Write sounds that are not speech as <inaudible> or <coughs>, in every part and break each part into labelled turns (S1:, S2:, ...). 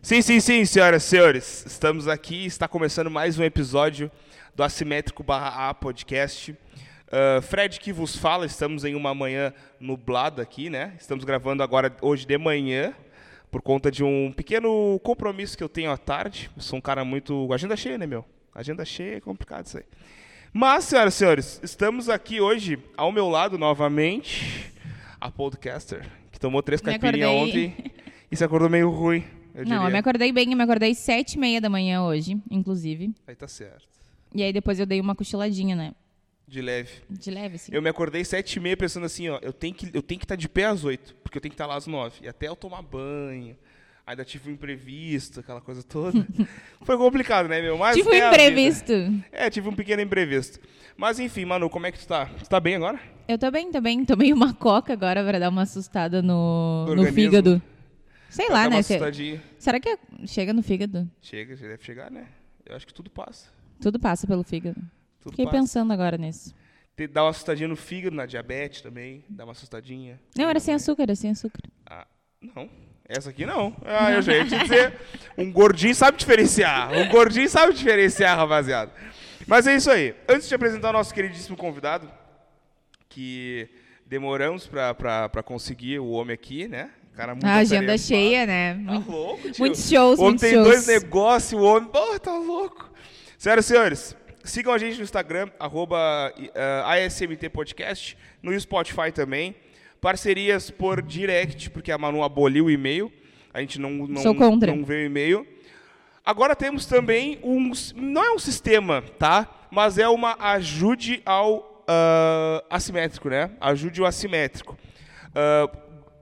S1: Sim, sim, sim, senhoras e senhores. Estamos aqui, está começando mais um episódio do Assimétrico barra A Podcast. Ah, Fred que vos fala, estamos em uma manhã nublada aqui, né? Estamos gravando agora hoje de manhã, por conta de um pequeno compromisso que eu tenho à tarde. Eu sou um cara muito. Agenda cheia, né, meu? Agenda cheia é complicado isso aí. Mas, senhoras e senhores, estamos aqui hoje ao meu lado novamente, a podcaster, que tomou três
S2: Me
S1: caipirinhas
S2: acordei.
S1: ontem e se acordou meio ruim. Eu
S2: Não,
S1: diria.
S2: eu me acordei bem, eu me acordei sete e meia da manhã hoje, inclusive.
S1: Aí tá certo.
S2: E aí depois eu dei uma cochiladinha, né?
S1: De leve.
S2: De leve, assim.
S1: Eu me acordei sete e meia pensando assim, ó, eu tenho que eu tenho que estar de pé às oito, porque eu tenho que estar lá às nove. E até eu tomar banho. Ainda tive um imprevisto, aquela coisa
S2: <laughs>
S1: toda. Foi complicado, né, meu? Mas
S2: Tive um
S1: é a vida.
S2: imprevisto.
S1: É, tive um pequeno imprevisto. Mas enfim, Manu, como é que tu tá? Tu tá bem agora?
S2: Eu tô bem, tô bem. Tomei uma coca agora pra dar uma assustada no,
S1: No
S2: no
S1: organismo.
S2: fígado. Sei
S1: Pra
S2: lá,
S1: dar
S2: né?
S1: Tá Uma
S2: se-
S1: assustadinha.
S2: Será que é, chega no fígado?
S1: Chega, já deve chegar, né? Eu acho que tudo passa.
S2: Tudo passa pelo fígado.
S1: Tudo
S2: Fiquei
S1: passa.
S2: pensando agora nisso.
S1: Te- Dá uma assustadinha no fígado, na diabetes também. Dá uma assustadinha.
S2: Não, era sem açúcar, era sem açúcar.
S1: Ah, não. Essa aqui não. Ah, eu já ia te dizer. Um gordinho sabe diferenciar. Um gordinho sabe diferenciar, rapaziada. Mas é isso aí. Antes de apresentar o nosso queridíssimo convidado, que demoramos pra, pra, pra conseguir o homem aqui, né? Cara muito
S2: A Ah, agenda
S1: atarefado.
S2: cheia, né?
S1: Tá
S2: Muito-
S1: louco, tio?
S2: muitos shows,
S1: O homem
S2: muitos
S1: tem
S2: shows.
S1: dois negócios, o homem... Porra, tá louco. Senhoras e senhores, sigam a gente no Instagram, arroba eh, ASMT Podcast, no Spotify também. Parcerias por direct, porque a Manu aboliu o e-mail. A gente não, não,
S2: Sou contra.
S1: não vê o e-mail. Agora temos também um... Não é um sistema, tá? Mas é uma ajude ao ah, assimétrico, né? Ajude o assimétrico. Ah,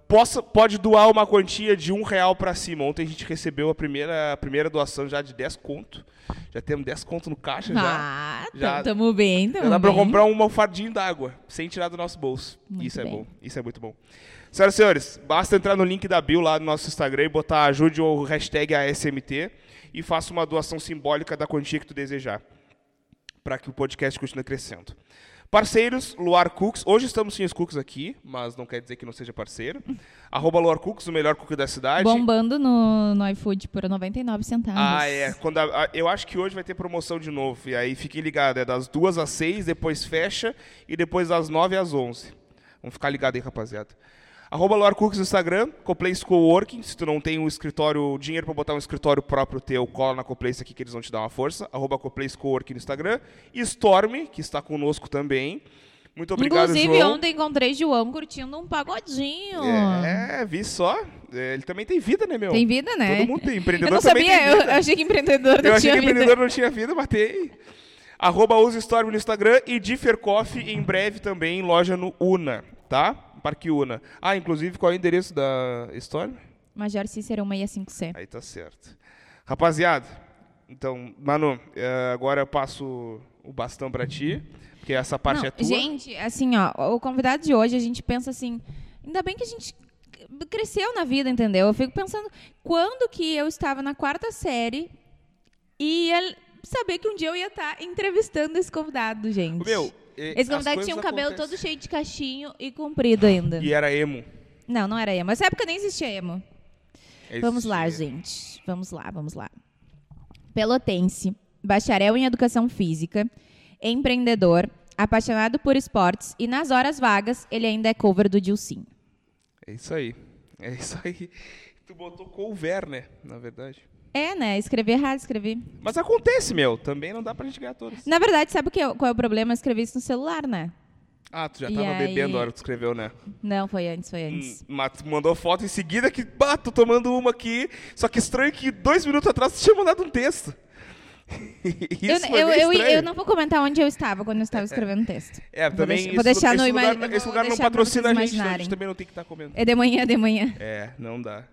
S1: possa, pode doar uma quantia de um real pra cima. Ontem a gente recebeu a primeira, a primeira doação já de 10 conto. Já temos 10 conto no caixa já.
S2: Ah,
S1: já-
S2: tam- tamo bem, tamo
S1: Já dá pra
S2: bem.
S1: comprar um fardinho d'água, sem tirar do nosso bolso.
S2: Muito
S1: isso é
S2: bem.
S1: bom, isso é muito bom. Senhoras e senhores, basta entrar no link da bio lá no nosso Instagram e botar ajude ou hashtag ASMT e faça uma doação simbólica da quantia que tu desejar para que o podcast continue crescendo. Parceiros, Luar Cooks. Hoje estamos sem os cooks aqui, mas não quer dizer que não seja parceiro. Arroba Luar Cooks, o melhor cookie da cidade.
S2: Bombando no, no iFood por 99 centavos.
S1: Ah, é. Quando a- a- eu acho que hoje vai ter promoção de novo. E aí fiquem ligados. É das duas às seis, depois fecha. E depois das nove às onze. Vamos ficar ligado aí, rapaziada. Arroba Luar Cooks no Instagram, Coplace Coworking. Se tu não tem um escritório, dinheiro pra botar um escritório próprio teu, cola na Coplace aqui que eles vão te dar uma força. Arroba Coplace Coworking no Instagram. E Storm, que está conosco também. Muito obrigado,
S2: Inclusive,
S1: João.
S2: ontem encontrei João curtindo um pagodinho.
S1: É, vi só. É, Ele também tem vida, né, meu?
S2: Tem vida, né?
S1: Todo mundo tem. Empreendedor
S2: <laughs> eu não
S1: também
S2: sabia,
S1: tem
S2: eu
S1: vida.
S2: achei que empreendedor não
S1: Eu achei
S2: tinha
S1: que
S2: vida.
S1: empreendedor não tinha vida, matei. Arroba Use Storm no Instagram e Differ Coffee em breve também em loja no Una, tá? Parque Una. Ah, inclusive qual é o endereço da Storm?
S2: Major Cícero 165C.
S1: Aí tá certo. Rapaziada, então, Manu, eh, agora eu passo o bastão pra ti, porque essa parte
S2: Não,
S1: é tua.
S2: Gente, assim, ó, o convidado de hoje, a gente pensa assim, ainda bem que a gente cresceu na vida, entendeu? Eu fico pensando, quando que eu estava na quarta série e ia saber que um dia eu ia estar entrevistando esse convidado, gente.
S1: Meu, eh,
S2: Esse
S1: as
S2: convidado
S1: coisas
S2: tinha um cabelo
S1: acontecem.
S2: todo cheio de cachinho e comprido ainda.
S1: E é era emo.
S2: Não, não era emo. Nessa época nem existia emo.
S1: É
S2: Vamos lá,
S1: Existia.
S2: gente. Vamos lá, vamos lá. Pelotense, bacharel em educação física, empreendedor, apaixonado por esportes e nas horas vagas ele ainda é cover do Dilcinho.
S1: É isso aí. É isso aí. <laughs> Tu botou cover, né? Na verdade.
S2: É, né? Escrevi errado, escrevi.
S1: Mas acontece, meu. Também não dá pra gente ganhar todas.
S2: Na verdade, sabe o que é- qual é o problema? Eu escrevi isso no celular, né?
S1: Ah, tu já
S2: E
S1: tava
S2: aí?
S1: bebendo a hora que tu escreveu, né?
S2: Não, foi antes, foi antes.
S1: Hum, Mas tu mandou foto em seguida que, bah, tô tomando uma aqui. Só que estranho que dois minutos atrás tu tinha mandado um texto. <laughs> Isso
S2: eu,
S1: foi
S2: eu,
S1: bem
S2: eu,
S1: estranho.
S2: eu não vou comentar onde eu estava quando eu
S1: <laughs>
S2: estava escrevendo o texto.
S1: É,
S2: Vou
S1: também
S2: deixar-
S1: esse
S2: vou
S1: lu-
S2: deixar
S1: esse
S2: no
S1: lugar,
S2: ima- eu
S1: Esse
S2: vou
S1: lugar não
S2: deixar pra
S1: patrocina a
S2: vocês
S1: gente, né? a gente
S2: imaginarem.
S1: também não tem que estar comendo.
S2: É de manhã, é de manhã.
S1: É, não dá.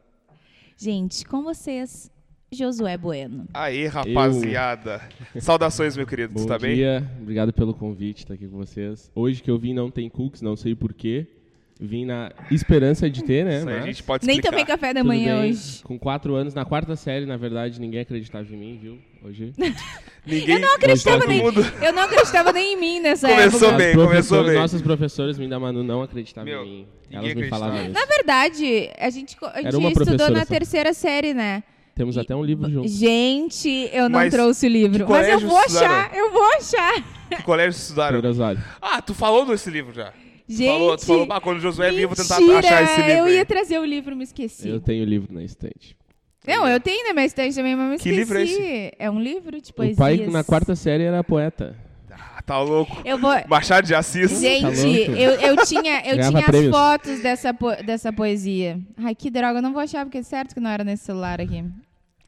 S2: Gente, com vocês, Josué Bueno.
S1: Aí, rapaziada. Saudações, meu querido.
S3: Bom
S1: tu tá bem?
S3: dia, obrigado pelo convite estar aqui com vocês. Hoje que eu vim não tem cookies, não sei porquê. Vim na esperança de ter, né?
S1: Isso aí a
S3: mas
S1: gente pode
S2: Nem
S1: explicar.
S2: tomei café da
S3: tudo
S2: manhã
S3: bem.
S2: hoje.
S3: Com quatro anos, na quarta série, na verdade, ninguém acreditava em mim, viu?
S1: <laughs>
S3: Hoje.
S1: Ninguém... Eu
S2: não acreditava
S1: todo
S2: nem,
S1: mundo.
S2: eu não acreditava nem em mim nessa
S1: Começou
S2: época.
S1: bem,
S3: As professoras-
S1: começou bem.
S3: Nossos professores, mim da Manu, não acreditavam
S1: Meu,
S3: em mim.
S1: ninguém
S3: Elas me
S1: acreditava.
S3: falavam isso.
S2: Na verdade, a gente, co- a
S3: Era
S2: gente
S3: uma
S2: estudou
S3: professora
S2: na
S3: só.
S2: terceira série, né?
S3: Temos até um livro junto.
S2: Gente, eu não
S1: Mas
S2: trouxe o livro.
S1: que
S2: Mas eu
S1: colégio
S2: vou
S1: estudaram?
S2: achar, eu vou achar.
S1: Que colégio vocês estudaram?
S3: Pedro Osório.
S1: Ah, tu falou desse livro já. Tu
S2: Gente,
S1: falou, tu falou, ah, quando o Josué vir, eu vou tentar
S2: mentira,
S1: achar esse livro.
S2: Eu
S1: aí."
S2: ia trazer o livro, me esqueci.
S3: Eu tenho o livro na estante.
S2: Não, eu tenho na minha estante também, mas me
S1: Que
S2: esqueci.
S1: livro é
S2: É um livro de
S3: O
S2: poesias.
S3: pai, na quarta série, era poeta.
S1: Ah, tá louco.
S2: Eu vou...
S1: Machado de Assis.
S3: Tá
S2: Gente,
S3: louco.
S2: eu, eu tinha, eu
S3: Ganhava
S2: tinha as
S3: prêmios.
S2: fotos dessa, po- dessa poesia. Ai, que droga, eu não vou achar, porque é certo que não era nesse celular aqui.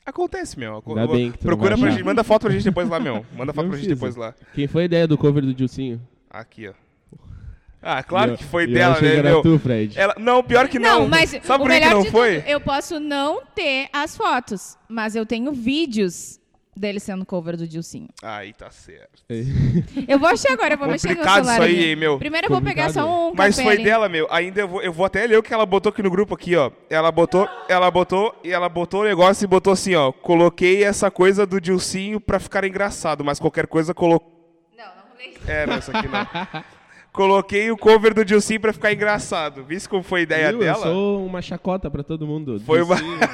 S1: Acontece, meu. Aco-
S3: Ainda bem que tu não
S1: Procura
S3: vai
S1: pra
S3: achar.
S1: gente. Manda foto pra gente depois
S3: <laughs>
S1: lá, meu. Manda foto
S3: Não
S1: pra gente
S3: precisa.
S1: depois lá.
S3: Quem foi a ideia do cover do Dilcinho?
S1: Aqui, ó. Ah, claro
S3: Eu-
S1: que foi
S3: eu
S1: dela,
S3: achei que
S1: né,
S3: era
S1: meu?
S3: tu, Fred.
S1: Ela... Não, pior que não.
S2: Não, mas
S1: Sabe
S2: o
S1: por que que
S2: melhor
S1: não
S2: de
S1: foi?
S2: tudo, eu posso não ter as fotos, mas eu tenho vídeos dele sendo cover do Dilcinho.
S1: Aí tá certo.
S3: É.
S2: Eu vou achar agora, eu vou mexer no
S1: Complicado
S2: celular
S1: isso aí,
S2: aqui.
S1: hein, meu?
S2: Primeiro eu vou pegar
S3: Complicado.
S2: só um
S1: Mas
S2: café
S1: foi
S2: ali.
S1: dela, meu. Ainda eu vou, eu vou até ler o que ela botou aqui no grupo aqui, ó. Ela botou, ela botou, e ela botou o negócio e botou assim, ó. Coloquei essa coisa do Dilcinho pra ficar engraçado, mas qualquer coisa colocou.
S2: Não, não leio.
S1: É, não, isso aqui não. Coloquei o cover do Dilcinho pra ficar engraçado. Viste como foi a ideia
S3: Viu? Eu
S1: dela?
S3: sou uma chacota pra todo mundo.
S1: Foi uma...
S3: Dilcinho, né?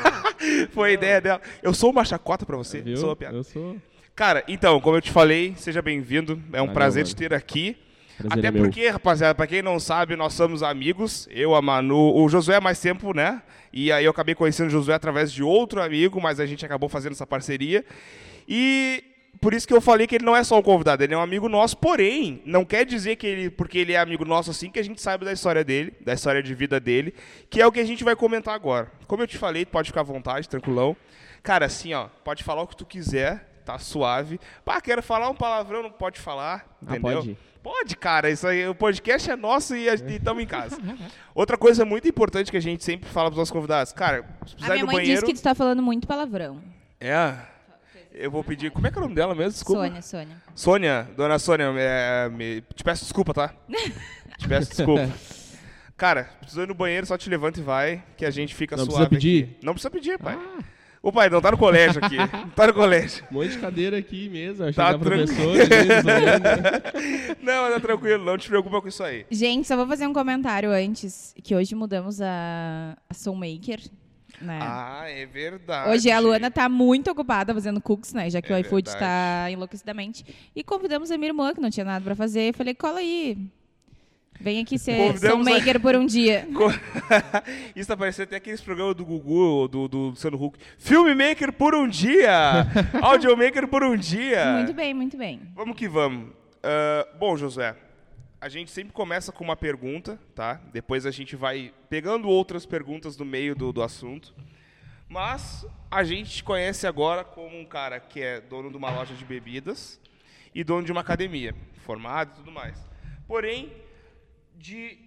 S1: <laughs> foi a ideia dela. Eu sou uma chacota pra você.
S3: Viu?
S1: Sou uma piada.
S3: Eu sou.
S1: Cara, então, como eu te falei, seja bem-vindo. É um
S3: Valeu,
S1: prazer
S3: mano.
S1: te ter aqui.
S3: Prazer
S1: Até
S3: é meu.
S1: porque, rapaziada, pra quem não sabe, nós somos amigos. Eu, a Manu, o Josué há mais tempo, né? E aí eu acabei conhecendo o Josué através de outro amigo, mas a gente acabou fazendo essa parceria. E por isso que eu falei que ele não é só um convidado, ele é um amigo nosso, porém, não quer dizer que ele, porque ele é amigo nosso assim, que a gente saiba da história dele, da história de vida dele, que é o que a gente vai comentar agora. Como eu te falei, tu pode ficar à vontade, tranquilão. Cara, assim, ó, pode falar o que tu quiser, tá suave. Pá, quero falar um palavrão, não pode falar,
S3: Ah,
S1: entendeu?
S3: pode?
S1: Pode, cara, isso aí, o podcast é nosso e estamos em
S3: <laughs>
S1: casa.
S3: É.
S1: Outra coisa muito importante que a gente sempre fala pros nossos convidados, cara, se
S2: A
S1: precisar ir
S2: minha
S1: no
S2: mãe
S1: banheiro...
S2: disse que tu tá falando muito palavrão.
S1: É, eu vou pedir... Como é que é o nome dela mesmo? Desculpa.
S2: Sônia, Sônia.
S1: Sônia, dona Sônia, é, me- te peço desculpa, tá?
S2: <laughs>
S1: te peço desculpa. Cara, precisou ir no banheiro, só te levanta e vai, que a gente fica
S3: Não
S1: suave.
S3: precisa pedir? Ah.
S1: aqui. Não precisa pedir, pai. Ô pai, não tá no colégio
S3: <laughs>
S1: aqui. Não tá no colégio.
S3: Um monte de cadeira aqui mesmo. Achei
S1: Tá
S3: que era
S1: tranquilo.
S3: professor. né? ali, olhando.
S1: Não, tá tranquilo, não te preocupa com isso aí.
S2: Gente, só vou fazer um comentário antes, que hoje mudamos a, a Soulmaker, né?
S1: Ah, é verdade.
S2: Hoje a Luana tá muito ocupada fazendo cooks, né? Já que
S1: É
S2: o iFood
S1: verdade.
S2: tá enlouquecidamente. E convidamos a minha irmã, que não tinha nada pra fazer. Eu falei, cola aí. Vem aqui ser
S1: Convidamos a-
S2: Soulmaker por um dia.
S1: <laughs> Co- Isso tá parecendo até aqueles programas do Gugu, do, do Luciano Huck. Filmmaker por um dia! Audiomaker por um dia!
S2: Muito bem, muito bem.
S1: Vamos que vamos. Ah, bom, José, a gente sempre começa com uma pergunta, tá? Depois a gente vai pegando outras perguntas no meio do, do assunto. Mas a gente te conhece agora como um cara que é dono de uma loja de bebidas e dono de uma academia, formado e tudo mais. Porém, de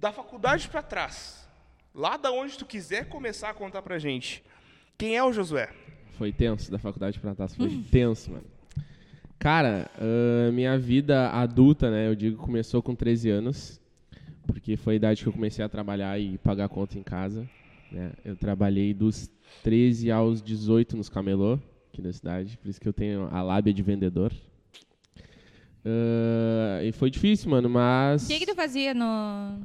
S1: da faculdade pra trás, lá da onde tu quiser começar a contar pra gente, quem é o Josué?
S3: Foi tenso, da faculdade pra taça. Foi tenso, mano. Cara, ah, minha vida adulta, né? Eu digo, começou com 13 anos. Porque foi a idade que eu comecei a trabalhar e pagar conta em casa. né? Eu trabalhei dos 13 aos 18 nos camelô aqui da cidade. Por isso que eu tenho a lábia de vendedor. Ah, e foi difícil, mano, mas...
S2: O que, que tu fazia no.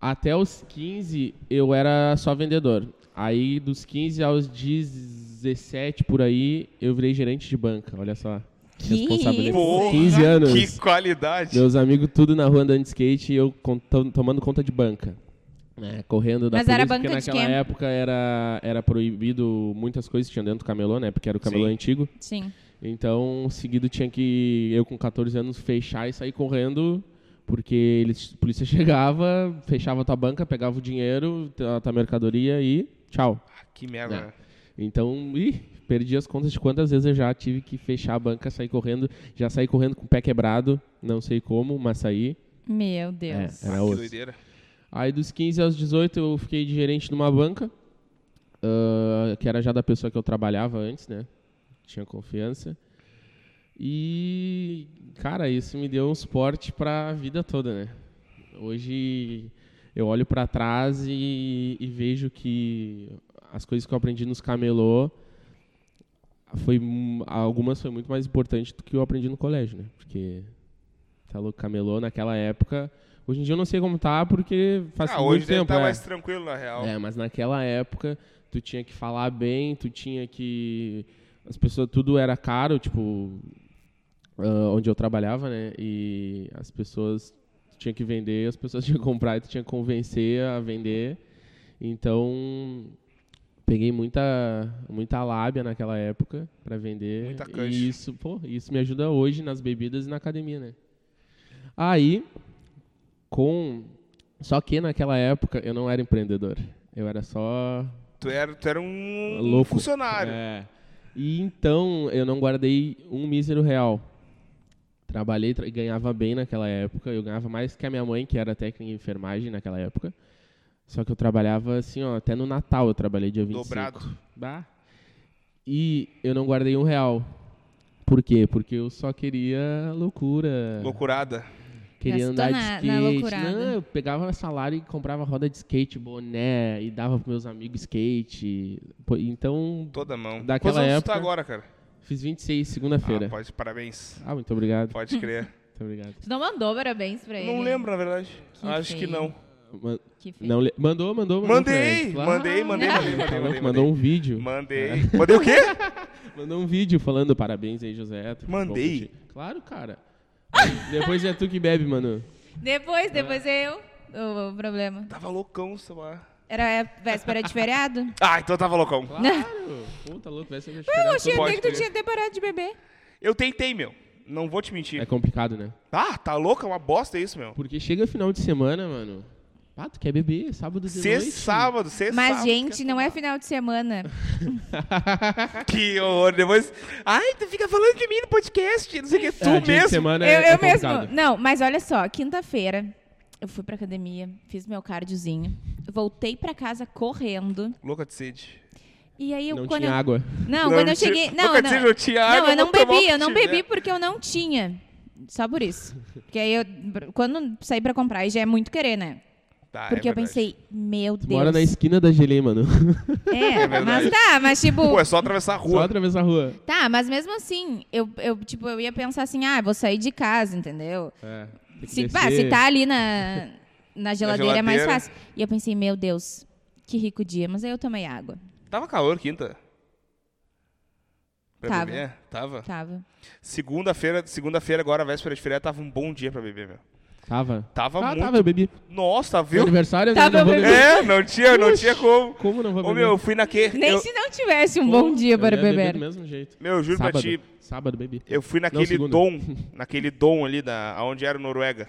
S3: Até os 15 eu era só vendedor. Aí dos 15 aos 17 por aí eu virei gerente de banca. Olha só.
S2: Que
S3: responsabilidade.
S2: isso, hein?
S3: 15 anos.
S1: Que qualidade!
S3: Meus amigos tudo na rua andando de skate e eu con- to- tomando conta de banca. né, correndo da
S2: Mas
S3: polícia,
S2: era
S3: porque
S2: banca de
S3: naquela
S2: quê?
S3: época era, era proibido muitas coisas que tinham dentro do camelô, né? Porque era o camelô
S1: Sim.
S3: antigo.
S2: Sim.
S3: Então, seguido tinha que eu com 14 anos fechar e sair correndo, porque eles, a polícia <laughs> chegava, fechava a tua banca, pegava o dinheiro, a tua mercadoria e tchau.
S1: Ah, Que merda.
S3: Não. Então, ih, perdi as contas de quantas vezes eu já tive que fechar a banca, sair correndo, já saí correndo com o pé quebrado, não sei como, mas saí.
S2: Meu
S3: É,
S2: Deus.
S1: Ah,
S3: era
S1: que
S3: osso.
S1: doideira.
S3: Aí dos 15 aos 18 eu fiquei de gerente numa banca, ah, que era já da pessoa que eu trabalhava antes, né? Tinha confiança. E, cara, isso me deu um suporte pra vida toda, né? Hoje eu olho pra trás e, e vejo que as coisas que eu aprendi nos camelô foi mu- algumas foi muito mais importante do que eu aprendi no colégio, né? Porque tá louco, camelô naquela época, hoje em dia eu não sei como tá porque faz
S1: ah,
S3: muito
S1: hoje deve
S3: tempo,
S1: tá
S3: é.
S1: mais tranquilo, na real.
S3: É, mas naquela época tu tinha que falar bem, tu tinha que. As pessoas, tudo era caro, tipo, ah, onde eu trabalhava, né? E as pessoas tu tinha que vender, as pessoas <laughs> tinham que comprar e tu tinha que convencer a vender. Então, peguei muita, muita lábia naquela época para vender.
S1: Muita cancha.
S3: E isso, pô, isso me ajuda hoje nas bebidas e na academia, né? Aí, com. Só que naquela época eu não era empreendedor. Eu era só
S1: Tu era, tu era um
S3: Louco.
S1: funcionário.
S3: é. E então eu não guardei um mísero real. Trabalhei tra- e ganhava bem naquela época. Eu ganhava mais que a minha mãe, que era técnica em enfermagem naquela época. Só que eu trabalhava assim, ó, até no Natal eu trabalhei dia 25.
S1: Dobrado.
S3: Bah. E eu não guardei um real. Por quê? Porque eu só queria loucura.
S1: Loucurada.
S3: Queria
S2: Gastou
S3: andar de
S2: na- na
S3: skate.
S2: loucurada.
S3: Não, eu pegava salário e comprava roda de skate, boné, e dava pros meus amigos skate. Pô, Então,
S1: Toda mão.
S3: Daquela
S1: Quantos anos tu
S3: época-
S1: tá agora, cara?
S3: Fiz 26,
S1: Ah,
S3: segunda-feira.
S1: pode, parabéns.
S3: Ah, muito obrigado.
S1: Pode
S2: <laughs>
S1: crer.
S3: Muito obrigado.
S2: Tu não mandou parabéns pra ele?
S1: não lembro, na verdade.
S2: Que
S1: Acho que
S2: feio.
S1: não.
S3: Man-
S2: Que feio.
S3: não, le- mandou, mandou, mandou. pra
S1: Mandei,
S3: ele, né? claro.
S1: mandei, mandei,
S3: Tá
S1: mandei, mandei,
S3: louco,
S1: mandei,
S3: mandou
S1: mandei.
S3: um É. vídeo.
S1: Mandei. Mandei o
S3: <laughs>
S1: quê?
S3: Mandou um vídeo falando parabéns aí, José. tudo bom
S1: Mandei.
S3: contigo?" Claro, cara. Depois é tu que bebe, mano.
S2: Depois, depois é eu. O, o problema.
S1: Tava loucão, sei lá.
S2: Era véspera de
S1: <laughs>
S2: feriado?
S1: Ah, então tava loucão.
S3: Claro. Pô, tá louco, vai ser
S2: Eu achei
S1: pode
S2: até que tu
S1: crer.
S2: tinha até parado de beber.
S1: Eu tentei, meu. Não vou te
S3: É
S1: mentir.
S3: complicado, né?
S1: Ah, tá louco? É uma bosta isso, meu.
S3: Porque chega final de semana, mano. Ah, tu quer beber? Sábado de
S1: Sexta,
S3: noite.
S1: sábado, sexta,
S2: Mas,
S1: sábado.
S2: gente, não é final de semana.
S1: <laughs> Que horror. Depois. Ai, tu fica falando de mim no podcast. Não sei o que. Tu
S3: É, dia de
S1: mesmo.
S3: semana é-
S2: eu
S3: é
S2: eu mesmo.
S3: complicado.
S2: Não, mas olha só, quinta-feira eu fui pra academia, fiz meu cardiozinho, voltei pra casa correndo.
S1: Louca de sede.
S2: E aí eu
S3: Não
S2: quando
S3: tinha
S2: eu-
S3: água.
S2: Não, quando eu
S1: tinha-
S2: cheguei, não,
S1: louca
S2: não.
S1: de sede, eu tinha água,
S2: não, eu não
S1: vou tomar o
S2: bebi,
S1: que
S2: eu não
S1: tiver.
S2: bebi porque eu não tinha. Só por isso. Porque aí eu quando saí pra comprar, aí já é muito querer, né?
S1: Tá, é
S2: Porque eu
S1: verdade.
S2: pensei, meu Deus.
S3: Tu mora na esquina da Gelê, mano. <laughs>
S1: <laughs>
S2: É,
S1: verdade.
S2: mas tá, mas tipo,
S1: Pô, é só atravessar a
S3: Só
S1: rua.
S3: atravessar a rua.
S2: tá, mas mesmo assim, eu, eu tipo, eu ia pensar assim, ah, vou sair de casa, entendeu?
S3: É. tem que
S2: Se, bah,
S3: descer.
S2: se tá ali na, na geladeira é mais
S1: geladeira.
S2: fácil. E eu pensei, meu Deus, que rico dia. Mas aí eu tomei água.
S1: Tava calor quinta. Pra
S2: Tava.
S1: beber? Tava.
S2: Tava.
S1: Segunda-feira, segunda-feira agora, véspera de feriado, tava um bom dia pra beber, meu.
S3: Tava.
S1: Tava
S3: Ah,
S1: muito.
S3: tava, eu bebi.
S1: Nossa,
S3: Meu
S1: viu?
S3: aniversário,
S2: Tava,
S3: eu não vou
S2: eu bebi.
S3: beber.
S1: É, não tinha, não tinha como.
S3: Como não vou beber?
S1: Ô, meu, eu fui naquele.
S2: Nem
S1: eu-
S2: se não tivesse um bom dia para
S3: Eu ia
S2: beber.
S3: do mesmo jeito.
S1: Meu, eu juro
S3: Sábado.
S1: pra ti,
S3: Sábado, bebi.
S1: eu fui naquele
S3: segunda.
S1: <laughs> dom, naquele dom ali, da, onde era o Noruega.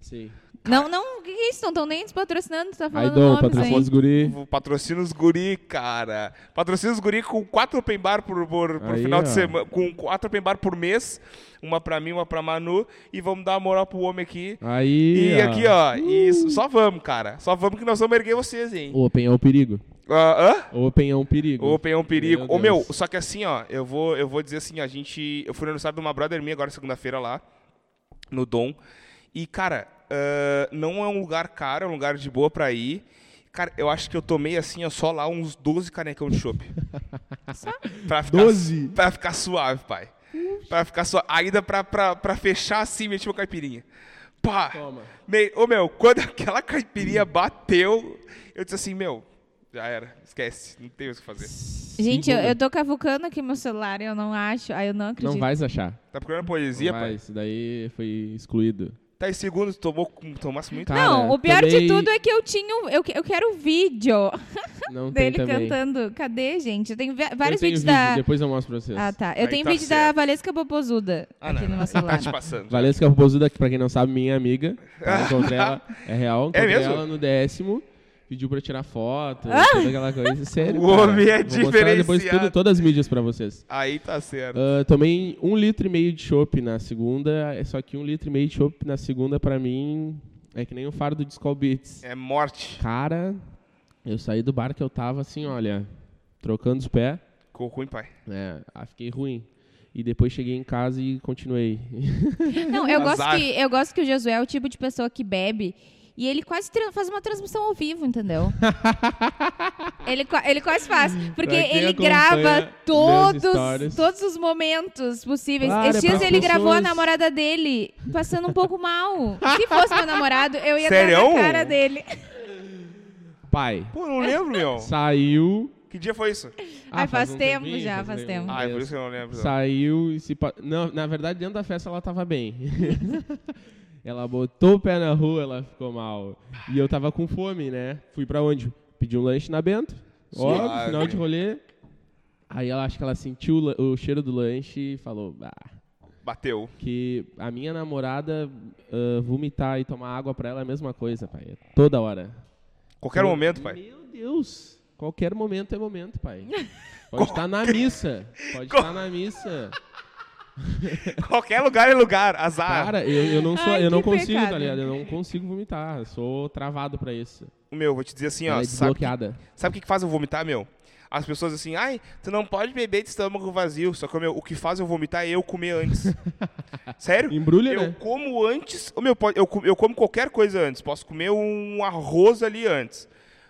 S3: Sim.
S2: Não, não, o que que é isso? Não estão nem despatrocinando, tu tá
S3: Aí,
S2: falando
S3: Dom,
S2: nomes
S3: patrocina os
S2: aí.
S3: guri.
S1: Patrocina os guri, cara. Patrocina os guri com quatro open bar por, por, por
S3: Aí,
S1: final
S3: ó.
S1: de semana. Com quatro open bar por mês. Uma pra mim, uma pra Manu. E vamos dar uma moral pro homem aqui.
S3: Aí,
S1: E, aqui, ó. Isso, só vamos, cara. Só vamos que nós vamos erguer vocês, hein.
S3: Open é um perigo.
S1: Ah, hã?
S3: Open é um perigo.
S1: Open é um perigo.
S3: Meu
S1: Ô, meu,
S3: Deus.
S1: só que assim, ó, eu vou, eu vou dizer assim, a gente. Eu fui no aniversário de uma brother minha agora segunda-feira lá, no Dom. E, cara, ah, não é um lugar caro, é um lugar de boa pra ir. Cara, eu acho que eu tomei assim, ó, só lá uns 12 canecão de
S3: <laughs>
S1: chopp. pra ficar,
S3: 12?
S1: Pra ficar suave, pai. Pra ficar suave. Ainda pra, pra, pra fechar assim, meti uma caipirinha. Pá!
S3: Toma.
S1: Me- Ô, meu, quando aquela caipirinha bateu, eu disse assim, meu, já era, esquece, não tem mais o que fazer.
S2: Gente, eu,
S3: Segunda.
S2: eu tô cavucando aqui meu celular e eu não acho, aí eu não acredito.
S3: Não vais achar.
S1: Tá procurando poesia,
S3: Não
S1: pai?
S3: vai, isso daí foi excluído.
S1: Tá em segundo, tu tomou, com- tomasse muito.
S3: Tá.
S2: Não,
S3: Cara,
S2: o pior
S3: também-
S2: de tudo é que eu tinha. um- Eu, que- eu quero o vídeo
S3: Não tem
S2: dele
S3: também.
S2: cantando. Cadê, gente? Eu tenho va-
S3: Eu
S2: vários
S3: tenho
S2: vídeos
S3: vídeo,
S2: da.
S3: Depois eu mostro pra vocês.
S2: Ah, tá. Eu
S1: Aí
S2: tenho
S1: tá
S2: vídeo da
S1: certo.
S2: Valesca Popozuda
S1: Ah,
S2: aqui
S1: não,
S2: no meu
S1: não, <laughs> tá
S2: celular.
S1: te passando.
S3: Valesca Raposuda, que pra quem não sabe,
S1: <laughs>
S3: minha amiga. Eu encontrei ela, é real. Encontrei
S1: mesmo?
S3: ela no décimo, pediu pra tirar foto, toda aquela coisa.
S1: <laughs>
S3: Sério,
S1: O
S3: cara.
S1: homem é
S3: Vou mostrar depois
S1: diferenciado.
S3: tudo, todas as mídias pra vocês.
S1: Aí tá certo.
S3: Ah, tomei um litro e meio de chopp na segunda, é só que um litro e meio de chopp na segunda, pra mim, é que nem um fardo de Skull Beats.
S1: É morte.
S3: Cara, eu saí do bar que eu tava assim, olha, trocando os pés,
S1: Ficou ruim, pai.
S3: né? Ah, fiquei ruim. E depois cheguei em casa e continuei. <laughs>
S2: Não,
S3: Um
S2: eu gosto,
S1: Azar.
S2: que, eu gosto que o Josué é o tipo de pessoa que bebe e ele quase tra- faz uma transmissão ao vivo,
S3: <laughs>
S2: entendeu? ele, qua- ele quase faz. Porque
S3: Pra quem
S2: ele
S3: acompanha
S2: grava
S3: meus
S2: todos,
S3: stories.
S2: todos os momentos possíveis.
S3: Claro,
S2: Esses
S3: é
S2: dias
S3: pras
S2: ele gravou a
S3: pessoas.
S2: namorada dele passando um pouco
S3: <laughs>
S2: mal. Se fosse meu namorado, eu ia dar
S1: Sério?
S2: na cara dele.
S3: Pai,
S1: Pô, não lembro, meu.
S3: saiu
S1: Que dia foi isso?
S2: Ai, faz tempo
S3: tempinho,
S2: já, faz
S3: Ah, um-
S2: tempo.
S1: Ah, é por isso que eu não lembro.
S3: Saiu e se. pa- Não, na verdade, dentro da festa ela tava bem. <laughs> ela botou o pé na rua, ela ficou mal. E eu tava com fome, né? Fui pra onde? Pedi um lanche na Bento. Óbvio,
S1: Suave.
S3: final de rolê. Aí ela acho que ela sentiu o lan- o cheiro do lanche e falou: "Bah,
S1: Bateu.
S3: que a minha namorada ah, vomitar e tomar água pra ela é a mesma coisa, pai. É toda hora.
S1: Qualquer momento, pai.
S3: Meu Deus. Qualquer momento é momento, pai. Pode estar na missa. Pode
S1: Qual-
S3: estar na missa.
S1: Qualquer lugar é lugar. Azar.
S3: Cara, eu, eu não sou,
S2: Ai,
S3: eu não
S2: que
S3: consigo,
S2: pecado.
S3: tá ligado? Eu não consigo vomitar. Eu sou travado pra isso.
S1: O Meu, vou te dizer assim,
S3: Ela
S1: ó.
S3: é
S1: Sabe, que-
S3: desbloqueada.
S1: sabe o que, que faz eu vomitar, meu? As pessoas assim, ai, tu não pode beber de estômago vazio. Só que, meu, o que faz eu vomitar é eu comer
S3: <laughs>
S1: antes. Sério?
S3: Embrulha,
S1: eu
S3: né?
S1: como antes. ô, Meu, pode- eu, co- eu como qualquer coisa antes. Posso comer um arroz ali antes.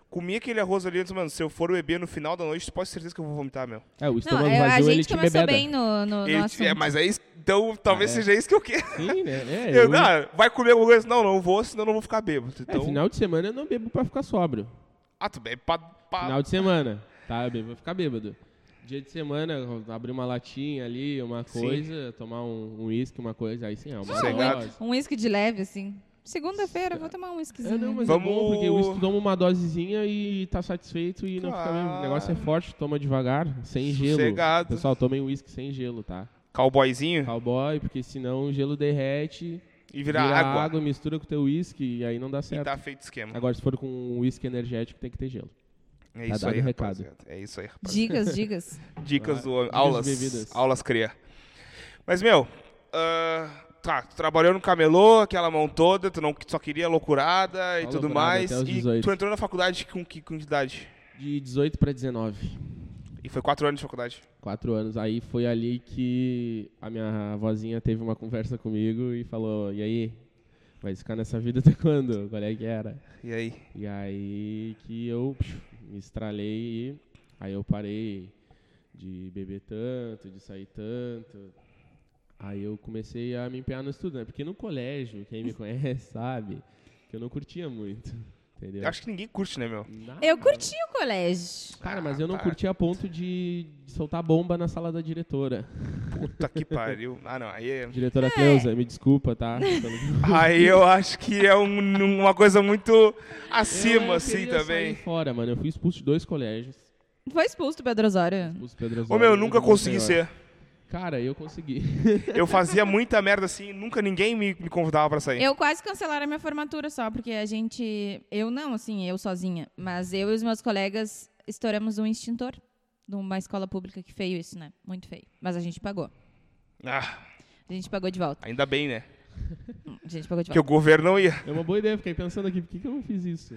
S1: Comi aquele arroz ali antes, mano. Se eu for beber no final da noite, tu pode ter certeza que eu vou vomitar, meu.
S3: É, o
S2: Não,
S3: estômago
S2: é, a
S3: vazio, ele
S2: gente
S3: te
S2: começou
S3: bebeda.
S2: bem no, no, no
S1: Ele-
S2: assunto.
S1: é, mas é isso. Então, talvez seja isso que eu quero.
S3: Sim, né? É,
S1: <laughs> Eu,
S3: eu-
S1: ah, vai comer alguma coisa? Não, não vou, senão eu não vou ficar bêbado.
S3: é,
S1: Então,
S3: final de semana eu não bebo pra ficar sóbrio.
S1: ah, tu bebe pra... pra-
S3: Final de semana, tá? Eu vou ficar bêbado. Dia de semana, abrir uma latinha ali, uma
S1: Sim.
S3: coisa, tomar um um uísque, uma coisa, aí sim, é uma
S1: Sossegado.
S3: dose.
S2: Um uísque de leve, assim. Segunda-feira, eu vou tomar um
S3: É,
S2: uísquezinho.
S3: não, mas
S1: Vamos-
S3: é bom, porque o uísque toma uma dosezinha e tá satisfeito e não fica mesmo. O negócio é forte, toma devagar, sem gelo.
S1: Sossegado.
S3: Pessoal, tomem uísque sem gelo, tá?
S1: Cowboyzinho
S3: Cowboy, porque senão o gelo derrete,
S1: e
S3: vira
S1: virar água.
S3: mistura com o teu uísque e aí não dá
S1: E
S3: certo.
S1: tá feito esquema.
S3: Agora, se for com um uísque energético, tem que ter gelo.
S1: É
S3: Tá
S1: isso
S3: dado
S1: aí,
S3: o recado.
S1: rapaziada. É isso aí, rapaz.
S2: Dicas, dicas.
S1: Dicas do homem.
S3: é? Dicas de
S1: Aulas.
S3: bebidas.
S1: Aulas cria. Mas, meu, ah, tá, tu trabalhou no camelô, aquela mão toda, tu, não, tu só queria loucurada e
S3: Só
S1: tudo
S3: loucurada
S1: mais.
S3: até os
S1: E
S3: 18.
S1: tu entrou na faculdade com que, com que idade?
S3: De 18 pra 19.
S1: E foi quatro anos de faculdade.
S3: Quatro anos. Aí foi ali que a minha vozinha teve uma conversa comigo e falou: E aí? Vai ficar nessa vida até quando? Qual é que era?
S1: E aí?
S3: E aí que eu psh, me estralei e aí eu parei de beber tanto, de sair tanto. Aí eu comecei a me empenhar no estudo, né? Porque no colégio, quem me conhece <laughs> sabe que eu não curtia muito, entendeu?
S1: Eu acho que ninguém curte, né, meu?
S3: Nada.
S2: Eu curti o colégio.
S3: Cara, mas eu não
S1: Ah, tá.
S3: curtia a ponto de de soltar bomba na sala da diretora.
S1: Puta que pariu. Ah, não, aí é...
S3: Diretora Cleusa, me desculpa, <laughs> tá? Pelo-
S1: Aí eu acho que é um- uma coisa muito acima,
S3: Eu
S1: assim,
S3: queria
S1: também.
S3: sair fora, mano. Eu fui expulso de dois colégios.
S2: Foi expulso do Pedro Osório.
S3: Expulso do Pedro
S1: Ô,
S3: Osório, né,
S1: meu, eu
S3: do
S1: nunca consegui
S3: Monsenhor.
S1: ser.
S3: Cara, eu consegui.
S1: Eu fazia muita merda assim, nunca ninguém me, me convidava pra sair.
S2: Eu quase cancelaram a minha formatura só, porque a gente. Eu não, assim, eu sozinha. Mas eu e os meus colegas estouramos um extintor numa escola pública. Que feio isso, né? Muito feio. Mas a gente pagou.
S1: Ah,
S2: A gente pagou de volta.
S1: ainda bem, né?
S2: A gente pagou de
S1: Porque
S2: volta.
S1: o governo não ia.
S3: É uma boa ideia, fiquei pensando aqui, por que, que eu não fiz isso?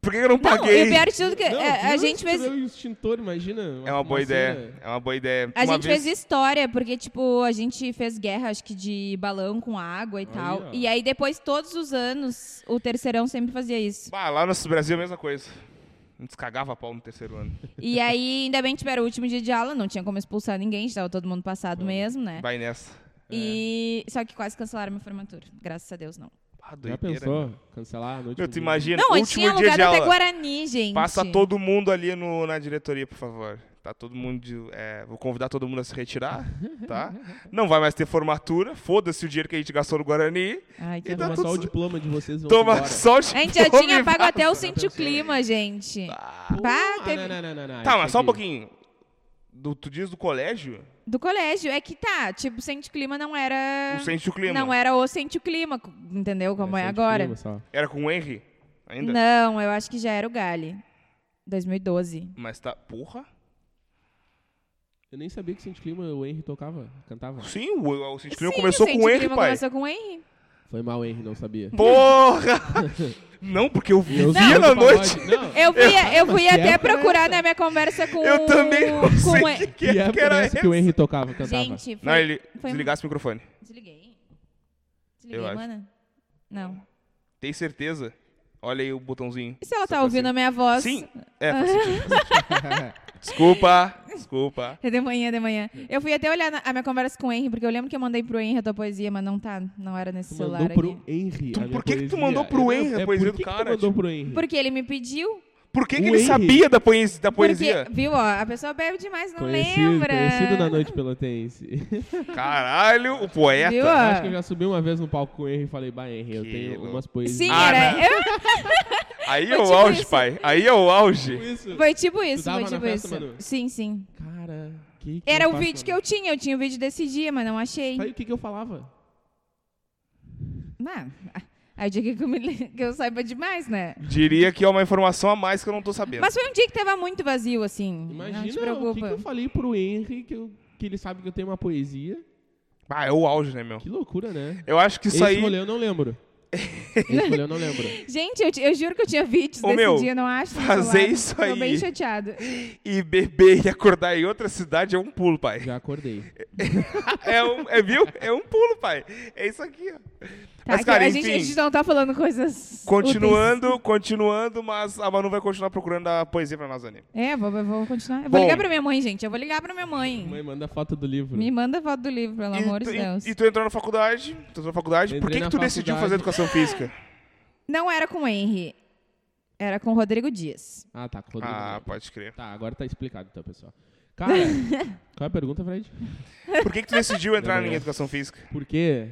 S1: Por que eu não
S2: Não, e
S1: paguei?
S2: o pior de tudo que
S3: Não, Tipo,
S2: é, a
S3: eu
S2: gente fez.
S3: estourei o extintor, imagina.
S1: É uma boa
S3: fumaceira.
S1: ideia. É uma boa ideia.
S2: A
S1: uma
S2: gente
S1: vez...
S2: fez história, porque, tipo, a gente fez guerra, acho que de balão com água e tal.
S3: ó.
S2: E aí, depois, todos os anos, o terceirão sempre fazia isso.
S1: Ah, lá no Brasil é a mesma coisa. A gente cagava pau no terceiro ano.
S2: E aí, ainda bem que tipo, era o último dia de aula, não tinha como expulsar ninguém, estava todo mundo passado
S1: Uhum.
S2: mesmo, né?
S1: Vai nessa.
S2: E
S1: é.
S2: só que quase cancelaram minha formatura. Graças a Deus, não.
S1: Ah,
S3: Já
S1: doideira,
S3: pensou?
S1: Meu,
S3: Cancelar a noite.
S1: Meu, tu imagina,
S2: Não, a gente tinha
S1: último dia
S2: alugado
S1: de
S2: até
S1: aula.
S2: Guarani, gente.
S1: Passa todo mundo ali no, na diretoria, por favor. Tá todo mundo. de- é, vou convidar todo mundo a se retirar,
S2: <laughs>
S1: tá? Não vai mais ter formatura. Foda-se o dinheiro que a gente gastou no Guarani.
S2: Ai, que
S1: E tá
S2: horror.
S3: Toma
S1: tudo
S3: só o
S1: certo.
S3: diploma de vocês e vão
S1: Toma
S3: embora.
S1: só de
S2: A gente já
S1: fome
S2: tinha
S1: e
S2: pago
S1: vai.
S2: até o Sente o Clima, gente. Pá,
S3: Ah,
S2: teve-
S3: não, não, não, não, não.
S1: Tá, mas
S3: Isso
S1: só um
S3: aqui-
S1: pouquinho. Do, tu diz do colégio?
S2: Do colégio. É que tá, tipo, Sente o Clima não era.
S1: O Sente o Clima.
S2: É. Não era o Sente o Clima, co- entendeu? Como é,
S3: Só de
S2: agora.
S3: clima, só.
S1: Era com o Henry? Ainda?
S2: Não, eu acho que já era o Gale. 2012.
S1: Mas tá. Porra?
S3: Eu nem sabia que o Sente Clima o Henry tocava, cantava.
S1: Sim, o, o Sente o Clima
S2: Sim,
S1: começou
S2: o
S1: com
S2: Sente
S1: o Henry,
S2: Clima
S1: pai.
S2: Começou com o Henry.
S3: Foi mal, Henry, não sabia.
S1: Porra! Não, porque eu
S3: Eu
S1: via
S3: sou
S1: na
S3: do
S1: noite.
S3: pagode. Não,
S2: Eu fui, eu fui
S3: que
S2: até
S3: época era
S2: procurar na minha conversa com
S1: Eu também não
S2: com o
S1: sei
S2: Hen-
S1: o <laughs> que,
S3: que
S1: que,
S3: época
S1: era
S3: era essa que o
S1: essa.
S3: Henry tocava, cantava. <laughs>
S2: Gente, é? <laughs> foi...
S1: Não, ele
S2: foi-
S1: desligasse o microfone.
S2: Desliguei. Desliguei,
S1: Eu acho.
S2: mana? Não.
S1: Tem certeza? Olha aí o botãozinho.
S2: E se ela
S1: Só
S2: tá
S1: pra
S2: ouvindo a minha voz?
S1: Sim. É, faz sentido. Desculpa, desculpa.
S2: É de manhã, de manhã. Eu fui até olhar na- a minha conversa com o Henry, porque eu lembro que eu mandei pro Henry a tua poesia, mas não tá, não era nesse
S3: Tu
S2: celular
S3: mandou pro
S2: aqui.
S3: Henry.
S1: Tu-
S3: a minha
S1: por que que tu
S3: poesia.
S1: mandou pro
S3: Eu não-
S1: Henry a poesia
S3: é, por
S1: do
S3: que que
S1: cara,
S3: tu mandou pro Henry?
S2: Porque ele me pediu.
S1: Por que,
S3: O
S1: que ele
S3: Henry.
S1: sabia da poesia? Da poesia?
S2: Porque, viu, ó, a pessoa bebe demais, não
S3: Conhecido,
S2: lembra.
S3: conhecido da noite pelotense.
S1: Caralho, o poeta.
S2: Viu,
S3: Eu acho que eu
S2: ó.
S3: já subi uma vez no palco com o Henry e falei, bah, Henry, eu
S1: Que
S3: tenho
S1: louco.
S3: umas poesias.
S2: Sim,
S1: Ah,
S2: era.
S1: não.
S2: eu-
S1: Aí é
S2: Foi
S1: o
S2: tipo
S1: auge,
S2: isso.
S1: pai. Aí é o auge.
S3: Isso.
S2: Foi tipo isso,
S3: tava
S2: foi
S3: na
S2: tipo
S3: festa,
S2: isso.
S3: Manu? né?
S2: Sim, sim.
S3: Cara, que que
S2: Era
S3: faço,
S2: o vídeo que eu tinha, eu tinha o vídeo desse dia, mas não achei.
S3: Falei, o que que eu falava?
S2: Ah, aí o dia que eu, me le- que eu saiba demais, né?
S1: Diria que é uma informação a mais que eu não tô sabendo.
S2: Mas foi um dia que tava muito vazio, assim. não te
S3: Imagina o que,
S2: preocupa.
S3: que eu falei pro Henry que, eu- que ele sabe que eu tenho uma poesia.
S1: Ah, é o auge, né, meu?
S3: Que loucura, né?
S1: Eu acho que isso
S3: Esse
S1: aí.
S3: rolê eu
S1: <laughs>
S3: não lembro. Esse rolê eu não lembro.
S2: Gente, eu, ti- eu juro que eu tinha vídeos
S1: Ô,
S2: desse
S1: meu,
S2: dia, não acho. no
S1: fazer
S2: celular.
S1: isso
S2: Tô
S1: aí.
S2: bem chateado. Tá,
S1: E beber e acordar em outra cidade é um pulo, pai.
S3: Já acordei.
S1: <laughs> É, um, é, viu? É um pulo, pai. É isso aqui, ó.
S2: Tá,
S1: Mas,
S2: que
S1: cara,
S2: a,
S1: enfim.
S2: gente, a gente não tá falando coisas.
S1: Continuando, continuando, mas a Manu vai continuar procurando a poesia pra nós ali.
S2: úteis. É, vou, eu vou continuar. Eu
S1: Bom.
S2: vou ligar pra minha mãe, gente. Eu vou ligar pra minha mãe.
S3: Mãe, manda foto do livro.
S2: Me manda foto do livro, pelo amor
S1: e,
S2: de
S1: tu-
S2: Deus.
S1: E, e tu entrou na faculdade, tu entrou na faculdade. Por
S3: Entrei
S1: que,
S3: na
S1: que tu decidiu fazer
S3: faculdade.
S1: educação física?
S2: Não era com o Henry. Era com o Rodrigo Dias.
S3: Ah, tá. com o Rodrigo
S1: Ah,
S3: Neto.
S1: pode crer.
S3: Tá, agora tá explicado então, pessoal.
S2: <laughs>
S3: Cara, qual é a pergunta, Fred?
S1: Por que, que tu decidiu entrar em
S3: Demorou.
S1: educação física?
S3: Porque,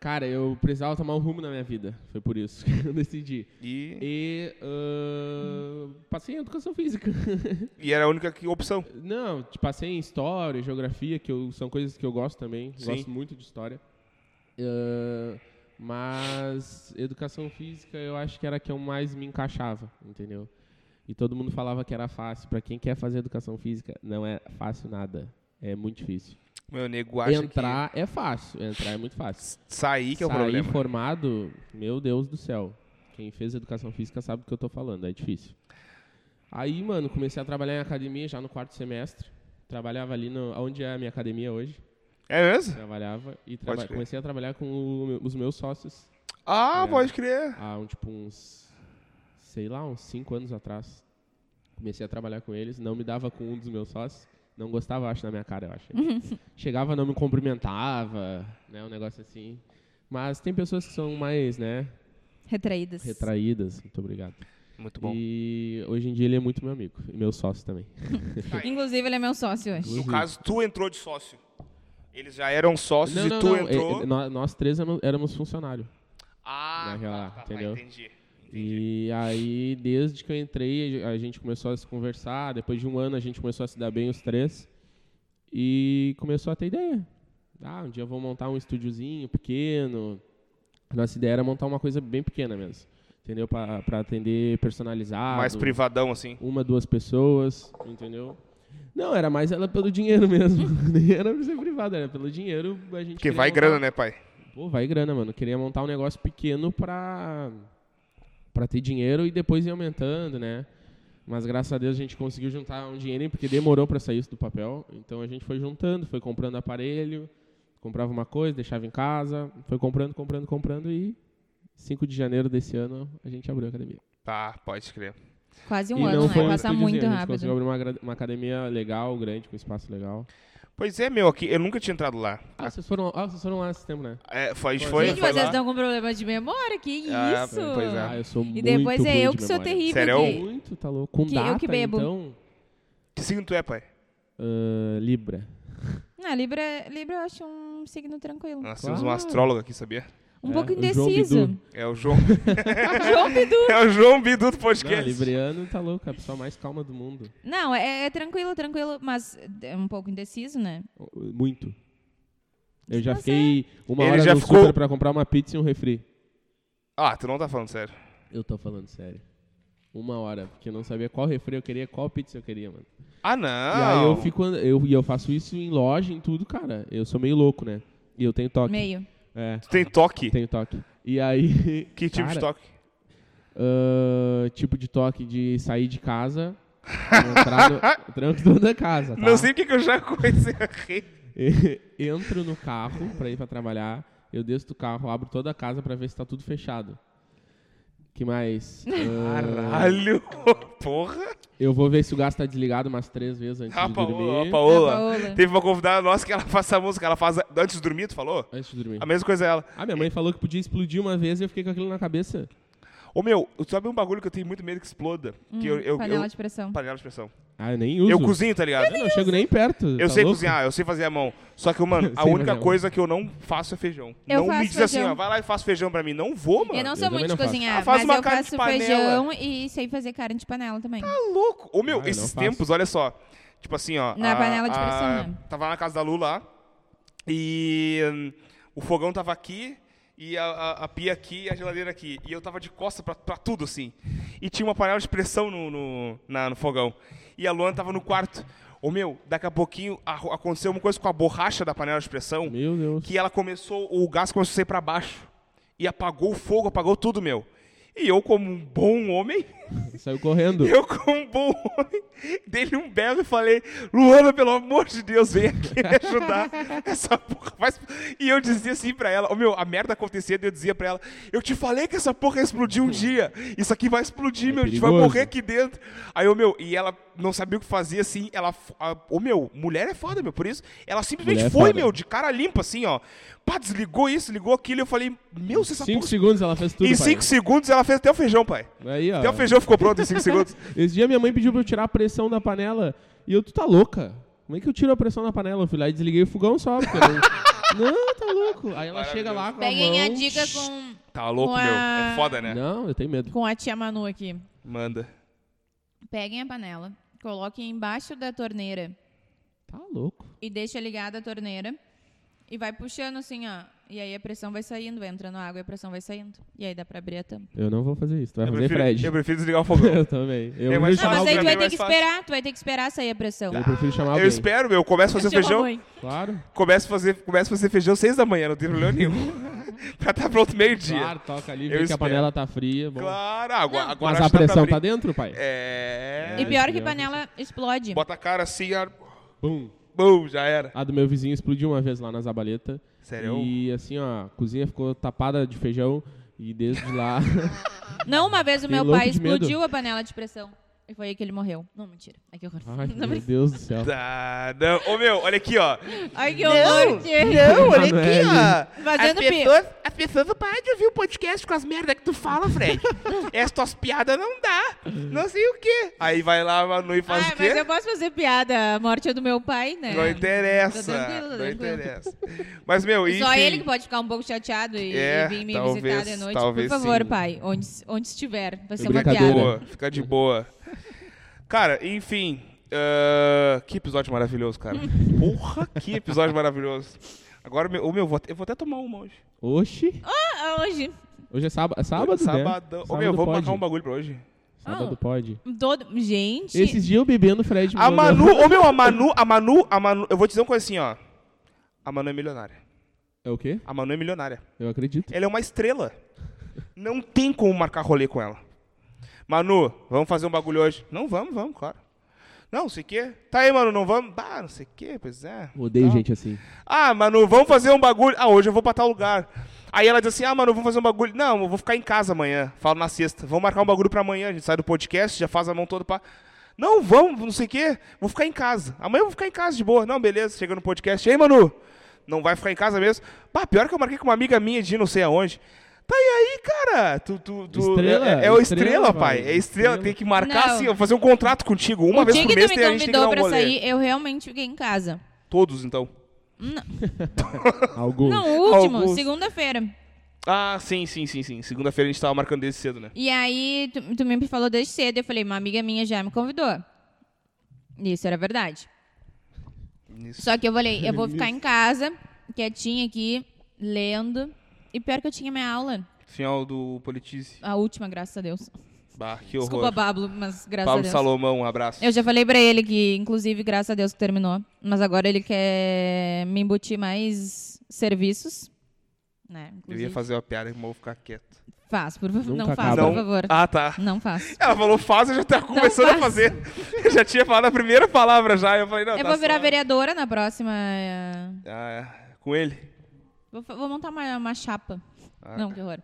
S3: cara, eu precisava tomar um rumo na minha vida. Foi por isso que eu decidi.
S1: E,
S3: E ah, passei em educação física. <laughs>
S1: e era a única que- opção.
S3: Não, te passei em história, geografia, que eu- são coisas que eu gosto também.
S1: Sim.
S3: Gosto muito de história. Ah, mas educação física eu acho que era a que eu mais me encaixava, entendeu? E todo mundo falava que era fácil. Pra quem quer fazer educação física, não é fácil nada. É muito difícil.
S1: Meu nego acha
S3: entrar é fácil, entrar é muito
S1: que
S3: fácil.
S1: s- sair que é o
S3: Sair
S1: problema.
S3: formado, meu Deus do céu. Quem fez educação física sabe do que eu tô falando, é difícil. Aí, mano, comecei a trabalhar em academia já no quarto semestre. Trabalhava ali no, onde é a minha academia hoje.
S1: É mesmo?
S3: Trabalhava e traba-
S1: Pode crer.
S3: comecei a trabalhar com o- os meus sócios
S1: Ah,
S3: É.
S1: pode crer.
S3: há um, tipo uns, sei lá, uns cinco anos atrás. Comecei a trabalhar com eles, não me dava com um dos meus sócios, não gostava, acho, da minha cara, eu acho. Chegava, não me cumprimentava, né, um negócio assim. Mas tem pessoas que são mais, né,
S2: Retraídas.
S3: retraídas. Muito obrigado.
S1: Muito bom.
S3: E hoje em dia ele é muito meu amigo, e meu sócio também.
S2: Inclusive, ele é meu sócio hoje.
S3: Uhum.
S1: No caso, tu entrou de sócio. Eles já eram sócios
S3: Não,
S1: e
S3: não,
S1: tu
S3: não,
S1: entrou.
S3: é- é, nó- nós três éramos- éramos funcionários.
S1: ah,
S3: na
S1: tá,
S3: real,
S1: tá, tá,
S3: entendeu?
S1: entendi. entendi.
S3: E aí, desde que eu entrei, a gente começou a se conversar. Depois de um ano, a gente começou a se dar bem os três. E começou a ter ideia. Ah, um dia eu vou montar um estúdiozinho pequeno. A nossa ideia era montar uma coisa bem pequena mesmo. Entendeu? Pra, pra atender personalizado.
S1: Mais privadão, assim.
S3: Uma, duas pessoas, entendeu? Não, era mais ela pelo dinheiro <laughs> mesmo. Nem era pra ser privado, era pelo dinheiro. A gente
S1: Porque
S3: queria
S1: vai
S3: montar-
S1: grana, né, pai?
S3: Pô, vai grana, mano. Queria montar um negócio pequeno pra, pra ter dinheiro e depois ir aumentando, né? Mas graças a Deus a gente conseguiu juntar um dinheirinho, porque demorou pra sair isso do papel. Então a gente foi juntando, foi comprando aparelho, comprava uma coisa, deixava em casa, foi comprando, comprando, comprando e 5 de janeiro desse ano a gente abriu a academia.
S1: Tá, pode crer.
S2: Quase um
S3: e
S2: ano, né?
S3: um
S2: Passa
S3: estúdiozinho,
S2: muito
S3: A gente
S2: rápido.
S3: conseguiu abrir uma, gra- uma academia legal, grande, com espaço legal.
S1: Pois é, meu, aqui, eu nunca tinha entrado lá.
S3: Ah, vocês foram, ah, vocês foram lá esse tempo, né?
S1: É, foi, a gente
S3: Pois
S1: foi,
S3: é.
S2: Gente,
S1: foi
S2: vocês
S1: lá.
S2: estão com problema de memória? Que isso?
S1: Ah, pois é.
S3: Ah, eu sou
S2: E
S3: muito
S2: depois
S3: ruim
S2: é eu
S3: de
S2: que sou
S3: memória.
S2: terrível.
S1: Sério?
S2: que-
S3: Muito, tá louco. Com
S2: Que eu
S3: data,
S2: que bebo.
S3: então,
S1: Que signo tu é, pai?
S3: ah, Libra.
S2: Ah, Libra, Libra eu acho um signo tranquilo.
S1: Nós temos um
S3: Claro.
S1: astrólogo aqui, sabia?
S2: Um
S3: É,
S2: pouco
S3: o João
S2: indeciso. <laughs>
S3: Bidu.
S1: É o João. <laughs>
S2: João Bidu.
S1: é o João Bidu do
S3: Não,
S1: podcast.
S3: libriano tá louco, é a pessoa mais calma do mundo.
S2: Não, é, é tranquilo, tranquilo, mas é um pouco indeciso, né?
S3: Muito. Eu já
S2: Você-
S3: fiquei
S2: é.
S3: uma
S1: Ele
S3: hora
S1: já
S3: no
S1: ficou-
S3: super pra comprar uma pizza e um refri.
S1: Ah, tu não tá falando sério.
S3: Eu tô falando sério. Uma hora, porque eu não sabia qual refri eu queria, qual pizza eu queria, mano.
S1: Ah,
S3: E
S1: não.
S3: aí eu fico. and- Eu, e eu faço isso em loja, em tudo, cara. Eu sou meio louco, né? E eu tenho toque.
S2: Meio.
S3: É,
S1: Tu tem toque?
S3: tenho toque. E aí.
S1: <laughs> Que tipo de
S3: Cara,
S1: toque?
S3: Ah, tipo de toque de sair de casa, entrar
S1: <laughs>
S3: no <laughs> tranco da casa, tá?
S1: Não sei porque que eu já <laughs> comecei a rir.
S3: <laughs> Entro no carro pra ir pra trabalhar, eu desço do carro, abro toda a casa pra ver se tá tudo fechado. Que mais? Ah,
S1: Caralho. Porra.
S3: eu vou ver se o gás tá desligado umas três vezes antes
S1: A
S3: de
S1: Paola, a
S3: dormir.
S2: A
S1: Paola.
S2: Ah, Paola.
S1: Teve uma convidada nossa que ela <laughs> faz a música. Ela faz a- antes de dormir, tu falou?
S3: Antes de dormir.
S1: A mesma coisa ela.
S3: Ah, minha mãe falou que podia explodir uma vez e eu fiquei com aquilo na cabeça.
S1: Ô meu, sabe um bagulho que eu tenho muito medo que exploda? que eu, eu,
S2: Hum, panela
S1: eu-
S2: de pressão.
S1: panela de pressão.
S3: Ah, eu nem uso.
S1: Eu cozinho, tá ligado?
S3: Eu não chego nem perto. tá
S1: Eu sei cozinhar, eu sei fazer a mão. Só que, mano, a
S3: Sei
S1: única
S3: fazer a mão.
S1: coisa que eu não faço é feijão. não
S2: Eu
S1: me
S2: faço
S1: diz assim,
S2: feijão.
S1: ó, vai lá e faz feijão pra mim. Não vou, mano.
S2: Eu não
S3: Eu
S2: sou
S3: também
S2: muito
S3: não
S2: de
S3: faço.
S2: cozinhar,
S1: Ah, faz
S2: mas
S1: uma
S2: eu
S1: carne de
S2: faço
S1: panela.
S2: feijão e sei fazer carne de panela também.
S1: Tá louco. Ô, meu,
S3: Ah, eu não
S1: esses
S3: faço.
S1: tempos, olha só. Tipo assim, ó.
S2: Na panela de pressão,
S1: a-
S2: né?
S1: Tava na casa da Lu lá. E hum, o fogão tava aqui. E a, a- a pia aqui e a geladeira aqui. E eu tava de costa pra, pra tudo, assim. E tinha uma panela de pressão no, no, na- no fogão. E a Luana tava no quarto. Ô, meu, daqui a pouquinho arro- aconteceu uma coisa com a borracha da panela de pressão
S3: Meu Deus.
S1: que ela começou, o gás começou a sair pra baixo. E apagou o fogo, apagou tudo, meu. E eu, como um bom homem,
S3: Saiu correndo.
S1: eu, como um bom homem, dei-lhe um berro e falei: Luana, pelo amor de Deus, vem aqui me
S3: <laughs>
S1: ajudar. Essa porra faz. E eu dizia assim pra ela: Ô meu, a merda acontecia, e eu dizia pra ela: Eu te falei que essa porra ia explodir um dia. Isso aqui vai explodir, meu, a gente vai
S3: É perigoso.
S1: morrer aqui dentro. Aí, ô meu, e ela não sabia o que fazia assim. Ela. f- a- Ô meu, mulher é foda, meu, por isso. Ela simplesmente
S3: Mulher é
S1: foi,
S3: foda.
S1: meu, de cara limpa, assim, ó. Pá, desligou isso, ligou aquilo. Eu falei: Meu, se essa
S3: Cinco
S1: porra.
S3: segundos ela fez tudo,
S1: em
S3: pai. Ah.
S1: 5 segundos ela fez até o feijão, pai.
S3: Aí, ó.
S1: Até o feijão ficou pronto em 5 segundos.
S3: Esse dia minha mãe pediu pra eu tirar a pressão da panela e eu, tu tá louca? Como é que eu tiro a pressão da panela? Eu fui lá e desliguei o fogão só. Porque eu não... não, tá louco. Aí ela chega lá com a
S2: Peguem
S3: mão...
S2: a dica com,
S1: Tá louco,
S2: Ué.
S1: meu. É foda, né?
S3: Não, eu tenho medo.
S2: com a tia Manu aqui.
S1: Manda.
S2: Peguem a panela, coloquem embaixo da torneira
S3: Tá louco.
S2: e deixa ligada a torneira e vai puxando assim, ó. E aí a pressão vai saindo, vai entrando água e a pressão vai saindo. E aí dá pra abrir a tampa.
S3: Eu não vou fazer isso. Tu vai
S1: Eu
S3: fazer,
S1: prefiro,
S3: Fred?
S1: eu prefiro desligar o fogão.
S3: <laughs> Eu também. Eu,
S1: É, mas-
S2: Não,
S3: prefiro
S1: Chamar
S2: mas
S1: alguém
S2: aí tu
S1: é
S2: vai
S1: mais
S2: ter que
S1: fácil.
S2: esperar, tu vai ter que esperar sair a pressão.
S3: eu prefiro chamar alguém.
S1: eu espero, meu. Eu começo a fazer
S2: Chama a
S1: feijão.
S2: mãe.
S3: Claro.
S1: Começo a fazer, começo a fazer feijão seis da manhã, não tem problema
S3: <laughs>
S1: nenhum. pra estar pronto meio-dia.
S3: Claro, toca ali,
S1: Eu
S3: vê que a
S1: espero.
S3: panela tá fria. Bom.
S1: Claro, água.
S2: Não.
S1: agora
S3: Mas
S1: acho
S3: a
S1: que dá pra
S3: pressão
S1: abrir.
S3: tá dentro, pai?
S1: É.
S2: E pior que
S3: Deus.
S2: panela explode.
S1: Bota a cara assim, ar...
S3: Bum.
S1: Bum, já era.
S3: A do meu vizinho explodiu uma vez lá na Zabaleta.
S1: Sério? é um
S3: E assim, ó, a cozinha ficou tapada de feijão e desde lá.
S1: <laughs>
S3: <laughs>
S2: Não, uma vez o
S3: Fiquei
S2: meu
S3: louco
S2: pai
S3: de medo.
S2: explodiu a panela de pressão. E foi aí que ele morreu. Não, mentira. Ai, que horror.
S3: Ai,
S2: <laughs> Não,
S3: meu Deus do céu.
S1: Tá, não. Ô, meu, olha aqui, ó.
S2: Ai, que horror. gente.
S1: <laughs>
S3: olha aqui, ó.
S2: Fazendo As pi. pessoas-
S1: as pessoas vão parar de ouvir o podcast com as merdas que tu fala,
S2: <laughs>
S1: Fred. Essas tuas piadas não dá. Não sei o quê. Aí vai lá, Manu, e faz
S2: Ai,
S1: o quê?
S2: Ah, mas eu posso fazer piada. A morte é do meu pai, né?
S1: Não interessa.
S2: Tá tranquilo,
S1: não
S2: tranquilo.
S1: interessa. Mas, meu, enfim.
S2: Só ele que pode ficar um pouco chateado e,
S1: É,
S2: e vir me
S1: talvez,
S2: visitar de noite.
S1: talvez
S2: Por favor,
S1: sim.
S2: pai, onde, onde estiver. Vai ser uma
S3: Brincadeira.
S2: piada.
S1: Boa, fica de boa. Cara, enfim. ah, que episódio maravilhoso,
S2: <laughs>
S1: cara. Porra, que episódio maravilhoso. Agora, meu, ô, meu, vou até- eu vou até tomar uma hoje.
S3: Oxi.
S2: Ah, Hoje,
S3: Hoje é sábado. É sábado, né?
S1: Sabadão. Ô, meu,
S3: Sábado
S1: vou
S3: pode.
S1: marcar um bagulho pra hoje.
S3: Sábado
S2: Ah.
S3: pode.
S2: todo... Gente,
S3: Esses dias eu bebendo, Fred. me
S1: A
S3: mandou-
S1: Manu, ô, meu, a Manu, a Manu, a Manu. Eu vou te dizer uma coisa assim, ó. A Manu é milionária.
S3: É o quê?
S1: A Manu é milionária.
S3: Eu acredito.
S1: Ela é uma estrela. Não tem como marcar rolê com ela. Manu, vamos fazer um bagulho hoje? Não, vamos, vamos, claro. Não, não sei o quê. Tá aí, Manu, não vamos? Bah, não sei o quê, pois é.
S3: Odeio
S1: Tá. <laughs>
S3: gente assim.
S1: Ah, Manu, vamos fazer um bagulho. Ah, hoje eu vou pra tal lugar. Aí ela diz assim, ah, Manu, vamos fazer um bagulho. Não, eu vou ficar em casa amanhã. Falo na sexta. Vamos marcar um bagulho pra amanhã. A gente sai do podcast, já faz a mão toda pra... Não, vamos, não sei o quê. Vou ficar em casa. Amanhã eu vou ficar em casa de boa. Não, beleza. Chega no podcast. E aí, Manu? Não vai ficar em casa mesmo? Pá, pior que eu marquei com uma amiga minha de não sei aonde. Tá, e aí, cara? Tu, tu, tu-
S3: Estrela,
S1: é, é o estrela,
S3: estrela,
S1: pai.
S3: pai.
S1: É estrela. Tem que marcar
S2: Não.
S1: assim, eu vou fazer um contrato contigo. Uma
S2: o
S1: vez
S2: dia
S1: por
S2: que
S1: mês
S2: tu
S1: tem,
S2: me
S1: a gente tem que
S2: convidou
S1: dar um
S2: pra
S1: rolê.
S2: sair, eu realmente fiquei em casa.
S1: Todos, então.
S3: Alguns.
S2: Não, o último,
S1: Augusto.
S2: segunda-feira.
S1: Ah, sim, sim, sim, sim. Segunda-feira a gente tava marcando desde cedo, né?
S2: E aí, tu, tu me falou desde cedo. Eu falei, uma amiga minha já me convidou. Isso era verdade.
S1: Isso.
S2: Só que eu falei, eu vou ficar em casa, quietinha aqui, lendo. E pior que eu tinha minha aula.
S1: Final do Politize.
S2: A última, graças a Deus.
S1: Bah, que
S2: Desculpa,
S1: horror.
S2: Pablo, mas graças a
S1: Pablo
S2: Deus.
S1: Salomão, um abraço.
S2: Eu já falei pra ele que, inclusive, graças a Deus que terminou. Mas agora ele quer me embutir mais serviços. Né?
S1: Eu ia
S2: Inclusive,
S1: fazer uma piada, mas vou ficar quieto.
S2: Faz, por favor.
S3: Nunca
S2: Não faz,
S3: acaba.
S2: por favor.
S1: Ah, tá.
S2: Não faz.
S1: Ela falou faz, eu já tava começando a
S2: faz.
S1: fazer. <laughs> Eu já tinha falado a primeira palavra já. Eu falei, não,
S2: Eu
S1: tá
S2: vou virar
S1: só.
S2: vereadora na próxima. é,
S1: Ah, é. Com ele.
S2: Vou, fa- vou montar uma, uma chapa.
S1: Ah.
S2: Não, que horror.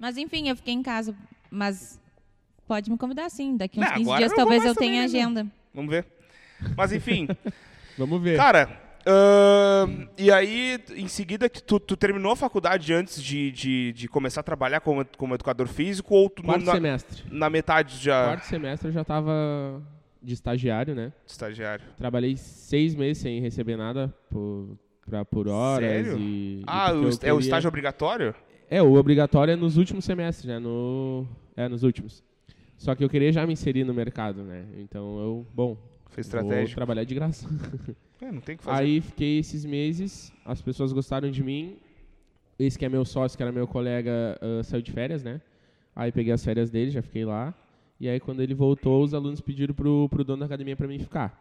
S2: Mas enfim, eu fiquei em casa. Mas pode me convidar sim. Daqui uns
S1: Não,
S2: 15
S1: agora
S2: dias
S1: eu não vou
S2: talvez
S1: mais
S2: eu tenha
S1: também, né?
S2: agenda.
S1: Vamos ver. Mas enfim,
S3: Vamos ver.
S1: cara, Ahn, e aí, em seguida, que tu, tu terminou a faculdade antes de, de, de começar a trabalhar como, como educador físico ou tu
S3: Quarto
S1: na,
S3: semestre.
S1: na metade já
S3: Quarto semestre eu já tava de estagiário, né?
S1: estagiário?
S3: Trabalhei seis meses sem receber nada por, pra, por horas.
S1: Sério?
S3: E, e
S1: Ah,
S3: porque
S1: o
S3: eu
S1: est- é o
S3: queria-
S1: estágio obrigatório?
S3: É, o obrigatório é nos últimos semestres, né? No... É, nos últimos. Só que eu queria já me inserir no mercado, né? Então eu, bom,
S1: Foi
S3: vou
S1: estratégia.
S3: trabalhar de graça.
S1: É, não tem o que fazer.
S3: Aí fiquei esses meses, as pessoas gostaram de mim. Esse que é meu sócio, que era meu colega, ah, saiu de férias, né? Aí peguei as férias dele, já fiquei lá. E aí quando ele voltou, os alunos pediram pro, pro dono da academia pra mim ficar.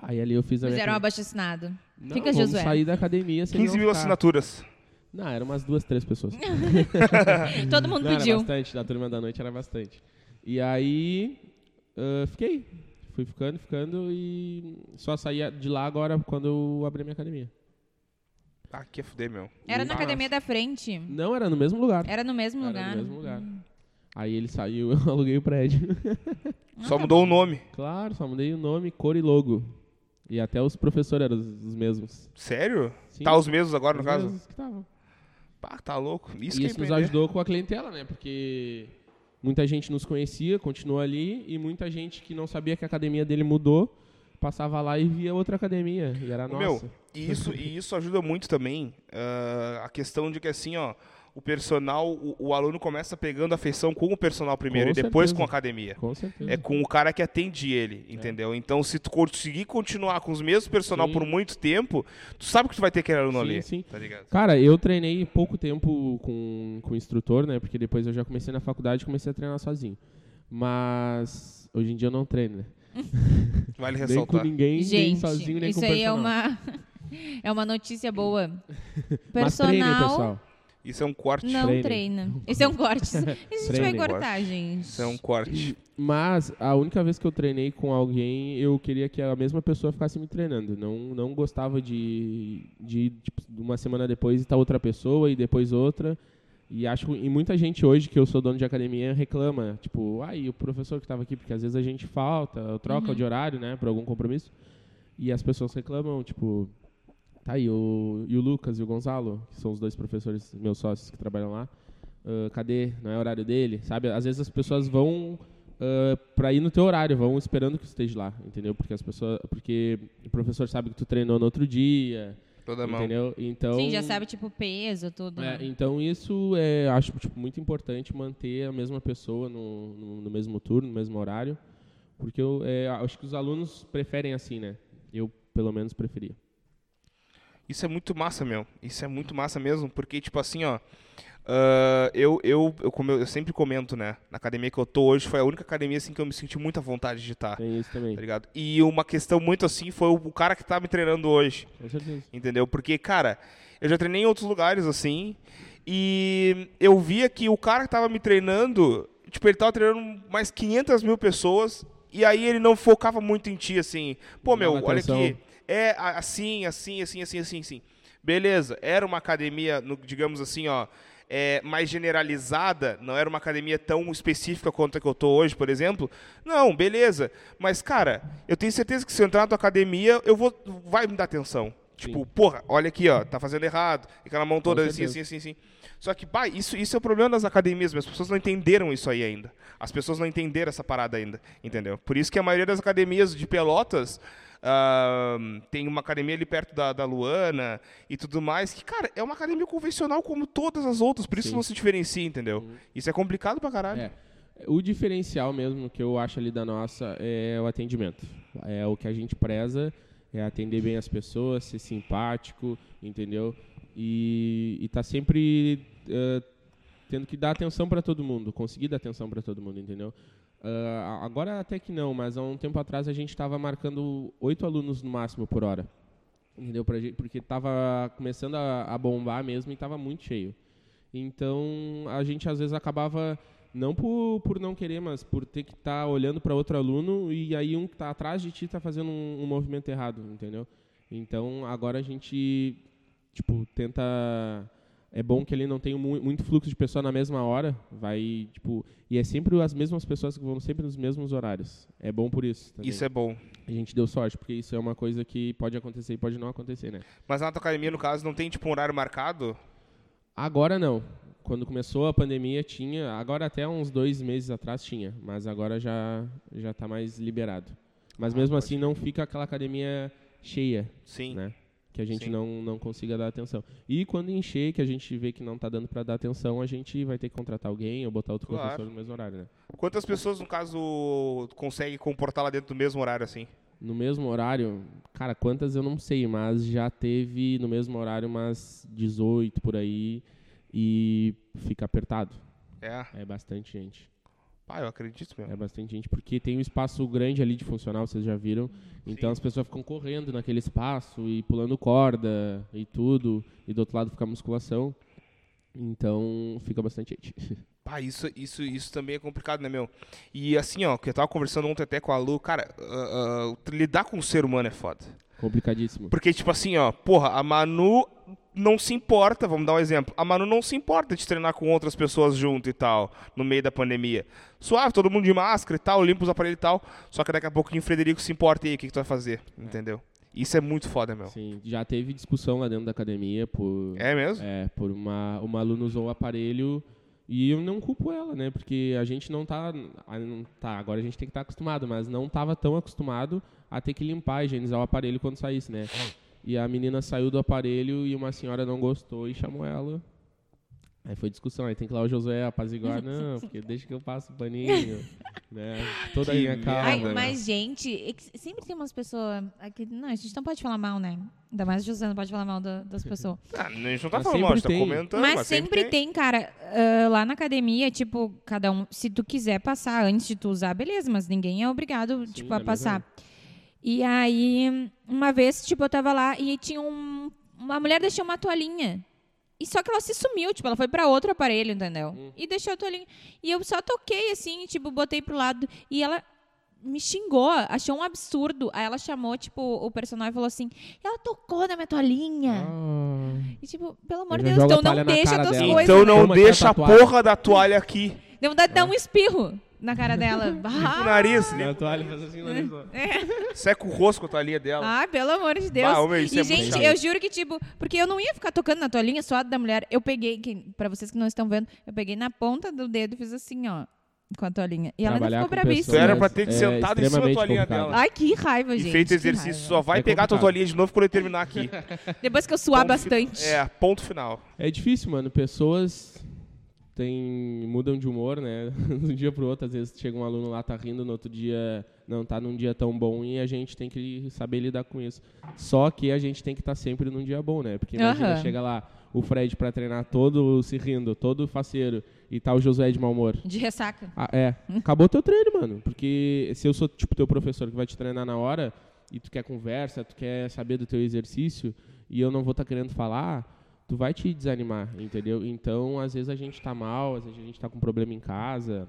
S3: Aí ali eu fiz a minha...
S2: Fizeram um abaixo assinado.
S3: Não,
S2: Fica,
S3: vamos
S2: Josué.
S3: sair da academia sem
S1: 15 mil assinaturas.
S3: Não, eram umas duas, três
S2: <laughs>
S3: pessoas.
S2: Todo mundo
S3: Ah. Não, era
S2: pediu.
S3: bastante, da turma da noite era bastante. E aí, ah, fiquei. Fui ficando, ficando e só saía de lá agora quando eu abri a minha academia.
S1: Ah, que é fuder, meu.
S2: Era na
S1: Ah,
S2: academia da frente.
S3: Não, era no mesmo lugar.
S2: Era no mesmo
S3: Era
S2: lugar. Hum.
S3: no mesmo lugar. Aí ele saiu, <laughs> eu aluguei o prédio.
S2: Ah, tá
S1: Só mudou o nome.
S3: claro, só mudei o nome, cor e logo. E até os professores eram os, os mesmos.
S1: Sério?
S3: Sim.
S1: Tá os mesmos agora, no
S3: Os
S1: caso?
S3: mesmos que estavam.
S1: Pá, tá louco. Isso
S3: E
S1: que
S3: isso
S1: é
S3: nos
S1: empreender.
S3: ajudou com a clientela, né? Porque muita gente nos conhecia, continuou ali, e muita gente que não sabia que a academia dele mudou, passava lá e via outra academia. E era
S1: Ô,
S3: nossa.
S1: Meu, e isso, e isso ajuda muito também ah, a questão de que assim, ó, o personal, o, o aluno começa pegando afeição com o personal primeiro
S3: Com
S1: e depois
S3: certeza.
S1: com a academia.
S3: Com certeza.
S1: É com o cara que atende ele, entendeu? Então, se tu conseguir continuar com os mesmos personal
S3: Sim.
S1: por muito tempo, tu sabe que tu vai ter aquele aluno
S3: Sim,
S1: ali.
S3: sim.
S1: Tá ligado?
S3: Cara, eu treinei pouco tempo com, com instrutor, né? Porque depois eu já comecei na faculdade e comecei a treinar sozinho. Mas hoje em dia eu não treino, né?
S1: Vale
S3: Nem com
S1: ressaltar.
S3: ninguém, nem
S2: Gente,
S3: sozinho, nem
S2: isso
S3: com
S2: aí é
S3: personal.
S2: uma, <laughs> é uma notícia boa.
S3: <laughs> Mas
S2: Personal
S3: treinem, pessoal.
S1: Isso é um corte.
S2: não
S3: Treinem.
S2: treina. Isso é um corte.
S3: <laughs>
S2: Isso <laughs> a gente vai
S3: Treinem.
S2: cortar, gente.
S1: Isso é um corte.
S3: Mas a única vez que eu treinei com alguém, eu queria que a mesma pessoa ficasse me treinando. Não, não gostava de, de tipo, uma semana depois estar outra pessoa e depois outra. E acho e muita gente hoje que eu sou dono de academia reclama, tipo, ai, o professor que estava aqui, porque às vezes a gente falta, troca de horário, né, por algum compromisso. E as pessoas reclamam, tipo, tá aí o, e o Lucas e o Gonzalo, que são os dois professores meus sócios que trabalham lá. ah, cadê? Não é horário dele, sabe? Às vezes as pessoas vão ah, pra ir no teu horário, vão esperando que tu esteja lá, entendeu? Porque as pessoas, porque o professor sabe que tu treinou no outro dia,
S1: Toda mão.
S3: entendeu? Então
S2: Sim, já sabe, tipo, peso, tudo.
S3: é, então isso é, acho tipo, muito importante manter a mesma pessoa no, no, no mesmo turno, no mesmo horário, porque eu é, acho que os alunos preferem assim, né? Eu pelo menos preferia.
S1: Isso é muito massa, meu. Isso é muito massa mesmo, porque, tipo assim, ó. ah, eu, eu, eu, como eu, eu sempre comento, né? Na academia que eu tô hoje foi a única academia assim, que eu me senti muita vontade de estar. Tá
S3: Tem isso também,
S1: ligado? E uma questão muito assim foi o, o cara que tá me treinando hoje.
S3: com certeza.
S1: Entendeu? Porque, cara, eu já treinei em outros lugares, assim, e eu via que o cara que tava me treinando, tipo, ele tava treinando mais 500 mil pessoas, e aí ele não focava muito em ti, assim. Pô,
S3: Não
S1: meu,
S3: dava
S1: olha
S3: atenção.
S1: aqui, é a- assim, assim, assim, assim, assim, assim. Beleza, era uma academia, no- digamos assim, ó, é, mais generalizada, não era uma academia tão específica quanto a que eu tô hoje, por exemplo. Não, beleza. Mas, cara, eu tenho certeza que se eu entrar na tua academia, eu vou. Vai me dar atenção. Tipo, porra, olha aqui, ó, tá fazendo errado, aquela mão toda assim,
S3: certeza.
S1: assim, assim, assim. Só que, pá, isso, isso é o problema das academias, mas as pessoas não entenderam isso aí ainda. As pessoas não entenderam essa parada ainda, entendeu? Por isso que a maioria das academias de Pelotas ah, tem uma academia ali perto da, da Luana e tudo mais, que, cara, é uma academia convencional como todas as outras, por isso
S3: Sim. Uhum.
S1: não se diferencia, entendeu? Isso é complicado pra caralho.
S3: É. O diferencial mesmo que eu acho ali da nossa é o atendimento. É o que a gente preza, é atender bem as pessoas, ser simpático, entendeu? E, e tá sempre eh, tendo que dar atenção para todo mundo, conseguir dar atenção para todo mundo, entendeu? Ah, a- agora até que não, mas há um tempo atrás a gente estava marcando oito alunos no máximo por hora, entendeu? Pra gente, porque estava começando a, a bombar mesmo e estava muito cheio. Então a gente às vezes acabava não por, por não querer, mas por ter que estar olhando para outro aluno e aí um que está atrás de ti está fazendo um, um movimento errado, entendeu? Então agora a gente tipo tenta é bom que ele não tenha mu- muito fluxo de pessoa na mesma hora, vai, tipo, e é sempre as mesmas pessoas que vão sempre nos mesmos horários. É bom por isso também.
S1: Isso é bom.
S3: A gente deu sorte, porque isso é uma coisa que pode acontecer e pode não acontecer, né?
S1: Mas na tua academia, no caso, não tem tipo um horário marcado?
S3: Agora não. Quando começou a pandemia tinha, agora até uns dois meses atrás tinha, mas agora já já tá mais liberado. Mas
S1: Ah,
S3: mesmo
S1: pode
S3: assim não fica aquela academia cheia,
S1: Sim.
S3: né? Que a gente
S1: Sim.
S3: não, não consiga dar atenção. E quando encher, que a gente vê que não tá dando para dar atenção, a gente vai ter que contratar alguém ou botar outro
S1: Claro.
S3: professor no mesmo horário, né?
S1: Quantas pessoas, no caso, consegue comportar lá dentro do mesmo horário, assim?
S3: No mesmo horário, cara, quantas eu não sei, mas já teve no mesmo horário umas 18 por aí e fica apertado.
S1: É.
S3: É bastante gente.
S1: Ah, eu acredito mesmo.
S3: É bastante gente, porque tem um espaço grande ali de funcional, vocês já viram. Então
S1: Sim.
S3: as pessoas ficam correndo naquele espaço e pulando corda e tudo. E do outro lado fica a musculação. Então fica bastante gente. <laughs>
S1: Pá, isso, isso, isso também é complicado, né, meu? E assim, ó, que eu tava conversando ontem até com a Lu, cara, ah, ah, lidar com o ser humano é foda.
S3: Complicadíssimo.
S1: Porque, tipo assim, ó, porra, a Manu não se importa, vamos dar um exemplo. A Manu não se importa de treinar com outras pessoas junto e tal, no meio da pandemia. Suave, todo mundo de máscara e tal, limpa os aparelhos e tal. Só que daqui a pouquinho o Frederico se importa e aí, o que, que tu vai fazer? Entendeu? Isso é muito foda, meu.
S3: Sim, já teve discussão lá dentro da academia por.
S1: É mesmo?
S3: É, por uma, uma aluna usou o aparelho e eu não culpo ela, né? Porque a gente não tá, a- não tá, agora a gente tem que estar acostumado, mas não tava tão acostumado a ter que limpar, higienizar o aparelho quando saísse, né? E a menina saiu do aparelho e uma senhora não gostou e chamou ela. Aí foi discussão, aí tem que ir lá o
S2: <laughs>
S3: Josué apaziguar, não, porque deixa que eu passo o paninho, né? Toda a
S1: Que
S3: minha calma.
S2: Ai,
S1: merda, né?
S2: mas, gente, é que sempre tem umas pessoas. Aqui, não, a gente não pode falar mal, né? Ainda mais o José não pode falar mal da- das pessoas.
S1: Ah, a gente não tá
S3: É. Mas
S1: falando,
S3: sempre
S1: não, a gente tá
S3: tem.
S1: comentando.
S2: mas, sempre tem, cara, ah, lá na academia, tipo, cada um, se tu quiser passar antes de tu usar, beleza, mas ninguém é obrigado,
S3: Sim,
S2: tipo,
S3: na
S2: a
S3: mesma
S2: passar. E aí, uma vez, tipo, eu tava lá e tinha um. Uma mulher deixou uma toalhinha. E só que ela se sumiu, tipo, ela foi pra outro aparelho, entendeu?
S3: Hum.
S2: E deixou a toalhinha. E eu só toquei, assim, tipo, botei pro lado. E ela me xingou, achou um absurdo. Aí ela chamou, tipo, o personal e falou assim: ela tocou na minha toalhinha.
S3: Ah.
S2: E tipo, pelo amor
S3: Eu
S2: de
S3: já
S2: Deus,
S3: jogo a
S2: então não
S3: palha na
S2: deixa
S3: cara
S2: tuas
S3: dela.
S2: coisas.
S1: Então não
S3: Como é que é a
S1: deixa a
S3: tatuagem?
S1: porra da toalha aqui
S2: Deu vontade de dar um espirro na cara
S3: <laughs>
S2: dela.
S1: no
S2: Ah,
S1: nariz. né?
S3: Na toalha, faz
S2: <laughs>
S3: assim, analisou.
S1: Seca o rosto com a toalhinha dela.
S2: ah, pelo amor de Deus.
S1: Bah, ô, meu, isso
S2: e,
S1: é muito
S2: gente,
S1: chato.
S2: eu juro que, tipo, porque eu não ia ficar tocando na toalhinha suada da mulher. Eu peguei, que, pra vocês que não estão vendo, eu peguei na ponta do dedo e fiz assim, ó, com a toalhinha. E ela ainda
S3: Trabalhar
S2: ficou
S3: com
S1: Tu
S2: bravíssima.
S3: pessoas
S1: era pra ter
S3: é
S1: sentado em cima da
S3: extremamente
S1: toalhinha
S3: complicado.
S1: dela.
S2: Ai, que raiva, gente.
S1: e feito
S2: que
S1: exercício, só
S2: raiva.
S1: vai
S3: É
S1: pegar a tua
S3: complicado.
S1: toalhinha de novo quando eu terminar
S2: <laughs>
S1: aqui.
S2: Depois que eu suar
S1: Ponto fi-
S2: bastante.
S1: É, ponto final.
S3: É difícil, mano. Pessoas têm, mudam de humor, né? <laughs> De um dia pro outro, às vezes chega um aluno lá, tá rindo, no outro dia não tá num dia tão bom e a gente tem que saber lidar com isso. Só que a gente tem que estar sempre num dia bom, né? Porque imagina,
S2: Aham.
S3: chega lá o Fred pra treinar todo se rindo, todo faceiro, e tá o Josué de mau humor.
S2: De ressaca.
S3: Ah, é. Acabou teu treino, mano. Porque se eu sou, tipo, teu professor que vai te treinar na hora e tu quer conversa, tu quer saber do teu exercício e eu não vou estar querendo falar, tu vai te desanimar, entendeu? Então, às vezes a gente tá mal, às vezes a gente tá com problema em casa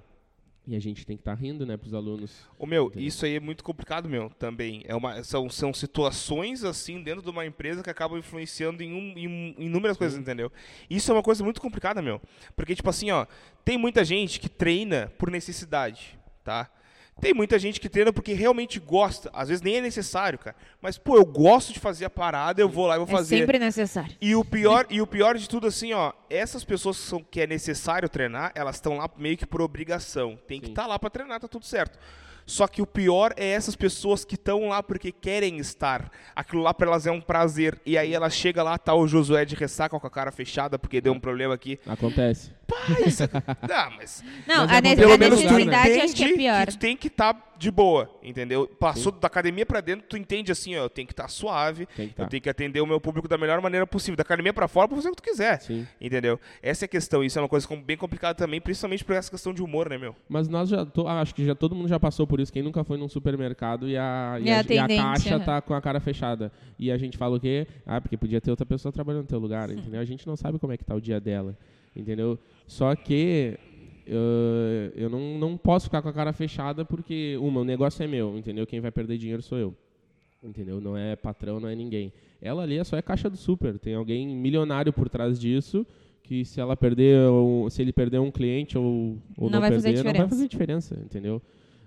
S3: e a gente tem que estar rindo, né, pros alunos.
S1: Ô, meu,
S3: Entendi.
S1: isso aí é muito complicado, meu, também. É uma, são, são situações, assim, dentro de uma empresa que acabam influenciando em, um, em um- inúmeras coisas, entendeu? Isso é uma coisa muito complicada, meu. Porque, tipo assim, ó, tem muita gente que treina por necessidade, tá? Tem muita gente que treina porque realmente gosta. Às vezes nem é necessário, cara. Mas, pô, eu gosto de fazer a parada, eu vou lá e vou
S2: É
S1: fazer.
S2: sempre necessário.
S1: E o pior, e o pior de tudo assim, ó, essas pessoas que, são, que é necessário treinar, elas estão lá meio que por obrigação. Tem que
S3: Sim.
S1: estar lá para treinar, tá tudo certo. Só que o pior é essas pessoas que estão lá porque querem estar. Aquilo lá para elas é um prazer. E aí ela chega lá, tá o Josué de ressaca com a cara fechada porque deu um problema aqui.
S3: Acontece.
S2: Ah,
S1: Pai, isso... <laughs> Não, mas
S2: Não,
S3: Mas
S2: a,
S3: é bom-
S2: ne-
S1: pelo
S2: a
S1: menos tu
S2: necessidade acho que é
S1: entende
S2: pior.
S1: tu tem que estar de boa, entendeu? Passou da academia para dentro, tu entende assim, ó, eu tenho que estar suave,
S3: Tem que tá.
S1: eu
S3: estar.
S1: tenho que atender o meu público da melhor maneira possível. Da academia pra fora, pra fazer o que tu quiser.
S3: Sim.
S1: Entendeu? Essa é a questão. Isso é uma coisa com- bem complicada também, principalmente por essa questão de humor, né, meu?
S3: Mas nós já, to- ah, acho que já todo mundo já passou por isso. Quem nunca foi num supermercado e a,
S2: E a
S3: e a
S2: atendente,
S3: caixa
S2: aham.
S3: tá com a cara fechada. E a gente fala o quê? Ah, porque podia ter outra pessoa trabalhando no teu lugar, entendeu? A gente não sabe como é que tá o dia dela, entendeu? Só que ah, eu não, não posso ficar com a cara fechada porque, uma, o negócio é meu, entendeu? Quem vai perder dinheiro sou eu. Entendeu? Não é patrão, não é ninguém. Ela ali é só é caixa do super. Tem alguém milionário por trás disso que se ela perder, um- se ele perder um cliente ou, ou não,
S2: Não vai fazer
S3: perder, não vai
S2: diferença.
S3: fazer diferença, entendeu?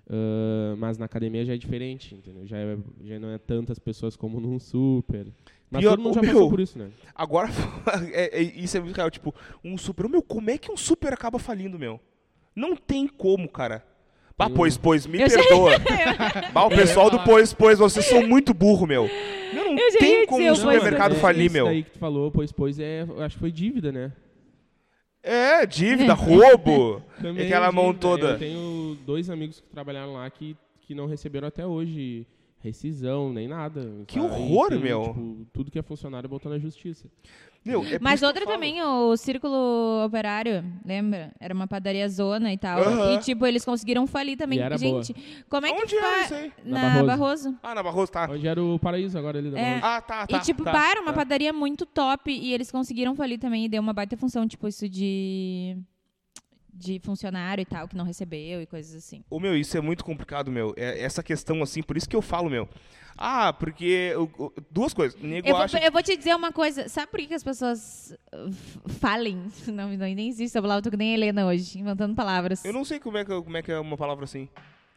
S3: Ah, mas na academia já é diferente, entendeu? Já, é- já não é tantas pessoas como num super. Mas
S1: Pior-
S3: todo mundo já
S1: ô,
S3: passou
S1: meu,
S3: por isso, né?
S1: Agora, <laughs> é- é- isso é muito real. Tipo, um super. Meu, como é que um super acaba falindo, meu? Não tem como, cara. Bah,
S3: Hum.
S1: pois, pois, me
S2: <laughs> Eu já-
S1: perdoa. bah, o pessoal do pois, pois, vocês são muito burro, meu. Meu, não
S2: Eu já ia
S1: tem
S2: dizer
S1: como
S2: o
S1: um
S2: pois, pois.
S1: supermercado
S3: é,
S1: falir,
S3: isso
S1: meu.
S3: aí que tu falou, pois, pois, é, eu acho que foi dívida, né?
S1: É, dívida, roubo.
S3: <laughs> Também
S1: aquela mão
S3: dívida.
S1: toda.
S3: Eu tenho dois amigos que trabalharam lá que, que não receberam até hoje rescisão, nem nada.
S1: Que
S3: Aí
S1: horror, meu.
S3: tipo, tudo que é funcionário botou na justiça.
S1: Meu, é por
S2: Mas
S1: isso que eu
S2: outra
S1: falo.
S2: também, o Círculo Operário, lembra? Era uma padaria zona e tal.
S1: Aham.
S2: E, tipo, eles conseguiram falir também.
S3: E era
S2: Gente, como é que
S1: Onde era
S2: fa-
S1: isso aí?
S3: Na
S2: Na,
S3: Barroso.
S2: Barroso.
S1: Ah, na Barroso, tá.
S3: Onde era o paraíso agora ali da
S2: É.
S3: Barroso.
S1: Ah, tá, tá.
S2: e, tipo,
S1: tá,
S2: para, uma
S1: tá.
S2: padaria muito top. E eles conseguiram falir também e deu uma baita função, tipo, isso de. de funcionário e tal, que não recebeu e coisas assim.
S1: Ô, meu, isso é muito complicado, meu. É, essa questão, assim, por isso que eu falo, meu. Ah, porque... eu- eu- duas coisas. O nego
S2: Eu vou,
S1: acha...
S2: eu vou te dizer uma coisa. Sabe por que, que as pessoas uh, f- falem? <laughs> Não, não, nem existe. Eu tô que nem a Helena hoje, inventando palavras.
S1: Eu não sei como é, que, eu- como é que é uma palavra assim.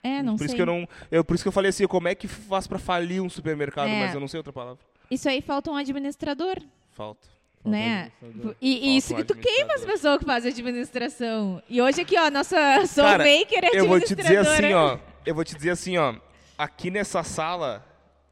S2: É, não
S1: por
S2: sei.
S1: isso que eu não. Eu, por isso que eu falei assim, como é que faz pra falir um supermercado,
S2: É.
S1: mas eu não sei outra palavra.
S2: Isso aí falta um administrador,
S1: Falta.
S3: Falta
S2: né?
S3: administrador.
S2: E, e isso
S1: Falta
S2: que
S1: um
S2: tu queima as
S1: administrador.
S2: pessoas que fazem administração. E hoje aqui, ó, nossa <laughs> soul
S1: Cara,
S2: maker é administradora.
S1: Eu vou te dizer assim, ó. Eu vou te dizer assim, ó. Aqui nessa sala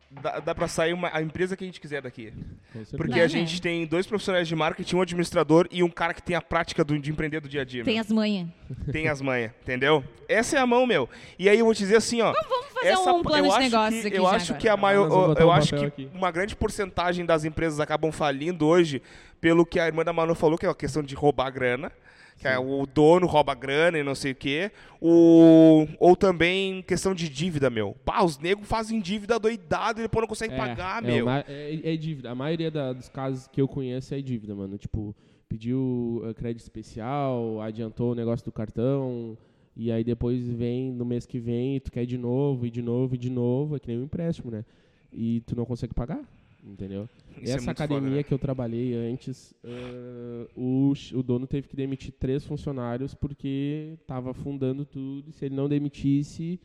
S1: dá, dá pra sair uma, a empresa que a gente quiser daqui.
S3: Com certeza.
S1: Porque
S2: Vai,
S1: a
S2: né?
S1: gente tem dois profissionais de marketing, um administrador e um cara que tem a prática do, de empreender do dia a dia.
S2: Tem
S1: meu.
S2: as manhas.
S1: Tem as manhas, entendeu? Essa é a mão, meu. E aí eu vou te dizer assim, ó.
S2: Vamos fazer um plano
S1: eu
S2: de
S1: acho
S2: negócios
S1: que,
S2: aqui
S1: Eu
S2: já
S1: acho
S2: agora.
S1: que a maior,
S3: Nós vamos botar
S1: eu
S3: um
S1: acho que
S3: papel aqui.
S1: uma grande porcentagem das empresas acabam falindo hoje pelo que a irmã da Manu falou, que é a questão de roubar grana, que é o dono rouba grana e não sei o quê, o, ou também questão de dívida, meu. Pá, os negros fazem dívida doidado e depois não conseguem pagar,
S3: é,
S1: meu.
S3: uma- é, é dívida. A maioria da- dos casos que eu conheço é dívida, mano. Tipo, pediu eh, crédito especial, adiantou o negócio do cartão, e aí depois vem no mês que vem e tu quer de novo, e de novo, e de novo. É que nem um empréstimo, né? E tu não consegue pagar, entendeu?
S1: Isso é
S3: Essa
S1: muito
S3: academia
S1: foda, né?
S3: que eu trabalhei antes, eh, o, ch- o dono teve que demitir três funcionários porque tava afundando tudo. E se ele não demitisse,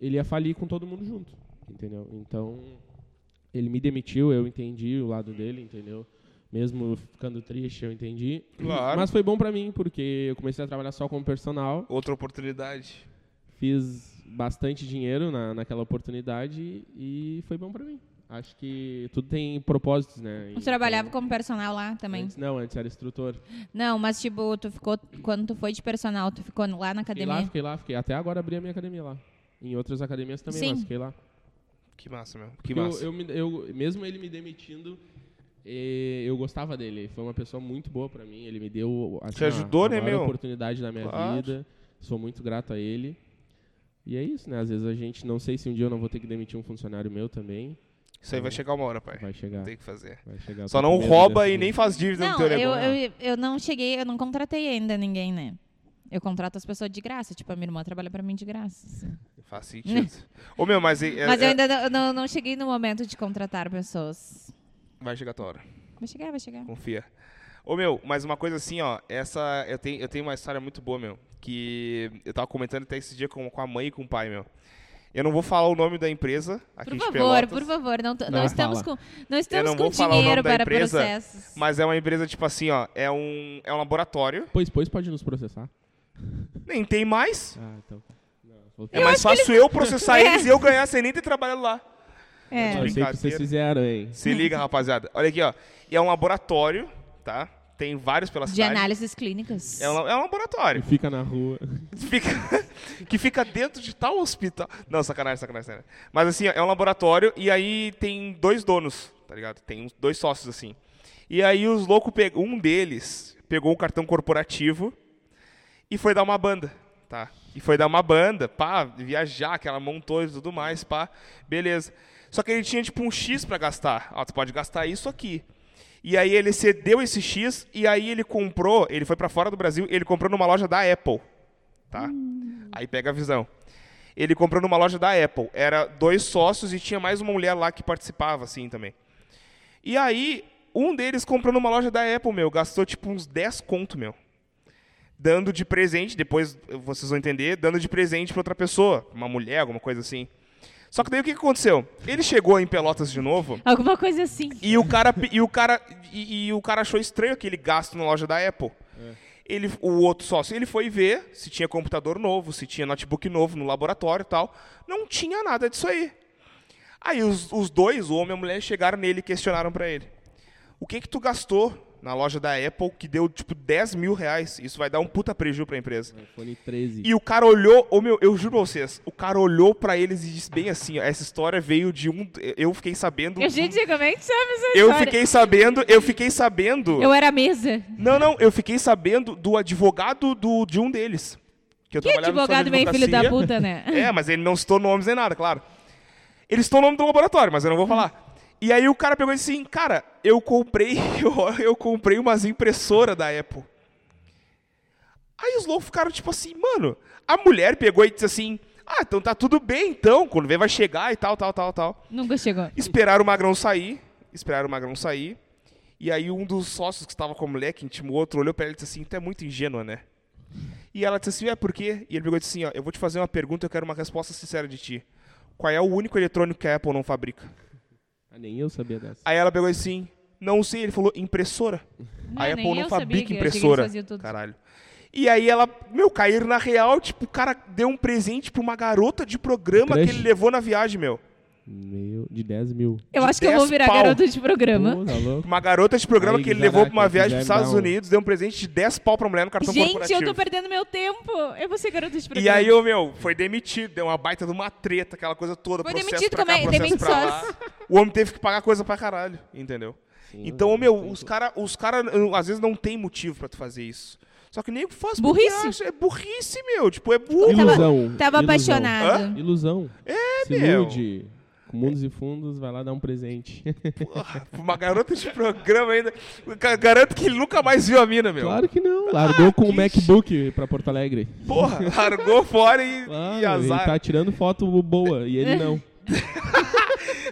S3: ele ia falir com todo mundo junto, entendeu? Então, ele me demitiu, eu entendi o lado dele, entendeu? Mesmo ficando triste, eu entendi.
S1: Claro.
S3: Mas foi bom pra mim, porque eu comecei a trabalhar só como personal,
S1: Outra oportunidade.
S3: fiz bastante dinheiro na, naquela oportunidade e foi bom pra mim. Acho que tudo tem propósitos, né?
S2: Tu trabalhava como personal lá também?
S3: Antes, não, antes era instrutor.
S2: Não, mas tipo, tu ficou. Quando tu foi de personal, tu ficou lá na
S3: Fiquei lá,
S2: academia?
S3: fiquei lá, fiquei. Até agora abri a minha academia lá. Em outras academias também,
S2: Sim.
S3: mas fiquei lá.
S1: Que massa, meu. Que
S3: Eu-
S1: massa.
S3: Eu, me- eu- mesmo ele me demitindo, eh, eu gostava dele. Ele Foi uma pessoa muito boa pra mim. Ele me deu assim,
S1: Te ajudou,
S3: a, a
S1: né,
S3: maior
S1: meu?
S3: oportunidade da minha
S1: Claro.
S3: vida. Sou muito grato a ele. E é isso, né? Às vezes a gente não sei se um dia eu não vou ter que demitir um funcionário meu também.
S1: Isso aí vai chegar uma hora, pai.
S3: Vai chegar.
S1: Tem que fazer.
S3: Vai chegar
S1: Só
S3: Tô com
S1: não
S3: medo
S1: rouba
S3: dessa
S1: e nem
S3: vez.
S1: faz dívida no
S2: Não,
S1: um teu
S2: eu,
S1: negócio.
S2: eu, eu não cheguei, eu não contratei ainda ninguém, né? Eu contrato as pessoas de graça. Tipo, a minha irmã trabalha pra mim de graça. assim.
S1: Faz sentido. Ô, meu, mas... é- é-
S2: Mas eu
S1: é-
S2: ainda não, não, não cheguei no momento de contratar pessoas.
S1: Vai chegar a tua hora.
S2: Vai chegar, vai chegar.
S1: Confia. Ô meu, mas uma coisa assim, ó, essa. Eu tenho, eu tenho uma história muito boa, meu. Que eu tava comentando até esse dia com, com a mãe e com o pai, meu. Eu não vou falar o nome da empresa aqui
S2: Por
S1: de
S2: favor,
S1: Pelotas,
S2: por favor, não, t- não
S3: Não
S2: estamos
S3: fala.
S2: com não estamos
S1: é não
S2: com
S1: vou falar o
S2: dinheiro
S1: nome da
S2: para
S1: empresa,
S2: processos.
S1: Mas é uma empresa, tipo assim, ó, é um, é um laboratório.
S3: Pois, pois pode nos processar.
S1: Nem tem mais.
S3: Ah, então. Não, vou-
S1: É mais fácil eu
S2: <laughs>
S1: processar eles e eu ganhar sem nem ter trabalhado lá.
S2: É.
S3: Ah, eu sei o que vocês
S1: brincadeira.
S3: fizeram, hein?
S1: Se
S2: <laughs>
S1: liga, rapaziada. Olha aqui, ó. E é um laboratório, tá? Tem vários pela
S2: De
S1: cidade.
S2: análises clínicas.
S1: É um, é um laboratório.
S3: E fica na rua.
S1: <laughs> Fica- que fica dentro de tal hospital. Não, sacanagem, sacanagem, sacanagem. Mas assim, ó, é um laboratório e aí tem dois donos, tá ligado? Tem uns- dois sócios assim. E aí os loucos pegou, um deles pegou o cartão corporativo e foi dar uma banda, tá? E foi dar uma banda, pá, viajar, que ela montou e tudo mais, pá, beleza. Só que ele tinha tipo um X pra gastar. Ó, tu pode gastar isso aqui. E aí ele cedeu esse X e aí ele comprou, ele foi pra fora do Brasil, ele comprou numa loja da Apple, tá? Aí pega a visão. Ele comprou numa loja da Apple. Era dois sócios e tinha mais uma mulher lá que participava assim também. E aí Um deles comprou numa loja da Apple, meu. Gastou tipo uns 10 conto, meu. Dando de presente, depois vocês vão entender, dando de presente pra outra pessoa. Uma mulher, alguma coisa assim. Só que daí o que que aconteceu? Ele chegou em Pelotas de novo
S2: Alguma coisa assim.
S1: e o cara, pe- e o cara, e, e o cara achou estranho aquele gasto na loja da Apple. Ele, o outro sócio, ele foi ver se tinha computador novo, se tinha notebook novo no laboratório e tal. Não tinha nada disso aí. Aí os, os dois, o homem e a mulher, chegaram nele e questionaram pra ele. O que que tu gastou na loja da Apple que deu, tipo, 10 mil reais? Isso vai dar um puta prejuízo pra empresa.
S3: <laughs> iPhone 13.
S1: E o cara olhou, ô meu, eu juro pra vocês, o cara olhou pra eles e disse bem assim, ó, essa história veio de um... Eu fiquei sabendo...
S2: Eu, gente, como é que sabe essa
S1: Eu
S2: história?
S1: fiquei sabendo, eu fiquei sabendo.
S2: Eu era mesa.
S1: Não, não, eu fiquei sabendo do advogado do, de um deles. Que, eu
S2: Que
S1: trabalhava no escritório
S2: advogado
S1: de
S2: meio filho da
S1: advocacia.
S2: puta, né?
S1: <laughs> É, mas ele não citou nomes nem nada, claro. Ele citou o nome do laboratório, mas eu não vou falar. E aí o cara pegou e disse assim, cara, eu comprei, <laughs> eu, eu comprei umas impressoras da Apple. Aí os loucos ficaram tipo assim, mano, a mulher pegou e disse assim, ah, então tá tudo bem então, quando vem vai chegar e tal, tal, tal, tal.
S2: Nunca chegou.
S1: Esperaram o Magrão sair. Esperaram o Magrão sair. E aí um dos sócios que estava com a mulher, que intimou outro, olhou pra ela e disse assim, tu é muito ingênua, né? E ela disse assim, é, por quê? E ele pegou e disse assim, ó, eu vou te fazer uma pergunta, eu quero uma resposta sincera de ti. Qual é o único eletrônico que a Apple não fabrica?
S3: Ah, nem eu sabia dessa.
S1: Aí ela pegou e disse assim, não sei, ele falou, impressora.
S2: Não, é
S1: a
S2: nem
S1: Apple não
S2: eu sabia
S1: fabrica
S2: que- eu achei que eles
S1: impressora.
S2: faziam tudo.
S1: Caralho. E aí ela, meu, caíram na real, tipo, o cara deu um presente pra uma garota de programa
S3: Crush.
S1: que ele levou na viagem, meu.
S3: Meu, de 10 mil.
S2: Eu
S1: de
S2: acho que eu vou
S1: 10
S2: virar
S1: pau.
S2: garota de programa.
S3: Pô, tá louco?
S1: Uma garota de programa
S3: Aí,
S1: que ele
S3: Guizaraca,
S1: levou pra uma viagem
S3: Guilherme
S1: pros Estados
S3: Brown.
S1: Unidos, deu um presente de 10 pau pra mulher no cartão
S2: Gente, eu
S1: corporativo.
S2: tô perdendo meu tempo. Eu vou ser garota de
S1: e
S2: programa.
S1: aí, o meu, foi demitido, deu uma baita de uma treta, aquela coisa toda.
S2: Foi
S1: processo
S2: demitido,
S1: pra cá,
S2: como é?
S1: processo pra lá.
S2: Demitido
S1: O homem teve que pagar coisa pra caralho, entendeu? então, ô, meu, os caras, os cara, eu, às vezes, não tem motivo pra tu fazer isso. Só que nem faz porque
S2: Burrice.
S1: acha- É burrice, meu. Tipo, é burro.
S2: Tava-
S3: Ilusão.
S2: Tava
S3: ilusão.
S2: apaixonado.
S3: Ilusão. É, Se
S1: meu.
S3: ilude. Com mundos e fundos, vai lá dar um presente.
S1: Porra, uma garota de programa ainda. Ga- Garanto que ele nunca mais viu a mina, meu.
S3: claro que não. Largou com o
S1: Ah, que
S3: MacBook pra Porto Alegre.
S1: Porra, largou fora e,
S3: Claro,
S1: e
S3: ele
S1: azar.
S3: tá tirando foto boa
S1: <laughs>
S3: e ele não. Tá,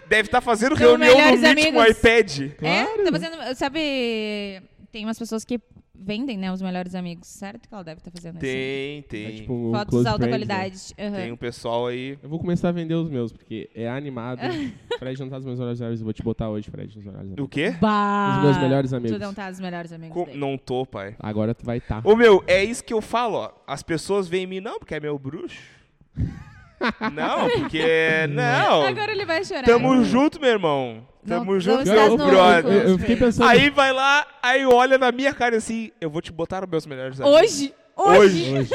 S1: Deve estar fazendo
S2: São
S1: reunião no
S2: melhores
S1: Meet com o
S2: amigos.
S1: iPad.
S2: É, tá fazendo. Sabe, tem umas pessoas que vendem, né, os melhores amigos. Certo que ela deve estar fazendo isso.
S1: Tem, tem.
S3: É tipo um
S2: Fotos
S3: close
S2: de alta
S3: friends, né?
S2: qualidade. Aham.
S1: Tem um pessoal aí.
S3: Eu vou começar a vender os meus, porque é animado.
S2: É.
S3: Fred não tá nos meus horários, eu vou te botar hoje, Fred, nos horários.
S1: O quê?
S2: Bah!
S3: Os meus um melhores amigos.
S2: Tu não tá dos melhores amigos.
S1: Co-
S2: dele.
S1: Não tô, pai.
S3: Agora tu vai estar. Tá.
S1: Ô meu, é isso que eu falo, ó. As pessoas veem em mim, não, porque é meu
S2: <laughs>
S1: bruxo. não, porque. Não.
S2: Agora ele vai chorar.
S1: Tamo junto, meu irmão. Tamo
S2: não
S1: junto,
S2: estás
S1: meu
S2: no
S3: eu,
S1: brother.
S2: âncora.
S3: eu fiquei pensando.
S1: Aí vai lá, aí olha na minha cara assim, eu vou te botar nos meus melhores amigos.
S2: Hoje, hoje,
S3: Hoje.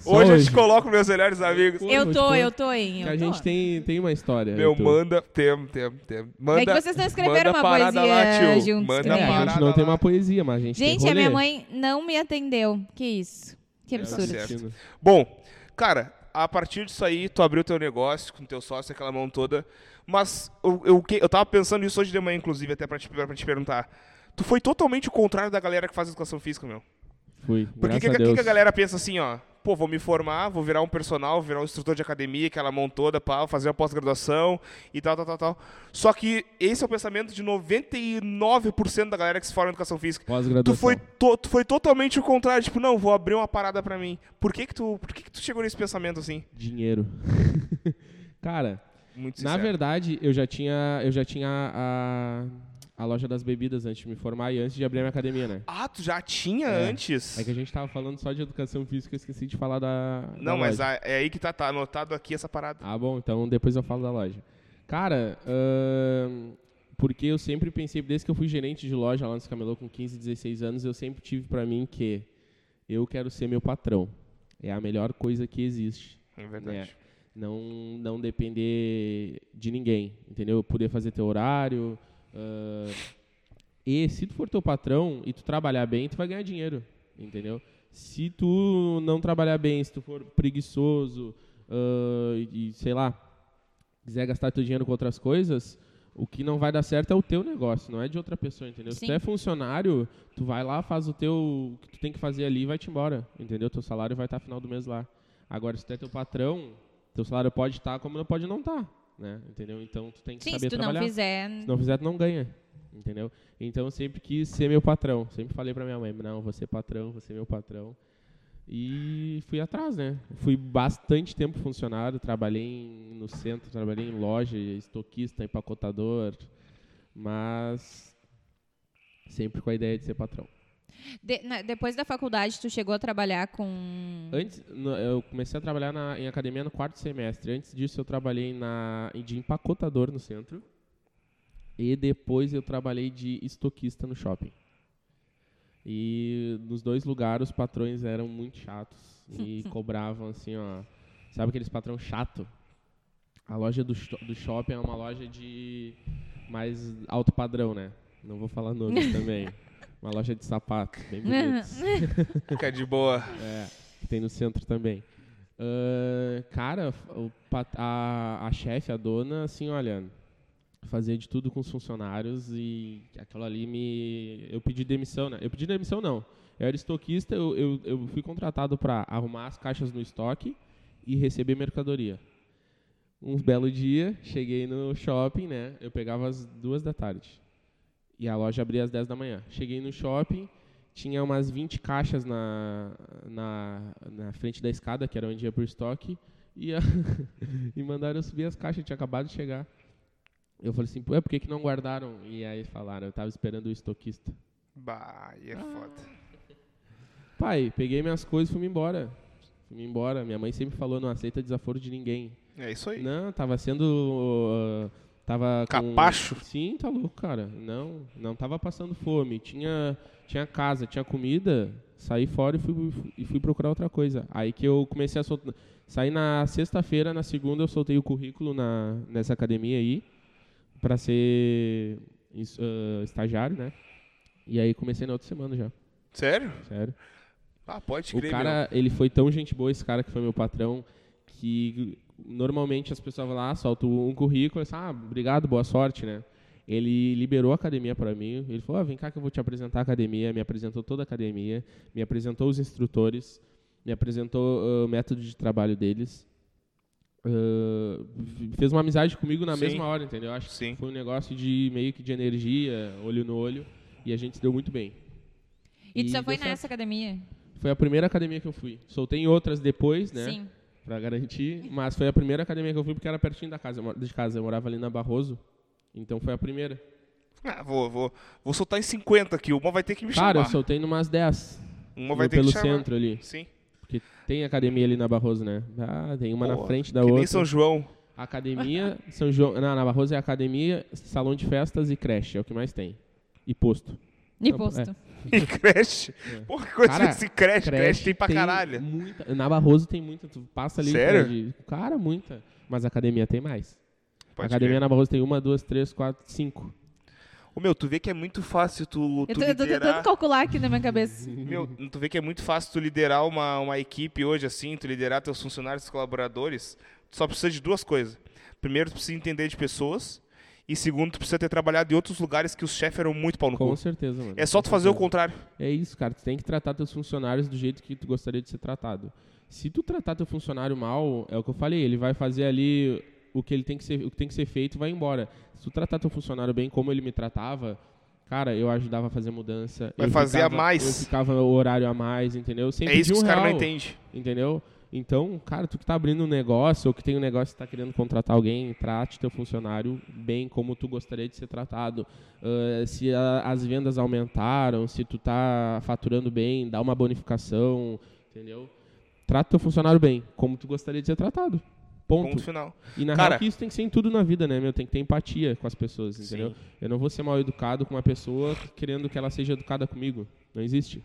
S3: Só
S1: Hoje, eu te coloco meus melhores amigos.
S3: Pô,
S2: eu tô,
S3: hoje,
S2: eu tô em.
S3: Que a gente tem, tem uma história.
S1: Meu,
S3: Arthur.
S1: manda. Tem, tem, tem. Manda,
S2: É que vocês não escreveram
S1: manda
S2: uma
S1: parada
S2: poesia
S1: lá, tio.
S2: juntos, né?
S1: Manda
S2: que nem eu.
S3: É, A
S1: parada
S3: gente não tem
S1: tá lá.
S3: uma poesia, mas a gente tem
S2: Gente, a
S3: rolê.
S2: minha mãe é não me atendeu. Que isso? Que absurdo.
S1: Tá certo. Bom, cara, a partir disso aí, tu abriu teu negócio com teu sócio, aquela mão toda. Mas eu, eu, que- eu tava pensando nisso hoje de manhã, inclusive, até pra te, pra te perguntar. Tu foi totalmente o contrário da galera que faz educação física, meu.
S3: Fui,
S1: Porque
S3: graças
S1: que,
S3: a
S1: que-
S3: Deus.
S1: que a galera pensa assim, ó? Pô, vou me formar, vou virar um personal, vou virar um instrutor de academia, aquela mão toda, pá, fazer uma pós-graduação e tal, tal, tal, tal. Só que esse é o pensamento de 99% da galera que se forma em educação física. Tu
S3: Pós-graduação.
S1: foi, to- tu foi totalmente o contrário, tipo, não, vou abrir uma parada pra mim. Por que que tu, por que que tu chegou nesse pensamento assim?
S3: Dinheiro. <laughs> Cara,
S1: Muito
S3: na
S1: sincero.
S3: verdade, eu já tinha, eu já tinha a, a loja das bebidas antes de me formar e antes de abrir a minha academia, né?
S1: Ah, tu já tinha
S3: É.
S1: antes?
S3: É que a gente tava falando só de educação física, eu esqueci de falar da. da
S1: Não, mas
S3: loja.
S1: a- é aí que tá, tá anotado aqui essa parada.
S3: Ah, bom, então depois eu falo da loja. Cara, ahn, porque eu sempre pensei, desde que eu fui gerente de loja lá nos Camelô com 15, 16 anos, eu sempre tive pra mim que eu quero ser meu patrão. É a melhor coisa que existe.
S1: É verdade.
S3: Não, não depender de ninguém, entendeu? Poder fazer teu horário. ah, e se tu for teu patrão e tu trabalhar bem, tu vai ganhar dinheiro, entendeu? Se tu não trabalhar bem, se tu for preguiçoso ah, e, sei lá, quiser gastar teu dinheiro com outras coisas, o que não vai dar certo é o teu negócio, não é de outra pessoa, entendeu? Se
S2: Sim.
S3: tu é funcionário, tu vai lá, faz o teu o que tu tem que fazer ali e vai te embora, entendeu? Teu salário vai estar final do mês lá. Agora, se tu é teu patrão, teu salário pode estar como pode não estar, né? Entendeu? Então tu tem que
S2: Sim, se
S3: saber
S2: tu
S3: trabalhar.
S2: não fizer.
S3: Se não fizer, tu não ganha. Entendeu? Então eu sempre quis ser meu patrão. Sempre falei pra minha mãe, não, vou ser patrão, vou ser meu patrão. E fui atrás, né? Fui bastante tempo funcionário, trabalhei em- no centro, trabalhei em loja, estoquista, empacotador, mas sempre com a ideia de ser patrão.
S2: De- na- depois da faculdade, tu chegou a trabalhar com.
S3: Antes, no- eu comecei a trabalhar na- em academia no quarto semestre. Antes disso, eu trabalhei na, de empacotador no centro. E depois eu trabalhei de estoquista no shopping. E nos dois lugares os patrões eram muito chatos e cobravam assim, ó. Sabe aqueles patrão chato? A loja do, sho- do shopping é uma loja de mais alto padrão, né? Não vou falar nomes também. Uma loja de sapato, bem bonitos.
S1: Fica de boa.
S3: É, que tem no centro também. Ahn, cara, o pat- a, a chefe, a dona, assim, olha, fazia de tudo com os funcionários e aquilo ali me. Eu pedi demissão, né? Eu pedi demissão, não. Eu era estoquista, eu, eu, eu fui contratado para arrumar as caixas no estoque e receber mercadoria. Um belo dia, cheguei no shopping, né? Eu pegava às duas da tarde. E a loja abria às 10 da manhã. Cheguei no shopping, tinha umas 20 caixas na, na, na frente da escada, que era onde ia pro estoque, e, a- <laughs> e mandaram eu subir as caixas, tinha acabado de chegar. Eu falei assim, ué, por que, que não guardaram? E aí falaram, eu tava esperando o estoquista.
S1: Bah, aí é foda.
S3: Pai, peguei minhas coisas e fui embora. Fui embora. Minha mãe sempre falou, não aceita desaforo de ninguém.
S1: É isso aí.
S3: Não, tava sendo. ah, tava com-
S1: Capacho?
S3: Sim, tá louco, cara. Não, não tava passando fome. Tinha, tinha casa, tinha comida. Saí fora e fui, e fui procurar outra coisa. Aí que eu comecei a soltar. Saí na sexta-feira, na segunda eu soltei o currículo na, nessa academia aí pra ser is- ah, estagiário, né? E aí comecei na outra semana já,
S1: Sério?
S3: sério.
S1: Ah, pode
S3: O
S1: crer, meu.
S3: cara, ele foi tão gente boa, esse cara que foi meu patrão, que normalmente as pessoas vão lá, soltam um currículo, e assim, ah, obrigado, boa sorte, né? Ele liberou a academia para mim, ele falou, ah, vem cá que eu vou te apresentar a academia, me apresentou toda a academia, me apresentou os instrutores, me apresentou ah, o método de trabalho deles, Ah, fez uma amizade comigo na
S1: Sim.
S3: mesma hora, entendeu? Acho
S1: Sim.
S3: que foi um negócio de meio que de energia, olho no olho, e a gente se deu muito bem.
S2: E tu só foi
S3: deu certo.
S2: nessa academia?
S3: Foi a primeira academia que eu fui. Soltei em outras depois, né?
S2: Sim.
S3: Pra garantir. Mas foi a primeira academia que eu fui porque era pertinho da casa, eu mor- de casa. Eu morava ali na Barroso. Então foi a primeira.
S1: Ah, vou, vou, vou soltar em 50 aqui. Uma vai ter que me
S3: Cara, eu
S1: chamar.
S3: soltei numas 10.
S1: Uma vai
S3: no-
S1: ter que
S3: pelo
S1: me chamar.
S3: centro ali.
S1: Sim.
S3: Porque tem academia ali na Barroso, né? Ah, tem uma na
S1: Pô,
S3: frente da
S1: que
S3: outra.
S1: nem São João. <laughs>
S3: Academia, <laughs> São João. Não, na Barroso é academia, salão de festas e creche. É o que mais tem. E posto.
S2: E
S3: Não,
S2: posto.
S1: E creche. Pô, que coisa
S3: É. Cara,
S1: desse É, creche. Creche tem pra caralho.
S3: muita- na Barroso tem muita. Tu passa ali.
S1: Sério?
S3: cara, de- cara, muita. Mas a academia tem mais.
S1: Pode
S3: academia
S1: crer.
S3: na Barroso tem uma, duas, três, quatro, cinco.
S1: Ô, meu, tu vê que é muito fácil tu,
S2: Eu
S1: tu
S2: tô, eu tô
S1: liderar...
S2: tentando calcular aqui na minha cabeça.
S1: Meu, tu vê que é muito fácil tu liderar uma, uma equipe hoje assim, tu liderar teus funcionários, teus colaboradores, tu só precisa de duas coisas. Primeiro, tu precisa entender de pessoas e segundo, tu precisa ter trabalhado em outros lugares que os chefes eram muito pau no
S3: Com
S1: cu.
S3: certeza, mano.
S1: É só tu fazer o contrário.
S3: É isso, cara. Tu tem que tratar teus funcionários do jeito que tu gostaria de ser tratado. Se tu tratar teu funcionário mal, é o que eu falei, ele vai fazer ali o que ele tem que ser, o que tem que ser feito e vai embora. Se tu tratar teu funcionário bem como ele me tratava, cara, eu ajudava a fazer mudança.
S1: Vai
S3: eu
S1: fazer a
S3: ficava-
S1: mais.
S3: Eu ficava o horário a mais, entendeu? Sem
S1: é isso
S3: pedir
S1: que
S3: um
S1: os caras não
S3: real.
S1: entendem.
S3: Entendeu? Então, cara, tu que tá abrindo um negócio ou que tem um negócio que tá querendo contratar alguém, trate teu funcionário bem como tu gostaria de ser tratado. Ah, se a- as vendas aumentaram, se tu tá faturando bem, dá uma bonificação, entendeu? Trata teu funcionário bem, como tu gostaria de ser tratado. Ponto.
S1: Ponto final.
S3: E na
S1: Cara-
S3: real que isso tem que ser em tudo na vida, né, meu? Tem que ter empatia com as pessoas, entendeu? Eu não vou ser mal educado com uma pessoa querendo que ela seja educada comigo. Não existe.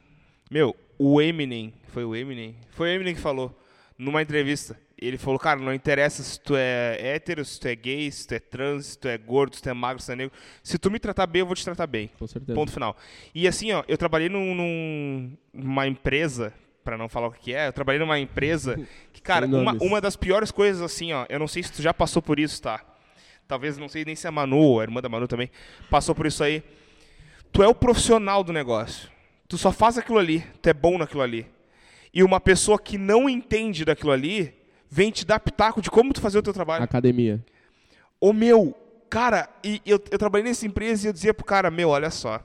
S1: Meu, o Eminem, foi o Eminem? Foi o Eminem que falou numa entrevista. Ele falou, cara, não interessa se tu é hétero, se tu é gay, se tu é trans, se tu é gordo, se tu é magro, se tu é negro. Se tu me tratar bem, eu vou te tratar bem.
S3: Com certeza.
S1: Ponto final. E assim, ó, eu trabalhei num, num- numa empresa, pra não falar o que é, eu trabalhei numa
S3: <laughs>
S1: empresa que, cara,
S3: Sem
S1: uma,
S3: nomes.
S1: uma das piores coisas, assim, ó, eu não sei se tu já passou por isso, tá? Talvez, não sei nem se é a Manu, ou a irmã da Manu também, passou por isso aí. Tu é o profissional do negócio. Tu só faz aquilo ali, tu é bom naquilo ali. E uma pessoa que não entende daquilo ali, vem te dar pitaco de como tu fazer o teu trabalho.
S3: Academia.
S1: Ô meu, Cara, e eu, eu trabalhei nessa empresa e eu dizia pro cara, meu, olha só.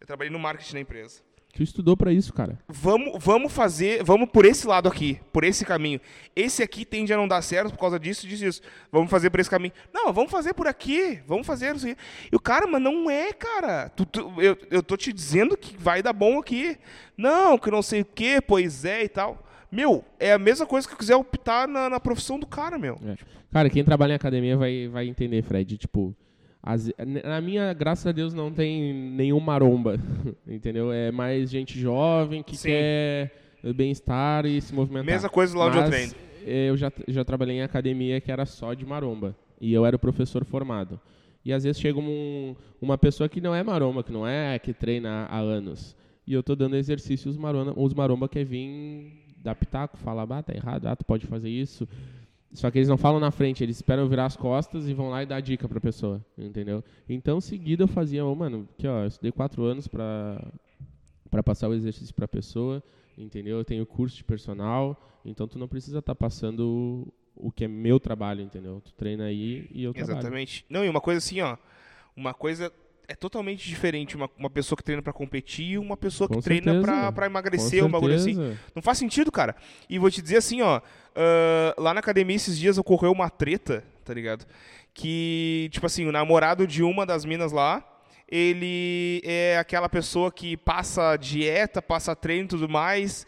S1: Eu trabalhei no marketing da empresa.
S3: Tu estudou pra isso, cara.
S1: Vamos, vamos fazer, vamos por esse lado aqui, por esse caminho. Esse aqui tende a não dar certo por causa disso, disso, disso. Vamos fazer por esse caminho. Não, vamos fazer por aqui, vamos fazer isso aqui. E o cara, mas não é, cara. Tu- tu- eu, eu tô te dizendo que vai dar bom aqui. Não, que não sei o quê, pois é e tal. Meu, é a mesma coisa que eu quiser optar na, na profissão do cara, meu.
S3: É. Cara, quem trabalha em academia vai, vai entender, Fred. Tipo, as- na minha, graças a Deus, não tem nenhum maromba. <laughs> Entendeu? É mais gente jovem que
S1: Sim.
S3: quer bem-estar e se movimentar.
S1: Mesma coisa lá onde eu
S3: É. Mas
S1: treino.
S3: Eu já, já trabalhei em academia que era só de maromba. E eu era o professor formado. E às vezes chega um- uma pessoa que não é maromba, que não é que treina há anos. E eu tô dando exercícios, marona, os maromba quer vir dar pitaco, falar, ah, tá errado, ah, tu pode fazer isso. Só que eles não falam na frente, eles esperam eu virar as costas e vão lá e dar dica pra pessoa, entendeu? Então, em seguida, eu fazia, "Ô, mano, aqui, ó, eu estudei quatro anos pra, pra passar o exercício pra pessoa, entendeu? Eu tenho curso de personal, então tu não precisa estar passando o, o que é meu trabalho, entendeu? Tu treina aí e eu trabalho.
S1: Exatamente. Não, e uma coisa assim, ó. Uma coisa é totalmente diferente uma, uma pessoa que treina pra competir e uma pessoa que
S3: Com
S1: treina
S3: certeza,
S1: pra,
S3: meu.
S1: pra emagrecer,
S3: Com
S1: um bagulho assim.
S3: certeza.
S1: Não faz sentido, cara. E vou te dizer assim, ó. ah, lá na academia esses dias ocorreu uma treta, tá ligado? Que, tipo assim, o namorado de uma das minas lá, ele é aquela pessoa que passa dieta, passa treino e tudo mais,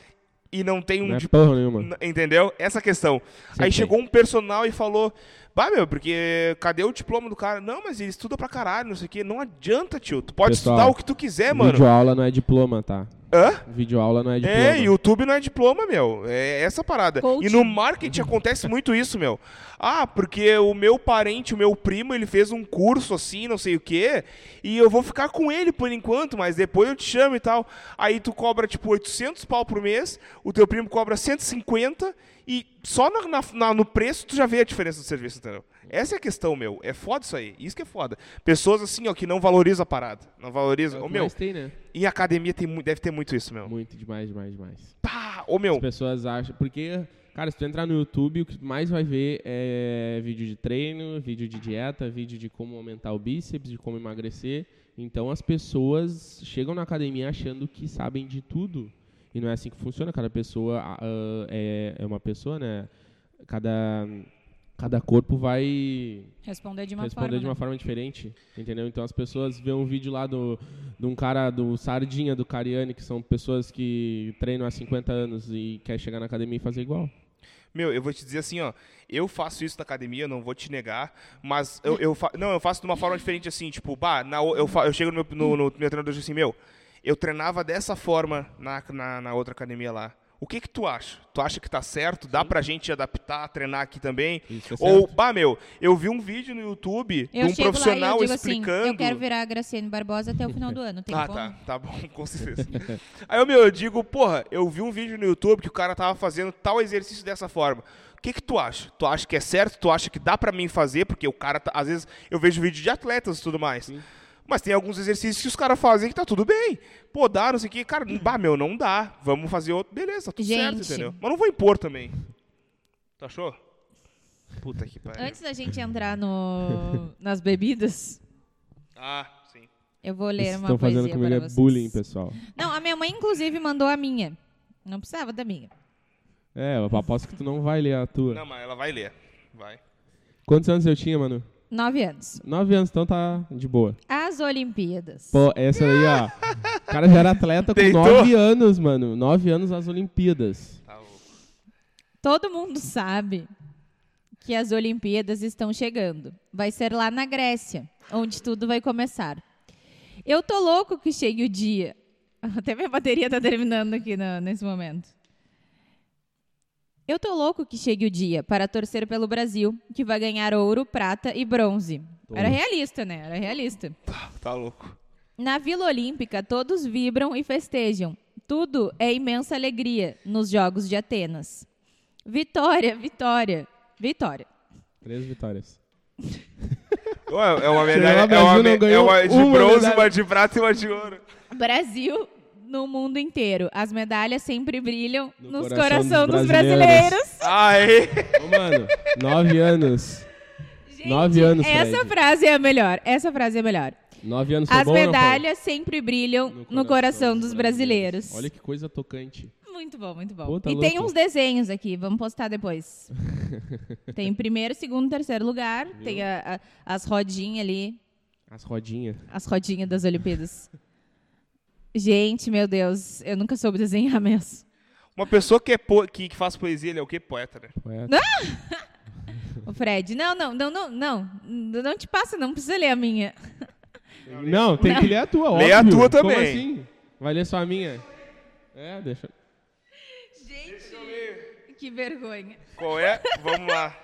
S1: e não tem um
S3: Não é
S1: di-
S3: porra nenhuma.
S1: N- Entendeu? Essa questão.
S3: Sempre
S1: Aí
S3: tem.
S1: chegou um personal e falou: Bah, meu, porque cadê o diploma do cara? Não, mas ele estuda pra caralho, não sei o quê. Não adianta, tio. Tu pode
S3: Pessoal,
S1: estudar o que tu quiser, mano.
S3: Videoaula não é diploma, tá?
S1: Hã?
S3: Videoaula não é diploma.
S1: É, YouTube não é diploma, meu. É essa parada.
S2: Coaching.
S1: E no marketing acontece muito isso, meu. Ah, porque o meu parente, o meu primo, ele fez um curso assim, não sei o quê, e eu vou ficar com ele por enquanto, mas depois eu te chamo e tal. Aí tu cobra, tipo, 800 pau por mês, o teu primo cobra 150, e só na- na- na- no preço tu já vê a diferença do serviço, entendeu? Essa é a questão, meu. É foda isso aí. Isso que é foda. Pessoas assim, ó, que não valorizam a parada. Não
S3: É
S1: valorizam.
S3: o
S1: Ô,
S3: que
S1: meu,
S3: mais tem, né?
S1: em academia tem, mu- deve ter muito isso, meu.
S3: Muito, demais, demais, demais.
S1: Pá! Ô, meu.
S3: As pessoas acham. Porque, cara, se tu entrar no YouTube, o que tu mais vai ver é vídeo de treino, vídeo de dieta, vídeo de como aumentar o bíceps, de como emagrecer. Então as pessoas chegam na academia achando que sabem de tudo. E não é assim que funciona. Cada pessoa ah, ah, é, é uma pessoa, né? Cada, cada corpo vai
S2: Responder de uma
S3: responder
S2: forma.
S3: de uma
S2: né?
S3: forma diferente, entendeu? Então as pessoas vêem um vídeo lá do, de um cara do Sardinha, do Cariani, que são pessoas que treinam há 50 anos e quer chegar na academia e fazer igual.
S1: Meu, eu vou te dizer assim, ó. Eu faço isso na academia, eu não vou te negar, mas eu, eu fa- não, eu faço de uma forma diferente assim, tipo, bah, na o- eu, fa- eu chego no meu, no, no meu treinador e digo assim, meu, eu treinava dessa forma na, na, na outra academia lá. O que que tu acha? Tu acha que tá certo? Dá pra gente adaptar, treinar aqui também?
S3: Isso é
S1: Ou,
S3: certo.
S1: bah, meu, eu vi um vídeo no YouTube
S2: Eu
S1: de um
S2: chego
S1: profissional
S2: lá e eu digo
S1: explicando.
S2: assim, eu quero virar a Graciane Barbosa até o final do ano, tem
S1: ah,
S2: como?
S1: tá, tá bom, <laughs> com certeza.
S3: <laughs>
S1: Aí, eu, meu, eu digo, porra, eu vi um vídeo no YouTube que o cara tava fazendo tal exercício dessa forma. O que que tu acha? Tu acha que é certo? Tu acha que dá pra mim fazer? Porque o cara, tá- às vezes, eu vejo vídeo de atletas e tudo mais. Mas tem alguns exercícios que os caras fazem que tá tudo bem. Pô, dá, não sei o que. Cara, bah, meu, não dá. Vamos fazer outro. Beleza, tá tudo certo,
S2: Gente.
S1: entendeu? Mas não vou impor também. Tu achou? Puta que pariu.
S2: Antes da gente entrar no, nas bebidas,
S1: Ah, sim.
S2: eu vou ler
S3: Vocês
S2: uma
S3: estão
S2: coisinha
S3: fazendo comigo
S2: para
S3: é
S2: vocês.
S3: bullying, pessoal.
S2: Não, a minha mãe, inclusive, mandou a minha. Não precisava da minha.
S3: É, eu aposto que tu não vai ler a tua.
S1: Não, mas ela vai ler. Vai.
S3: Quantos anos eu tinha, mano?
S2: Nove anos.
S3: Nove anos, então tá de boa.
S2: As Olimpíadas.
S3: Pô, essa daí, ó. O cara já era atleta com
S1: Deitou.
S3: nove anos, mano. Nove anos nas Olimpíadas.
S1: Tá louco.
S2: Todo mundo sabe que as Olimpíadas estão chegando. Vai ser lá na Grécia, onde tudo vai começar. Eu tô louco que chegue o dia. <laughs> Até minha bateria tá terminando aqui na- nesse momento. Eu tô louco que chegue o dia para torcer pelo Brasil, que vai ganhar ouro, prata e bronze. Era realista, né? Era realista.
S1: Tá, tá louco.
S2: Na Vila Olímpica, todos vibram e festejam. Tudo é imensa alegria nos Jogos de Atenas. Vitória, vitória, vitória.
S3: Três vitórias.
S1: Ué, é uma
S3: lá,
S1: medalha, é
S3: Brasil
S1: uma,
S3: um, não
S1: me- é
S3: ganhou
S1: uma de
S3: uma
S1: bronze,
S3: medalha.
S1: uma de prata e uma de ouro.
S2: Brasil no mundo inteiro. As medalhas sempre brilham
S3: No
S2: nos
S3: coração
S2: corações
S3: dos
S2: dos
S3: brasileiros.
S2: brasileiros.
S1: Aê!
S3: Ô, mano, nove anos. Nove anos,
S2: Essa
S3: Fred.
S2: frase é a melhor. Essa frase é a melhor.
S3: Nove anos foi
S2: As
S3: bom ou não foi?
S2: medalhas sempre brilham no coração, dos brasileiros.
S3: Olha que coisa tocante.
S2: Muito bom, muito bom.
S3: Pô, tá
S2: e tem
S3: louco.
S2: uns desenhos aqui, vamos
S1: <laughs>
S2: postar depois. tem primeiro, segundo, terceiro lugar. Tem a- a- as rodinhas ali,
S3: As rodinhas.
S2: as rodinhas das Olimpíadas. Gente, meu Deus, eu nunca soube desenhar mesmo.
S1: Uma pessoa que, é po- que, que faz poesia, ele é o quê? Poeta, né?
S3: Poeta.
S2: O Fred, não, não, não, não, não, não não te passa, não precisa ler a minha.
S3: Não, tem que ler a tua, óbvio.
S1: Lê a tua também.
S3: Como assim? Vai ler só a minha? É, deixa.
S2: Gente, que vergonha.
S1: Qual é? Vamos lá.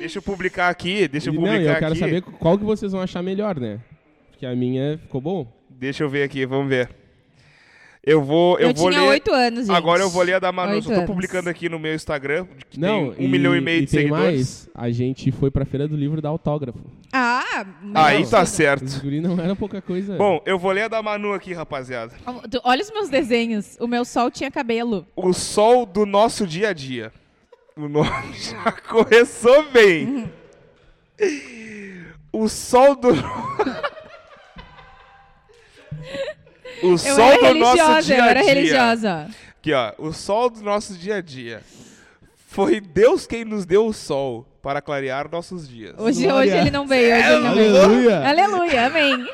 S1: Deixa eu publicar aqui, deixa eu
S3: não,
S1: publicar
S3: eu quero
S1: aqui.
S3: saber qual que vocês vão achar melhor, né? Porque a minha ficou bom.
S1: Deixa eu ver aqui, vamos ver. Eu vou, eu,
S2: Eu,
S1: vou
S2: tinha
S1: ler.
S2: oito anos, gente.
S1: Agora eu vou ler a da Manu.
S2: Oito
S1: Só tô
S2: anos.
S1: publicando aqui no meu Instagram, que
S3: não,
S1: tem um milhão e meio de
S3: tem
S1: seguidores.
S3: mais, a gente foi pra Feira do Livro dar autógrafo.
S2: Ah,
S1: Aí
S2: não.
S1: tá certo.
S3: Os guri não era pouca coisa.
S1: Bom, eu vou ler a da Manu aqui, rapaziada.
S2: Tu- Olha os meus desenhos. O meu sol tinha cabelo.
S1: O sol do nosso dia a dia. O nome <laughs> já começou bem. O sol do. <laughs> o
S2: Eu
S1: sol
S2: era
S1: do nosso
S2: religiosa,
S1: dia
S2: eu
S1: a
S2: era
S1: dia.
S2: religiosa.
S1: Aqui, ó. O sol do nosso dia a dia. Foi Deus quem nos deu o sol para clarear nossos dias.
S2: Hoje,
S3: Glória.
S2: hoje ele não veio, hoje ele não veio.
S3: Aleluia!
S2: Aleluia, amém.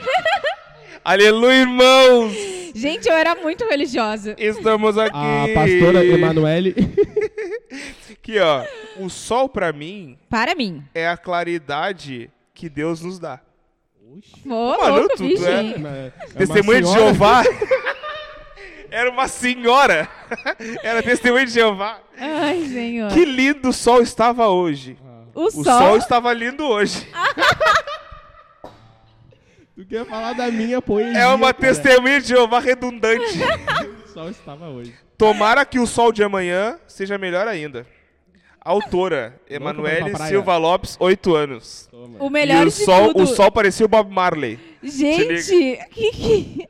S1: Aleluia, irmãos!
S2: Gente, eu era muito religiosa.
S1: Estamos aqui.
S3: A pastora Emanuele.
S1: Aqui, ó. O sol pra mim
S2: Para mim.
S1: é a claridade que Deus nos dá.
S3: <laughs>
S2: Ô,
S1: Manu,
S2: louco,
S1: tu- tu
S2: bicho.
S1: é-
S2: hein?
S1: Testemunha de Jeová. <laughs> Era uma senhora. <laughs> Era testemunha de Jeová.
S2: Ai, senhor.
S1: Que lindo o sol estava hoje.
S2: O,
S1: O
S2: sol...
S1: sol estava lindo hoje.
S2: Ah,
S3: Tu quer falar da minha poesia?
S1: É uma
S2: né?
S3: cara.
S1: testemunha de Jeová redundante.
S3: O sol estava hoje.
S1: Tomara que o sol de amanhã seja melhor ainda. Autora,
S3: pra
S1: Emanuele
S3: praia.
S1: Silva Lopes, 8 anos.
S3: Toma.
S2: o
S1: e
S2: melhor
S1: o
S2: de
S1: sol,
S2: tudo.
S1: o sol parecia o Bob Marley.
S2: Gente, que que...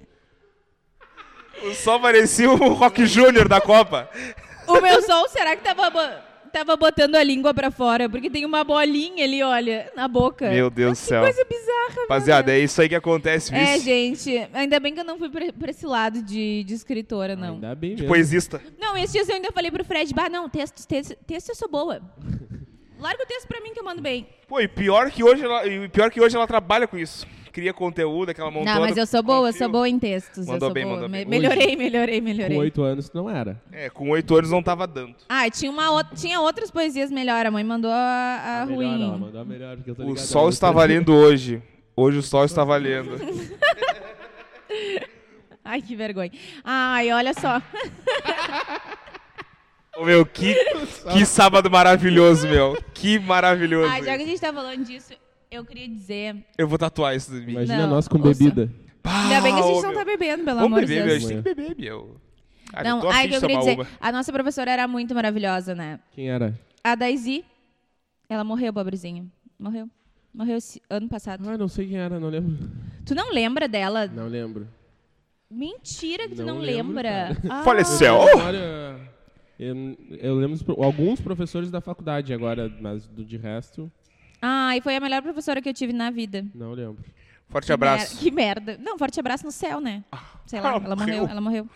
S1: O sol parecia o Rock Júnior da
S2: <laughs>
S1: Copa.
S2: O meu sol, será que tava, bo- tava botando a língua pra fora? Porque tem uma bolinha ali, olha, na boca.
S1: Meu Deus do
S2: que
S1: céu.
S2: coisa bizarra,
S1: Rapaziada, é isso aí que acontece, viu?
S2: É, gente, ainda bem que eu não fui pra, pra esse lado de, de escritora, não.
S3: Ainda bem mesmo.
S1: Poesista.
S2: Não, esses dias eu ainda falei pro Fred, bah, não, texto, texto, texto eu sou boa. Larga o texto pra mim que eu mando bem.
S1: Pô, e pior que hoje ela, e pior que hoje ela trabalha com isso. Cria conteúdo, aquela montona.
S2: não, mas eu sou boa, eu sou
S1: Confio.
S2: boa em textos.
S1: Mandou
S2: eu sou
S1: bem,
S2: boa.
S1: mandou bem.
S2: Melhorei, melhorei, melhorei.
S3: Com oito anos tu não era.
S1: É, com oito anos não tava dando.
S2: Ah, tinha, uma outra, tinha outras poesias melhor, a mãe mandou a, a
S3: A melhor,
S2: Tá ruim.
S3: ela mandou a melhor, porque eu tô
S1: O
S3: ligado,
S1: sol
S3: ela
S1: está valendo hoje. Hoje o sol está valendo.
S2: Ai, que vergonha. Ai, olha só.
S1: <laughs> Ô, meu, que, que sábado maravilhoso, meu. Que maravilhoso.
S2: Ai, já que a gente tá falando disso, eu queria dizer...
S1: Eu vou tatuar isso de mim.
S3: Imagina
S2: Não,
S3: nós com
S2: ouça.
S3: bebida.
S2: Ainda bem que a
S1: Ah,
S2: gente
S1: ô,
S2: não
S1: meu.
S2: tá bebendo, pelo
S1: Vamos
S2: amor de
S1: beber, meu.
S2: Deus.
S1: A gente tem que beber, meu. Cara, eu
S2: Não,
S1: tô afim
S2: ai, que
S1: de
S2: eu queria
S1: tomar
S2: dizer,
S1: uma.
S2: a nossa professora era muito maravilhosa, né?
S3: Quem era?
S2: A Daisy, ela morreu, pobrezinha. Morreu. Morreu esse ano passado.
S3: Ah, não sei quem era, não lembro.
S2: Tu não lembra dela?
S3: Não lembro.
S2: Mentira que tu
S3: Não
S2: não,
S3: lembro,
S2: lembra. Ah,
S1: Faleceu.
S3: Olha, eu, eu lembro os pro- alguns professores da faculdade agora, mas do de resto,
S2: Ai, foi a melhor professora que eu tive na vida.
S3: não lembro.
S1: Forte abraço.
S2: Que merda. Não, forte abraço no céu, né? Sei lá,
S1: ela
S2: ela
S1: morreu.
S2: morreu, ela morreu.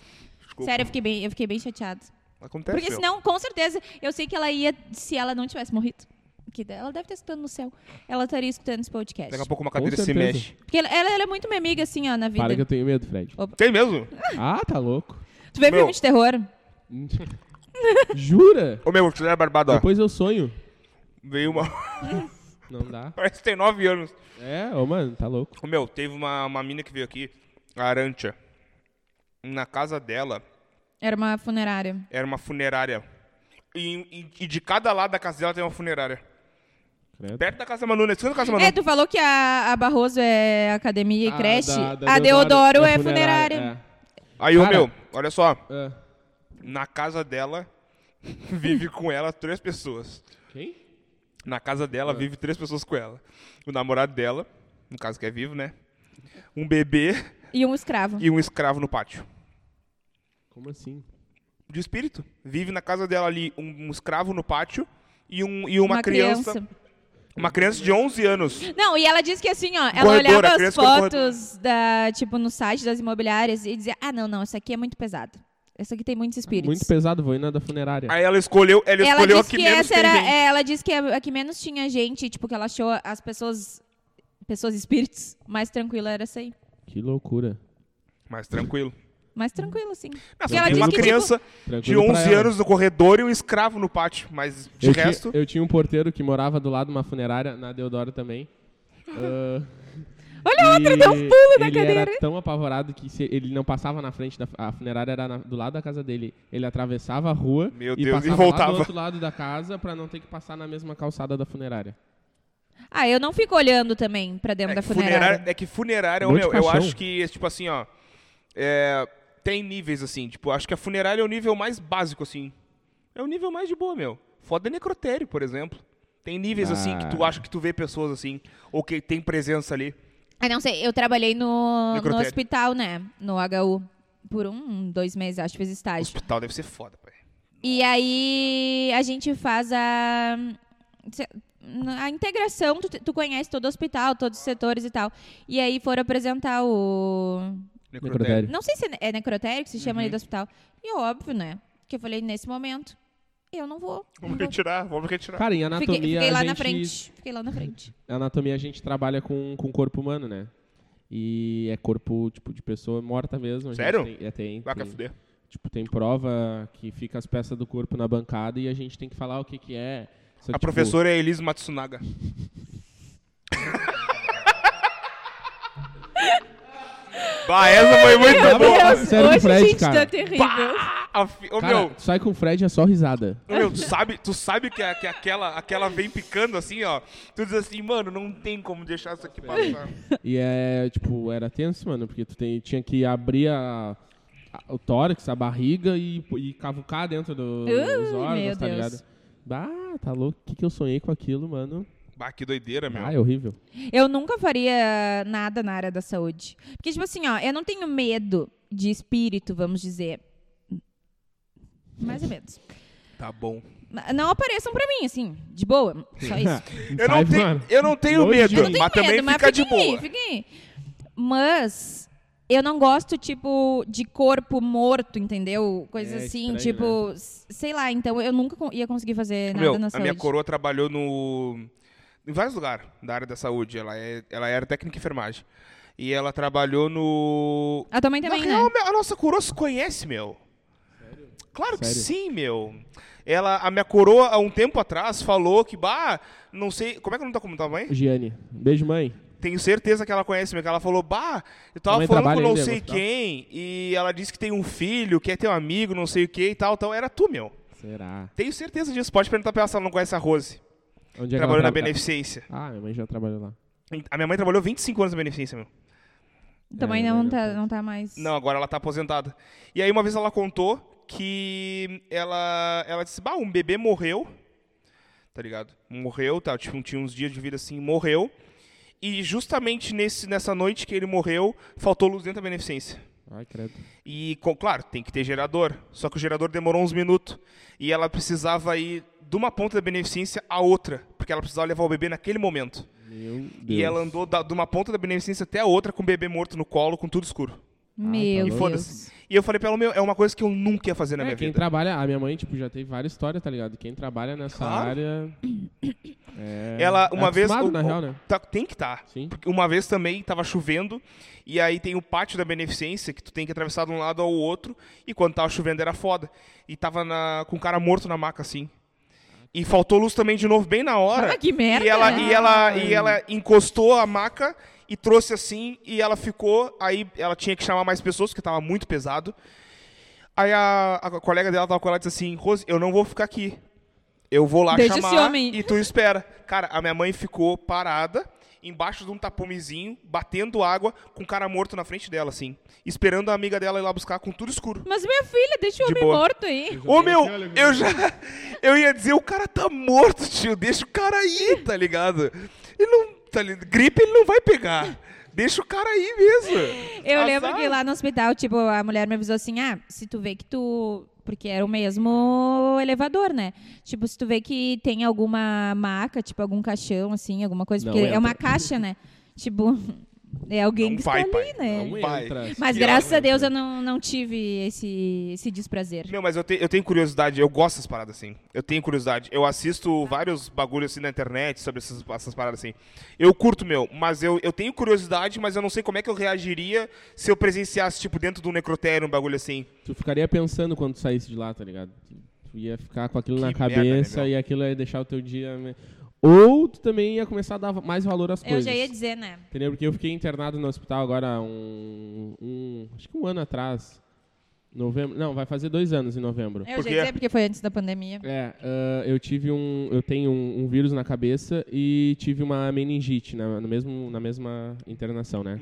S1: Desculpa.
S2: Sério, eu fiquei bem, eu fiquei bem chateada.
S1: Acontece.
S2: Porque
S1: meu.
S2: senão, com certeza, eu sei que ela ia, se ela não tivesse morrido, que ela deve estar escutando no céu, ela estaria escutando esse podcast.
S1: Daqui a pouco uma cadeira
S3: Com
S1: se
S3: certeza.
S1: mexe.
S2: Porque ela, ela- ela é muito minha amiga, assim, ó, na vida.
S3: Para que eu tenho medo, Fred.
S1: Tem mesmo?
S3: Ah, tá louco. <laughs>
S2: Tu vê
S1: Meu.
S2: filme de terror?
S3: Jura?
S1: Ô, meu, deixa eu tirar a barbada, ó.
S3: Depois eu sonho.
S1: Veio uma... <laughs>
S3: Não dá.
S1: Parece que tem nove anos.
S3: É, ô mano, tá louco.
S1: Ô, Meu, teve uma, uma mina que veio aqui, a Arantia. Na casa dela,
S2: Era uma funerária.
S1: era uma funerária. E, e- e de cada lado da casa dela tem uma funerária.
S3: Credo.
S1: Perto da casa da Manu, né? Escuta da casa da Manu.
S2: É, tu falou que a, a Barroso é academia e
S3: Ah,
S2: creche.
S3: da- da
S2: a Deodoro, é
S3: da
S2: funerária.
S1: Aí, ô,
S3: Cara.
S1: meu, olha só.
S3: É. É.
S1: Na casa dela, <laughs> vive com ela três pessoas.
S3: Quem?
S1: Na casa dela, vive três pessoas com ela. O namorado dela, no caso que é vivo, né? Um bebê
S2: E um escravo.
S1: e um escravo no pátio.
S3: Como assim?
S1: de espírito. Vive na casa dela ali um, um escravo no pátio e, um, e uma, criança, Uma criança de 11 anos.
S2: Não, e ela disse que assim, ó, ela
S1: Corredor, a
S2: olhava as
S1: criança que é um corredor.
S2: fotos da, tipo, no site das imobiliárias e dizia, ah, não, não, essa aqui é muito pesada. Essa aqui tem muitos espíritos.
S3: Muito pesado, vou ir na da funerária.
S1: Aí ela escolheu, ela
S2: ela
S1: escolheu a
S2: disse
S1: que,
S2: que,
S1: menos
S2: essa
S1: tem
S2: era.
S1: gente.
S2: é, Ela disse que a, a que menos tinha gente, tipo, que ela achou as pessoas. Pessoas espíritos mais tranquila era essa aí.
S3: Que loucura.
S1: Mas tranquilo.
S2: Mais tranquila, assim.
S1: Nossa,
S2: Porque ela
S1: tem
S2: diz
S1: uma
S2: que, tipo,
S1: criança de
S3: Tranquilo pra
S1: 11
S3: ela.
S1: anos no corredor e um escravo no pátio. Mas de
S3: eu
S1: resto,
S3: Tinha, eu tinha um porteiro que morava do lado de uma funerária, na
S2: <laughs>
S3: Deodoro também. Ah,
S2: Olha a outra,
S3: e
S2: deu um pulo na
S3: ele
S2: cadeira.
S3: era tão apavorado que se ele não passava na frente da a funerária era na- do lado da casa dele. Ele atravessava a rua
S1: Meu
S3: e
S1: Deus, e
S3: passava lá
S1: voltava.
S3: do outro lado da casa pra não ter que passar na mesma calçada da funerária.
S2: Ah, eu não fico olhando também pra dentro
S1: é
S2: da
S1: que
S2: funerária.
S1: funerária, é que funerária,
S3: Muito
S1: meu, eu
S3: paixão.
S1: acho que, tipo assim, ó. é, tem níveis, assim. Tipo, acho que a funerária é o nível mais básico, assim. É o nível mais de boa, meu. Foda é necrotério, por exemplo. Tem níveis, assim, que tu
S3: Ah.
S1: acha que tu vê pessoas, assim, ou que tem presença ali.
S2: Ah, não sei, eu trabalhei no, no
S1: Necrotério.
S2: hospital, né? No HU. Por um, dois meses, acho, fiz
S1: O
S2: estágio.
S1: hospital deve ser foda, pai.
S2: E aí a gente faz a. A integração, tu, tu conhece todo o hospital, todos os setores e tal. E aí foram apresentar o.
S3: Necrotério.
S2: Não sei se é necrotério que se chama ali do hospital. E óbvio, né? Que eu falei, nesse momento, eu não vou. Não
S1: Vamos
S2: vou.
S1: retirar, vamos retirar.
S3: Cara, em
S2: Fiquei,
S3: anatomia
S2: fiquei lá
S3: a gente
S2: na frente. Fiquei lá na frente.
S3: anatomia a gente trabalha com com corpo humano, né? E é corpo tipo de pessoa morta mesmo. a gente
S1: Sério?
S3: Tem, é, tem,
S1: Vai que
S3: tem-
S1: fuder.
S3: Tipo, tem prova que fica as peças do corpo na bancada e a gente tem que falar o que que é. Só que,
S1: A
S3: tipo,
S1: professora é Elise <laughs> Matsunaga. bah, essa foi muito boa.
S3: Tá sério,
S2: hoje
S3: Fred,
S2: a gente
S3: cara.
S2: tá terrível.
S1: Bah, a fi- Ô,
S3: Cara,
S1: é meu,
S3: sai com o Fred é só risada.
S1: ô, meu, tu sabe, tu sabe que, a- que aquela, aquela vem picando assim, ó. Tu diz assim, mano, não tem como deixar isso aqui passar.
S3: E é, tipo, era tenso, mano, porque tu tem- tinha que abrir a- a- o tórax, a barriga e, e cavucar dentro do- dos
S2: Ui,
S3: órgãos,
S2: meu
S3: tá
S2: Deus.
S3: ligado? Ah, tá louco. O que, que eu sonhei com aquilo, mano?
S1: Bah, que doideira, meu.
S3: Ah, é horrível.
S2: Eu nunca faria nada na área da saúde. Porque, tipo assim, ó, eu não tenho medo de espírito, vamos dizer. Mais ou menos.
S1: Tá bom.
S2: Não apareçam pra mim, assim, de boa. Só
S1: <laughs>
S2: É
S3: <laughs>
S2: isso.
S1: Eu
S3: Sai,
S1: não, tenho,
S3: mano.
S1: eu não tenho
S3: Longe
S1: medo,
S3: de
S2: Eu não tenho
S1: mas também
S2: medo, mas
S1: fica de
S2: fiquem aí,
S1: boa.
S2: fiquem aí. Mas eu não gosto, tipo, de corpo morto, entendeu? Coisas
S3: É,
S2: assim,
S3: estranho,
S2: tipo, s- sei lá, então eu nunca co- ia conseguir fazer nada
S1: Tipo, Meu,
S2: na
S1: a
S2: saúde.
S1: minha coroa trabalhou no em vários lugares da área da saúde. Ela é, ela era técnica em enfermagem. E ela trabalhou no
S2: A tua mãe também,
S1: Na
S2: né?
S1: real, a nossa coroa se conhece, meu. Claro que
S3: Sério?
S1: sim, meu. Ela, a minha coroa, há um tempo atrás, falou que, bah, não sei. Como é que eu não tá com tua mãe?
S3: Giane, beijo, mãe.
S1: Tenho certeza que ela conhece, meu. Que ela falou, bah, eu tava
S3: Tua mãe
S1: falando com
S3: trabalha
S1: não
S3: ainda,
S1: sei
S3: Gustavo?
S1: quem, e ela disse que tem um filho, que é teu amigo, não sei o que e tal, tal. Era tu, meu.
S3: Será?
S1: Tenho certeza disso. Pode perguntar pra ela se ela não conhece a Rose.
S3: Onde é que
S1: trabalhou
S3: ela
S1: na
S3: tra-
S1: Beneficência.
S3: Ah, minha mãe já trabalhou lá.
S1: A minha mãe trabalhou 25 anos na Beneficência, meu.
S2: Tua mãe
S3: É,
S2: não,
S3: velho,
S2: tá,
S3: eu-
S2: não tá mais.
S1: Não, agora ela tá aposentada. E aí uma vez ela contou que ela, ela disse, bah, um bebê morreu, tá ligado? Morreu, tá, tipo, tinha uns dias de vida assim, morreu. E justamente nesse, nessa noite que ele morreu, faltou luz dentro da beneficência.
S3: Ai, credo.
S1: E, co- claro, tem que ter gerador. Só que o gerador demorou uns minutos. E ela precisava ir de uma ponta da beneficência à outra. Porque ela precisava levar o bebê naquele momento.
S3: Meu Deus.
S1: E ela andou da- de uma ponta da beneficência até a outra com o bebê morto no colo, com tudo escuro.
S2: Meu
S3: E
S2: Deus.
S1: foda-se. E eu falei pra ela, meu, é uma coisa que eu nunca ia fazer na
S3: É,
S1: minha
S3: quem
S1: vida.
S3: trabalha, a minha mãe, tipo, já teve várias histórias, tá ligado? Quem trabalha nessa
S1: Claro.
S3: área. É,
S1: Ela, uma
S3: é
S1: vez.
S3: acostumado,
S1: o-
S3: na
S1: o-
S3: real, né?
S1: tá- tem que estar.
S3: Sim.
S1: Porque uma vez também tava chovendo, e aí tem o pátio da beneficência, que tu tem que atravessar de um lado ao outro, e quando tava chovendo era foda. E tava na- com o cara morto na maca, assim. E faltou luz também de novo, bem na hora.
S2: Ah, que merda.
S1: E ela, e, ela, e ela encostou a maca e trouxe assim, e ela ficou. Aí ela tinha que chamar mais pessoas, porque tava muito pesado. Aí a, a colega dela tava com ela e disse assim: Rose, eu não vou ficar aqui. Eu vou lá
S2: Deixa esse
S1: chamar
S2: homem.
S1: e tu espera. Cara, a minha mãe ficou parada embaixo de um tapumezinho, batendo água, com um cara morto na frente dela, assim. Esperando a amiga dela ir lá buscar com tudo escuro.
S2: Mas minha filha, deixa o
S1: De
S2: homem
S1: boa.
S2: morto aí.
S1: Ô meu, eu já. <laughs> Eu ia dizer, o cara tá morto, tio. Deixa o cara <laughs> aí, tá ligado? Ele não. Tá, li- gripe ele não vai pegar. Deixa o cara aí mesmo.
S2: Eu
S1: Azar.
S2: lembro que lá no hospital, tipo, a mulher me avisou assim: ah, se tu "Ah, vê que tu porque era o mesmo elevador, né? Tipo, se tu vê que tem alguma maca, tipo algum caixão, assim, alguma coisa,
S3: Não
S2: porque é
S3: entra.
S2: uma caixa, né? Tipo, é alguém
S1: Não
S2: que está
S1: vai, É
S2: ali,
S1: um pai,
S2: né?
S1: não
S3: Não
S1: vai.
S3: entra. assim,
S2: Mas
S1: Que
S2: graças a
S3: ótimo.
S2: Deus eu não, não tive esse, esse desprazer.
S1: Não, mas eu, te- eu tenho curiosidade, eu gosto dessas paradas assim. Eu tenho curiosidade. Eu assisto vários bagulhos assim na internet sobre essas, essas paradas assim. Eu curto, meu, mas eu, eu tenho curiosidade, mas eu não sei como é que eu reagiria se eu presenciasse, tipo, dentro do necrotério um bagulho assim.
S3: Tu ficaria pensando quando tu saísse de lá, tá ligado? Tu ia ficar com aquilo
S1: Que
S3: na
S1: merda, né,
S3: cabeça
S1: meu?
S3: e aquilo ia deixar o teu dia. me- Ou tu também ia começar a dar mais valor às
S2: Eu
S3: coisas.
S2: já ia dizer, né?
S3: Entendeu? Porque eu fiquei internado no hospital agora há um, um. Acho que um ano atrás. Novembro. Não, vai fazer dois anos em novembro.
S2: Eu
S1: Porque-
S2: já ia dizer porque foi antes da pandemia.
S3: É, ah, eu tive um. Eu tenho um, um vírus na cabeça e tive uma meningite na, no mesmo, na mesma internação, né?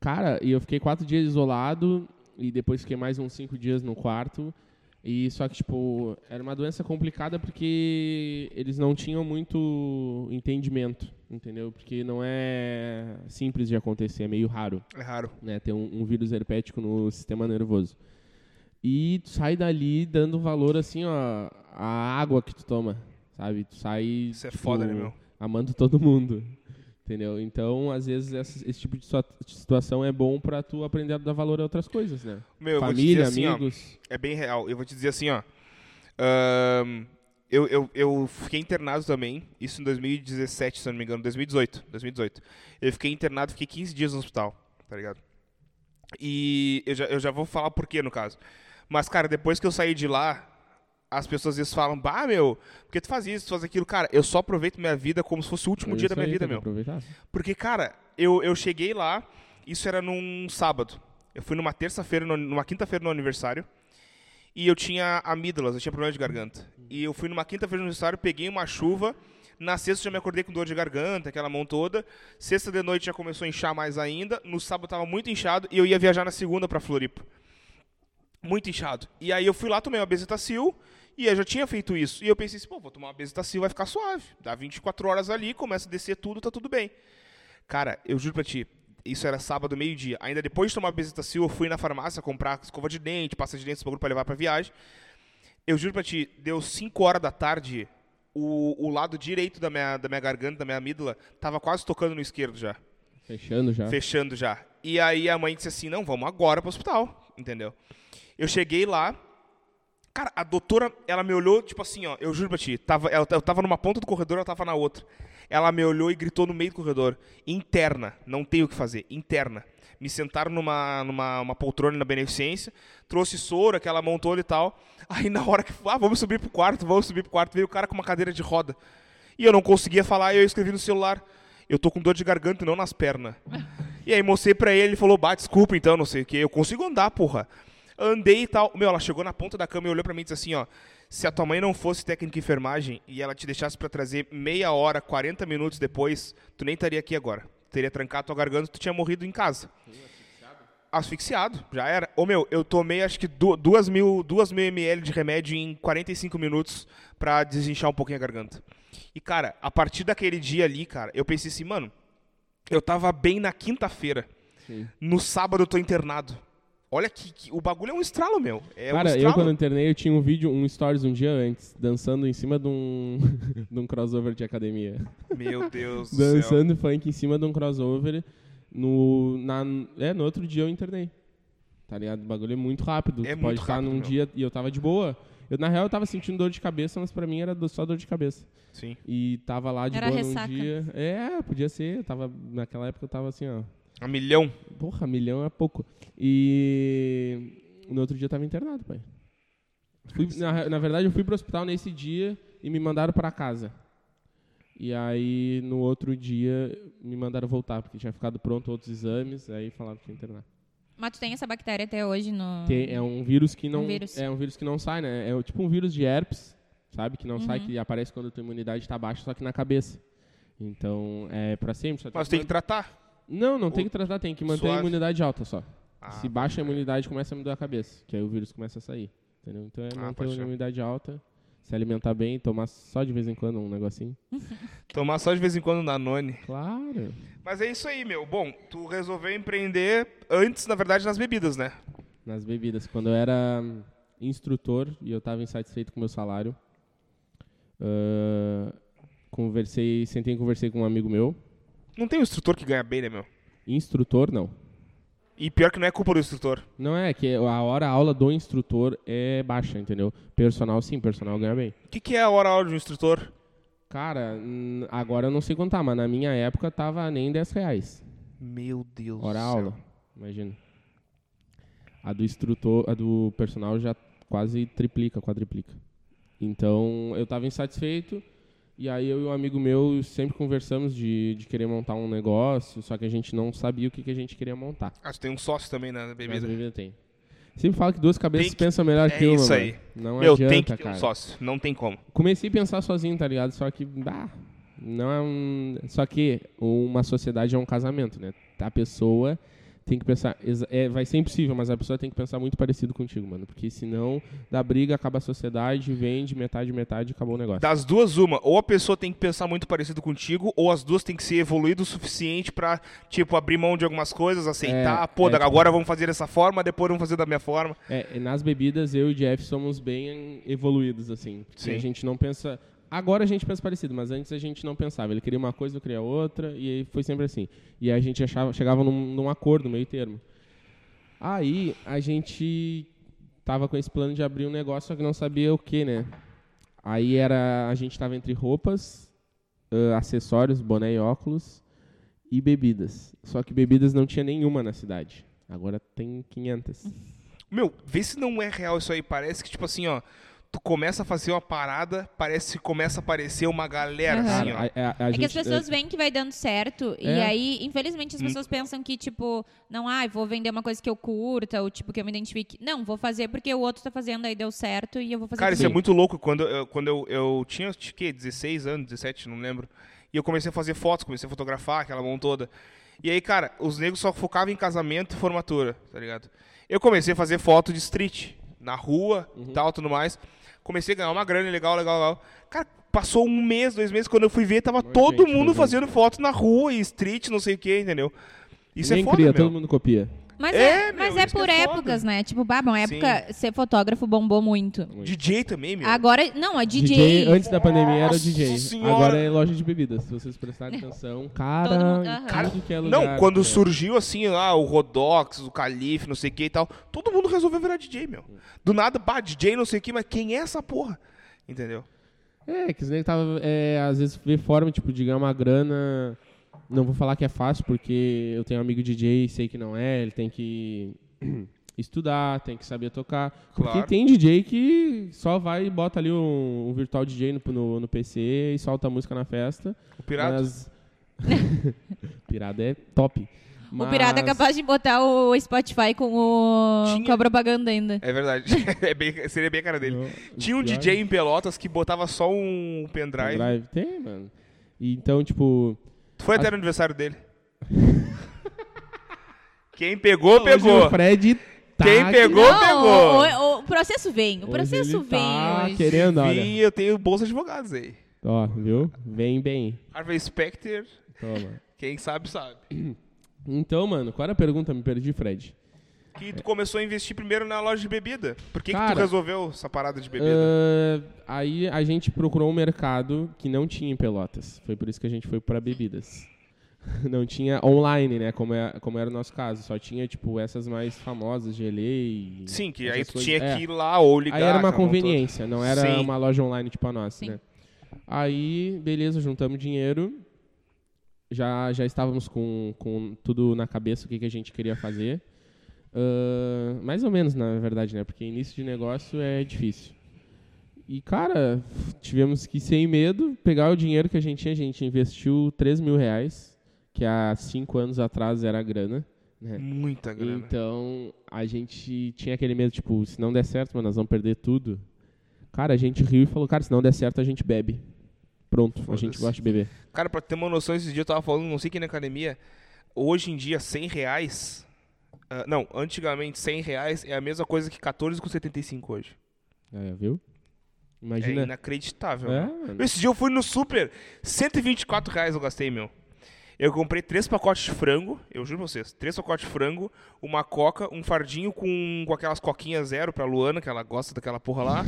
S3: Cara, e eu fiquei quatro dias isolado e depois fiquei mais uns cinco dias no quarto. E só que, tipo, era uma doença complicada porque eles não tinham muito entendimento, entendeu? Porque não é simples de acontecer, é meio raro
S1: É raro.
S3: né? Tem um, um vírus herpético no sistema nervoso. E tu sai dali dando valor, assim, ó, à água que tu toma, sabe? Tu sai... tipo,
S1: Isso é foda, né, meu?
S3: Amando todo mundo, <laughs> entendeu? Então, às vezes, essa- esse tipo de situa- de situação é bom pra tu aprender a dar valor a outras coisas, né?
S1: Meu, eu vou te
S3: Família,
S1: dizer assim, ó.
S3: amigos...
S1: É bem real. Eu vou te dizer assim, ó. Ahn, eu, eu, eu fiquei internado também, isso em 2017, se eu não me engano, 2018, 2018. Eu fiquei internado, fiquei 15 dias no hospital, tá ligado? E eu já, eu já vou falar por quê, no caso. Mas, cara, depois que eu saí de lá, as pessoas às vezes falam, bah, meu, por que tu faz isso, tu faz aquilo? Cara, eu só aproveito minha vida como se fosse o último
S3: é
S1: dia
S3: isso
S1: da minha
S3: aí,
S1: vida,
S3: tem que
S1: meu.
S3: Aproveitar.
S1: Porque, cara, eu, eu cheguei lá, isso era num sábado. Eu fui numa terça-feira, no- numa quinta-feira no aniversário. E eu tinha amígdalas, eu tinha problema de garganta. E eu fui numa quinta-feira no aniversário, peguei uma chuva. Na sexta já me acordei com dor de garganta, aquela mão toda. Sexta de noite já começou a inchar mais ainda. No sábado tava muito inchado e eu ia viajar na segunda pra Floripa. Muito inchado. E aí eu fui lá, tomei uma bezetacil, e eu já tinha feito isso. E eu pensei assim, pô, vou tomar uma bezetacil, vai ficar suave. Dá 24 horas ali, começa a descer tudo, tá tudo bem. Cara, eu juro pra ti, isso era sábado, meio-dia. Ainda depois de tomar bezetacil, eu fui na farmácia comprar escova de dente, pasta de dente, esse bagulho pra levar pra viagem. Eu juro pra ti, deu 5 horas da tarde, o, o lado direito da minha, da minha garganta, da minha amígdala, tava quase tocando no esquerdo já
S3: Fechando já.
S1: fechando já. E aí a mãe disse assim: não, vamos agora pro hospital, entendeu? Eu cheguei lá, cara, a doutora, ela me olhou, tipo assim, ó, eu juro pra ti, tava, ela, eu tava numa ponta do corredor, ela tava na outra. Ela me olhou e gritou no meio do corredor: interna, não tem o que fazer, interna. Me sentaram numa, numa uma poltrona na beneficência, trouxe soro, aquela mão toda e tal. Aí na hora que, ah, vamos subir pro quarto, vamos subir pro quarto, veio o cara com uma cadeira de roda. E eu não conseguia falar, e eu escrevi no celular: eu tô com dor de garganta e não nas pernas. E aí mostrei pra ele, ele falou, bah, desculpa então, não sei o que, eu consigo andar, porra. Andei e tal. Meu, ela chegou na ponta da cama e olhou pra mim e disse assim, ó, se a tua mãe não fosse técnica de enfermagem e ela te deixasse pra trazer meia hora, 40 minutos depois, tu nem estaria aqui agora. Teria trancado tua garganta, tu tinha morrido em casa. Asfixiado, já era. Ô meu, eu tomei acho que 2 mil, duas mil ml de remédio em 45 minutos pra desinchar um pouquinho a garganta. E cara, a partir daquele dia ali, cara, eu pensei assim, mano, eu tava bem na quinta-feira.
S3: Sim.
S1: No sábado eu tô internado. Olha que, que- o bagulho é um estralo, meu. É um
S3: Cara,
S1: estralo.
S3: eu quando internei, eu tinha um vídeo, um stories um dia antes, dançando em cima de um, <laughs> de um crossover de academia.
S1: Meu
S3: <laughs>
S1: Deus do céu.
S3: dançando funk em cima de um crossover. No, na, é, no outro dia eu internei. Tá ligado? O bagulho é muito rápido.
S1: É
S3: tu
S1: muito
S3: pode estar
S1: rápido,
S3: num
S1: meu.
S3: dia e eu tava de boa. Eu, na real, eu tava sentindo dor de cabeça, mas pra mim era do- só dor de cabeça.
S1: Sim.
S3: E tava lá de
S2: Era
S3: boa
S2: ressaca.
S3: num dia. É, podia ser. Eu tava, naquela época eu tava assim, ó.
S1: A milhão.
S3: Porra, milhão é pouco. E no outro dia eu tava internado, pai. Fui- na, na verdade, eu fui pro hospital nesse dia e me mandaram pra casa. E aí, no outro dia, me mandaram voltar, porque tinha ficado pronto outros exames, aí falaram que tinha internado.
S2: Mas tu tem essa bactéria até hoje no.
S3: Tem- é um vírus que não.
S2: Ah. Um vírus.
S3: É um vírus que não sai, né? É o- tipo um vírus de herpes, sabe? Que não
S2: Uhum.
S3: sai, que aparece quando a tua imunidade tá baixa, só que na cabeça. Então, é pra sempre. só
S1: Mas tem que tratar.
S3: não, não tem
S1: O-
S3: que tratar, tem que manter
S1: suave.
S3: a imunidade alta só.
S1: Ah,
S3: Se baixa a imunidade, começa a mudar a cabeça, que aí o vírus começa a sair. Entendeu? Então é
S1: Ah,
S3: manter
S1: pode
S3: a
S1: ser.
S3: imunidade alta, se alimentar bem, tomar só de vez em quando um negocinho.
S1: Tomar só de vez em quando Danone.
S3: Claro.
S1: Mas é isso aí, meu. Bom, tu resolveu empreender antes, na verdade, nas bebidas, né?
S3: Nas bebidas. Quando eu era hum, instrutor e eu estava insatisfeito com o meu salário. Ah, conversei, sentei e conversei com um amigo meu.
S1: Não tem um instrutor que ganha bem, né, meu?
S3: Instrutor, não.
S1: E pior que não é culpa do instrutor.
S3: Não é que a hora aula do instrutor é baixa, entendeu? Personal, sim, personal ganha bem.
S1: O que, que é a hora aula de um instrutor?
S3: Cara, hum, agora eu não sei contar, mas na minha época tava nem 10 reais.
S1: Meu Deus
S3: Hora
S1: do céu.
S3: aula, imagina. A do instrutor, a do personal já quase triplica, quadriplica. Então eu tava insatisfeito e aí eu e um amigo meu sempre conversamos de, de querer montar um negócio, só que a gente não sabia o que, que a gente queria montar.
S1: Ah, tu tem um sócio também na
S3: Mas a
S1: bebida.
S3: bebida tem. Sempre fala que duas cabeças
S1: Tem que-
S3: pensam melhor
S1: é
S3: que uma.
S1: isso
S3: mano.
S1: aí.
S3: Não
S1: Meu,
S3: adianta,
S1: tem que ter
S3: cara.
S1: um sócio. Não tem como.
S3: Comecei a pensar sozinho, tá ligado? Só que, ah, não é um... Só que uma sociedade é um casamento, né? A pessoa tem que pensar... exa- É, vai ser impossível, mas a pessoa tem que pensar muito parecido contigo, mano. Porque senão, da briga, acaba a sociedade, vende metade, metade, acabou o negócio.
S1: Das duas, uma. Ou a pessoa tem que pensar muito parecido contigo, ou as duas têm que ser evoluídas o suficiente pra, tipo, abrir mão de algumas coisas, aceitar.
S3: É,
S1: Pô,
S3: é,
S1: da-
S3: tipo-
S1: agora vamos fazer dessa forma, depois vamos fazer da minha forma.
S3: É, nas bebidas, eu e o Jeff somos bem evoluídos, assim. Porque
S1: Sim.
S3: a gente não pensa... Agora a gente pensa parecido, mas antes a gente não pensava. Ele queria uma coisa, eu queria outra, e aí foi sempre assim. E aí a gente achava, chegava num, num acordo, meio termo. Aí a gente tava com esse plano de abrir um negócio, só que não sabia o que, né? Aí era a gente tava entre roupas, ãh, acessórios, boné e óculos e bebidas. Só que bebidas não tinha nenhuma na cidade. Agora tem 500.
S1: Meu, vê se não é real isso aí. Parece que, tipo assim, ó. Tu começa a fazer uma parada, parece que começa a aparecer uma galera,
S2: Aham.
S1: assim, ó.
S3: a, a- a
S2: É que
S3: gente- eh,
S2: as pessoas veem que vai dando certo. E
S3: É.
S2: aí,
S1: Hum.
S2: infelizmente, as pessoas pensam que, tipo, não, ah, vou vender uma coisa que eu curta, ou tipo, que eu me identifique. Não, vou fazer porque o outro tá fazendo, aí deu certo e eu vou fazer
S1: Cara, isso é
S3: Sim.
S1: muito louco. Quando eu, quando eu, eu tinha, acho que, 16 anos, 17, não lembro. E eu comecei a fazer fotos, comecei a fotografar aquela mão toda. E aí, cara, os negros só focavam em casamento e formatura, tá ligado? Eu comecei a fazer foto de street, na rua
S3: Uhum.
S1: e tal, tudo mais. Comecei a ganhar uma grana, legal, legal, legal. Cara, passou um mês, dois meses, quando eu fui ver, tava
S3: Muita
S1: todo
S3: gente
S1: mundo
S3: fazendo.
S1: fazendo foto na rua e street, não sei o que, entendeu? Isso
S3: Nem
S1: é foda,
S3: cria,
S1: meu.
S3: todo mundo copia.
S2: Mas
S1: É,
S2: é,
S1: meu,
S2: mas é
S1: isso que
S2: por
S1: é foda.
S2: épocas, né? Tipo, babam, época ser fotógrafo bombou muito.
S1: DJ também, meu.
S2: Agora, não, a DJ.
S3: antes da pandemia era o
S1: Nossa
S3: DJ.
S1: senhora.
S3: Agora é loja de bebidas, se vocês prestarem atenção.
S2: Todo
S3: Cara,
S2: mundo-
S3: em
S2: aham.
S3: tudo que é lugar.
S1: Não, quando
S3: né?
S1: surgiu assim, lá, o Rodox, o Calife, não sei o que e tal, todo mundo resolveu virar DJ, meu.
S3: Hum.
S1: Do nada, pá, DJ, não sei o que, mas quem é essa porra? Entendeu?
S3: É, que os negros tava, é, às vezes vê forma, tipo, de ganhar uma grana. Não vou falar que é fácil, porque eu tenho um amigo DJ e sei que não é, ele tem que <clears throat> estudar, tem que saber tocar.
S1: Claro.
S3: Porque tem DJ que só vai e bota ali um, um virtual DJ no, no, no PC e solta a música na festa.
S1: O pirata.
S3: Mas... <laughs> pirada é top.
S2: O pirata é
S3: Mas-
S2: capaz de botar o Spotify com, o...
S1: Tinha-
S2: com a propaganda ainda.
S1: É verdade. <laughs> É bem- seria bem a cara dele.
S3: Não,
S1: Tinha um
S3: pior-
S1: DJ em Pelotas que botava só um pendrive.
S3: pendrive. Tem, mano. E então, tipo.
S1: Tu foi até no aniversário
S3: <laughs>
S1: dele. quem pegou,
S3: Hoje o
S1: pegou.
S3: Fred tá
S1: Quem
S3: que-
S1: pegou, pegou.
S2: o- o, o processo vem, o
S3: Hoje
S2: processo
S3: ele
S2: vem
S3: tá
S2: hoje.
S3: querendo, olha.
S1: E eu tenho bolsa de advogados aí.
S3: Ó, viu? Vem bem.
S1: Harvey Specter,
S3: Toma.
S1: quem sabe, sabe.
S3: Então, mano, qual era a pergunta? Me perdi, Fred.
S1: Que tu começou a investir primeiro na loja de bebida. Por que, que tu
S3: Cara,
S1: resolveu essa parada de bebida?
S3: Ah, aí a gente procurou um mercado que não tinha em Pelotas. Foi por isso que a gente foi pra bebidas. <laughs> Não tinha online, né? Como, é, como era o nosso caso. Só tinha, tipo, essas mais famosas, Gelei.
S1: Sim, que aí
S3: essas
S1: tu
S3: Né? coisas.
S1: tinha
S3: É.
S1: que ir lá ou ligar.
S3: Aí era uma
S1: aquela mão toda.
S3: conveniência, não era
S1: Sim.
S3: uma loja online tipo a nossa,
S2: Sim.
S3: né? Aí, beleza, juntamos dinheiro. Já, já estávamos com, com tudo na cabeça, o que, que a gente queria fazer. Ah, mais ou menos, na verdade, né? Porque início de negócio é difícil. E, cara, tivemos que, sem medo, pegar o dinheiro que a gente tinha. A gente investiu 3 mil reais, que há cinco anos atrás era a grana. Né?
S1: Muita grana.
S3: Então, a gente tinha aquele medo, tipo, se não der certo, mano, nós vamos perder tudo. Cara, a gente riu e falou, cara, se não der certo, a gente bebe. Pronto, a
S1: Foda-se.
S3: gente gosta de beber.
S1: Cara, pra ter uma noção, esses dias eu tava falando, não sei quem na academia, hoje em dia, 100 reais... ah, não, antigamente 100 reais é a mesma coisa que 14,75 hoje.
S3: É, viu?
S1: É
S3: Imagina.
S1: inacreditável.
S3: É,
S1: né?
S3: mano.
S1: Esse dia eu fui no super, 124 reais eu gastei, meu. Eu comprei três pacotes de frango, eu juro pra vocês, três pacotes de frango, uma coca, um fardinho com, com aquelas coquinhas zero pra Luana, que ela gosta daquela porra lá.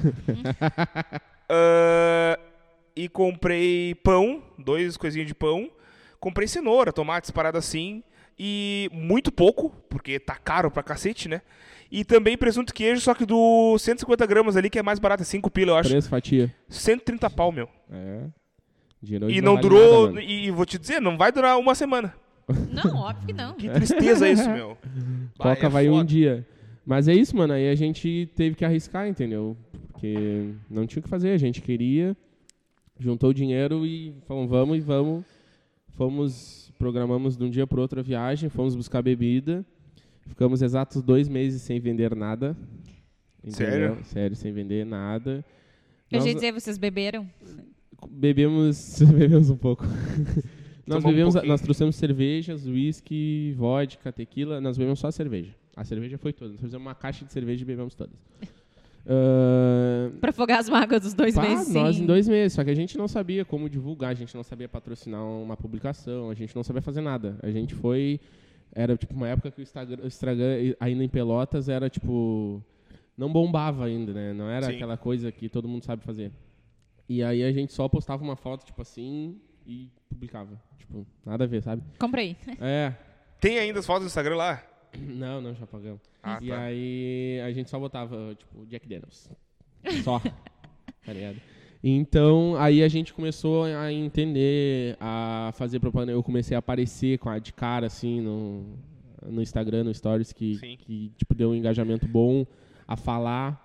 S1: Ah, e comprei pão, dois coisinhas de pão. Comprei cenoura, tomates, parada assim. E muito pouco, porque tá caro pra cacete, né? E também presunto e queijo, só que do 150 gramas ali, que é mais barato, é 5 pila, eu acho.
S3: Preço, fatia.
S1: 130 pau, meu.
S3: É. Dinheiro hoje
S1: E não
S3: vale
S1: durou,
S3: nada, mano.
S1: e vou te dizer, não vai durar uma semana.
S2: Não, óbvio que
S3: <laughs>
S2: não.
S1: Que tristeza isso, meu. Bah,
S3: Coca
S1: é
S3: vai um
S1: foda.
S3: dia. Mas é isso, mano. Aí a gente teve que arriscar, entendeu? Porque não tinha o que fazer. A gente queria, juntou o dinheiro e falamos, vamos e vamos. Fomos, programamos de um dia para outro a viagem, fomos buscar bebida. Ficamos exatos dois meses sem vender nada. Entendeu?
S1: Sério?
S3: Sério, sem vender nada.
S2: Eu
S3: Nós-
S2: já ia dizer, vocês beberam?
S3: bebemos, <laughs> bebemos um
S1: <laughs>
S3: pouco. nós
S1: Tomou um
S3: bebemos,
S1: pouquinho.
S3: nós trouxemos cervejas, uísque, vodka, tequila, nós bebemos só a cerveja. A cerveja foi toda, nós fizemos uma caixa de cerveja e bebemos todas. Ah,
S2: Pra afogar as mágoas dos dois
S3: pá,
S2: meses,
S3: nós
S2: sim.
S3: em dois meses, só que a gente não sabia como divulgar, a gente não sabia patrocinar uma publicação, a gente não sabia fazer nada. A gente foi, era tipo uma época que o Instagram, o Instagram ainda em Pelotas era tipo não bombava ainda, né? Não era
S1: Sim.
S3: aquela coisa que todo mundo sabe fazer. E aí a gente só postava uma foto tipo assim e publicava, tipo nada a ver, sabe?
S2: Comprei.
S3: É, <clears throat>
S1: Tem ainda as fotos do Instagram lá?
S3: não, não, já pagamos.
S1: Ah,
S3: e
S1: tá.
S3: aí a gente só botava, tipo,
S1: <laughs>
S3: Jack Daniels. Só. tá ligado? Então, aí a gente começou a entender, a fazer propaganda. Eu comecei a aparecer com a de cara, assim, no, no Instagram, no Stories, que,
S1: Sim.
S3: que, tipo, deu um engajamento bom. A falar.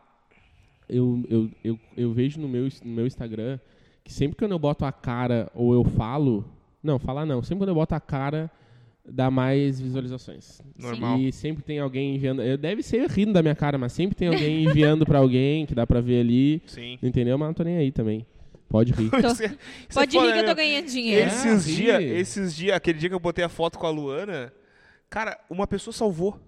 S3: Eu, eu, eu, eu vejo no meu, no meu Instagram que sempre que eu boto a cara ou eu falo... Não, falar não. Sempre quando eu boto a cara, dá mais visualizações.
S1: Normal.
S3: E sempre tem alguém enviando. Eu deve ser rindo da minha cara, mas sempre tem alguém enviando pra alguém que dá pra ver ali.
S1: Sim.
S3: Entendeu? Mas não tô nem aí também. Pode rir.
S2: Tô-
S1: <laughs> Isso é- isso é
S2: Pode
S1: foda,
S2: rir que
S1: né?
S2: eu tô ganhando dinheiro.
S3: Esse-
S1: Esses
S3: Ah, sim.
S1: dias, esses dias, aquele dia que eu botei a foto com a Luana, cara, uma pessoa salvou.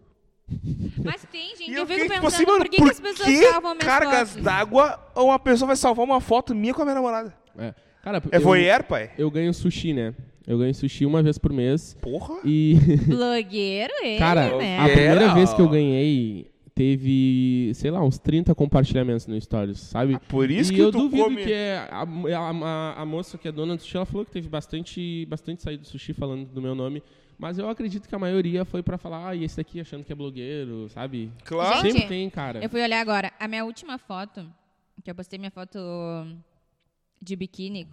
S2: Mas tem, gente,
S1: E
S2: eu, fico
S1: fiquei,
S2: pensando
S1: tipo assim, mano,
S2: por que, que as pessoas salvam minhas
S1: cargas
S2: fotos?
S1: d'água uma pessoa vai salvar uma foto minha com a minha namorada?
S3: É. Cara,
S1: É
S3: eu,
S1: voyeur, pai?
S3: eu ganho sushi, né? Eu ganho sushi uma vez por mês.
S1: Porra.
S3: E, <laughs>
S2: Blogueiro ele,
S3: cara,
S2: né?
S3: a primeira
S1: Era,
S3: vez que eu
S1: ó.
S3: ganhei teve, sei lá, uns 30 compartilhamentos no Stories, sabe?
S1: Ah, por isso
S3: e
S1: que
S3: eu
S1: tu
S3: duvido
S1: come-
S3: que é a, a- a- a moça que é dona do sushi, ela falou que teve bastante, bastante saída do sushi falando do meu nome. Mas eu acredito que a maioria foi pra falar, ah, e esse daqui achando que é blogueiro, sabe?
S1: Claro.
S2: Gente,
S3: Sempre tem, cara.
S2: Eu fui olhar agora. A minha última foto, que eu postei minha foto de biquíni